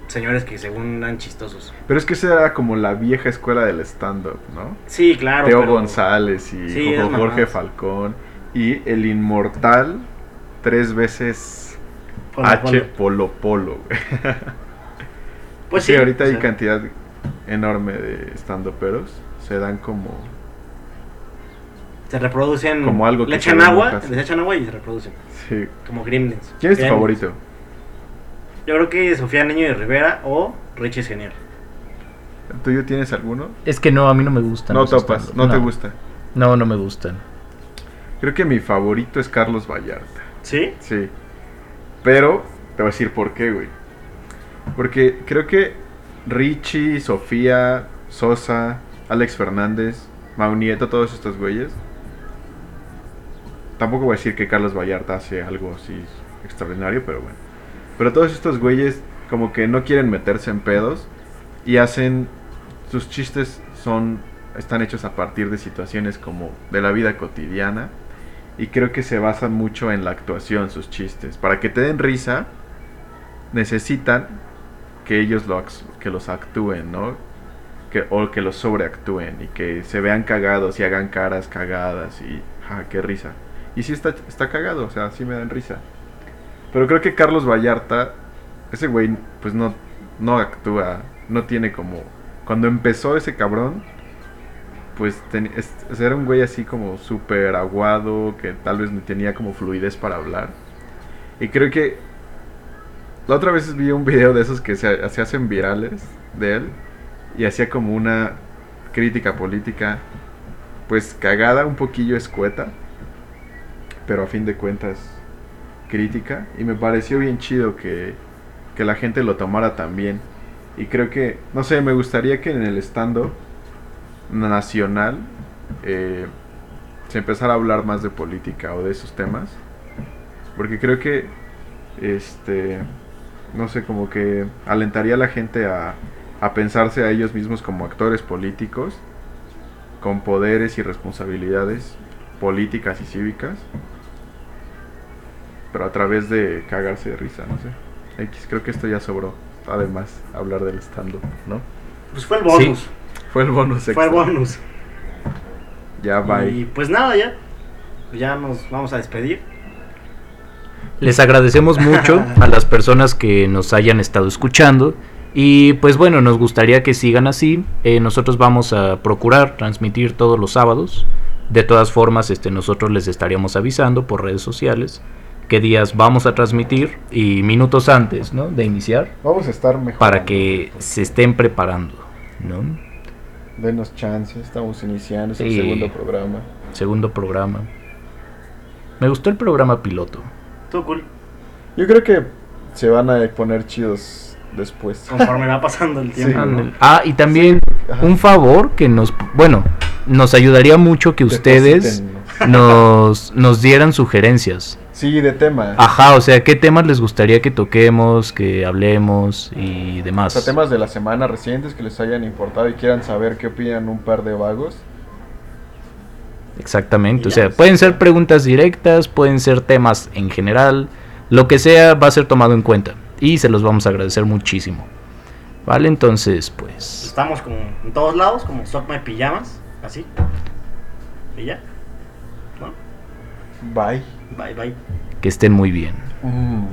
Speaker 4: señores que según eran chistosos.
Speaker 3: Pero es que esa era como la vieja escuela del stand-up, ¿no?
Speaker 4: Sí, claro.
Speaker 3: Teo
Speaker 4: pero-
Speaker 3: González y
Speaker 4: Sí,
Speaker 3: Jo-
Speaker 4: esas mamadas.
Speaker 3: Jorge Falcón y el inmortal tres veces
Speaker 4: Ponlo,
Speaker 3: H
Speaker 4: ponlo.
Speaker 3: Polo Polo, güey.
Speaker 4: Pues
Speaker 3: sí,
Speaker 4: sí,
Speaker 3: ahorita
Speaker 4: o
Speaker 3: hay
Speaker 4: sea,
Speaker 3: cantidad enorme de stand-uperos. Se dan como
Speaker 4: Se reproducen.
Speaker 3: Como algo que
Speaker 4: Le
Speaker 3: se
Speaker 4: echan
Speaker 3: ve en
Speaker 4: agua,
Speaker 3: hojas.
Speaker 4: les echan agua y se reproducen.
Speaker 3: Sí.
Speaker 4: Como gremlins.
Speaker 3: ¿Quién es tu
Speaker 4: Gremlins.
Speaker 3: favorito?
Speaker 4: Yo creo que Sofía Niño de Rivera o Richie Genial.
Speaker 3: ¿Tú y yo tienes alguno?
Speaker 2: Es que no, a mí no me gustan.
Speaker 3: No
Speaker 2: los
Speaker 3: topas,
Speaker 2: stand-up.
Speaker 3: no, te gusta.
Speaker 2: No, no me gustan.
Speaker 3: Creo que mi favorito es Carlos Vallarta.
Speaker 4: ¿Sí?
Speaker 3: Sí. Pero te voy a decir por qué, güey. Porque creo que Richie, Sofía, Sosa, Alex Fernández, Mau Nieto, todos estos güeyes. Tampoco voy a decir que Carlos Vallarta hace algo así extraordinario, pero bueno. Pero todos estos güeyes como que no quieren meterse en pedos y hacen sus chistes son están hechos a partir de situaciones como de la vida cotidiana y creo que se basan mucho en la actuación sus chistes. Para que te den risa necesitan que ellos lo ax- que los actúen, ¿no? Que, o que los sobreactúen y que se vean cagados y hagan caras cagadas y ja, qué risa. Y sí está, está cagado, o sea, sí me dan risa. Pero creo que Carlos Vallarta, ese güey, pues no, no actúa, no tiene como... Cuando empezó ese cabrón, pues ten- es- o sea, era un güey así como súper aguado, que tal vez no tenía como fluidez para hablar. Y creo que la otra vez vi un video de esos que se, se hacen virales de él y hacía como una crítica política, pues cagada, un poquillo escueta, pero a fin de cuentas crítica. Y me pareció bien chido que, que la gente lo tomara también. Y creo que, no sé, me gustaría que en el stand-up nacional eh, se empezara a hablar más de política o de esos temas. Porque creo que, este, no sé, como que alentaría a la gente a, a pensarse a ellos mismos como actores políticos, con poderes y responsabilidades políticas y cívicas, pero a través de cagarse de risa, no sé. X, creo que esto ya sobró. Además, hablar del stand-up, ¿no?
Speaker 4: Pues fue el bonus.
Speaker 2: Sí,
Speaker 3: Fue el bonus
Speaker 4: fue el
Speaker 3: extra.
Speaker 4: bonus.
Speaker 3: Ya, bye.
Speaker 4: Y pues nada, ya. Ya nos vamos a despedir.
Speaker 2: Les agradecemos mucho a las personas que nos hayan estado escuchando. Y pues bueno, nos gustaría que sigan así. Eh, nosotros vamos a procurar transmitir todos los sábados. De todas formas, este, nosotros les estaríamos avisando por redes sociales qué días vamos a transmitir y minutos antes ¿no? de iniciar
Speaker 3: Vamos a estar mejor.
Speaker 2: para que se estén preparando. ¿no?
Speaker 3: Denos chance, estamos iniciando, es
Speaker 2: Sí.
Speaker 3: el segundo programa.
Speaker 2: Segundo programa. Me gustó el programa piloto.
Speaker 4: Todo cool.
Speaker 3: Yo creo que se van a poner chidos después.
Speaker 4: Conforme va pasando el tiempo.
Speaker 3: Sí.
Speaker 2: Ándale. Ah, y también
Speaker 3: Ajá.
Speaker 2: un favor que nos, bueno, nos ayudaría mucho que ustedes
Speaker 3: Deposítennos.
Speaker 2: nos, nos dieran sugerencias.
Speaker 3: Sí, de tema.
Speaker 2: Ajá, o sea, ¿qué temas les gustaría que toquemos, que hablemos y
Speaker 3: O
Speaker 2: demás?
Speaker 3: sea, temas de la semana recientes que les hayan importado y quieran saber qué opinan un par de vagos.
Speaker 2: Exactamente, o
Speaker 4: Ya,
Speaker 2: sea,
Speaker 4: pues,
Speaker 2: pueden ser preguntas directas, pueden ser temas en general, lo que sea va a ser tomado en cuenta y se los vamos a agradecer muchísimo. Vale, entonces, pues...
Speaker 4: Estamos como en todos lados, como Sock My Pijamas. Así. Y ya. Bueno,
Speaker 3: Bye.
Speaker 4: bye bye.
Speaker 2: Que estén muy bien.
Speaker 3: Mm.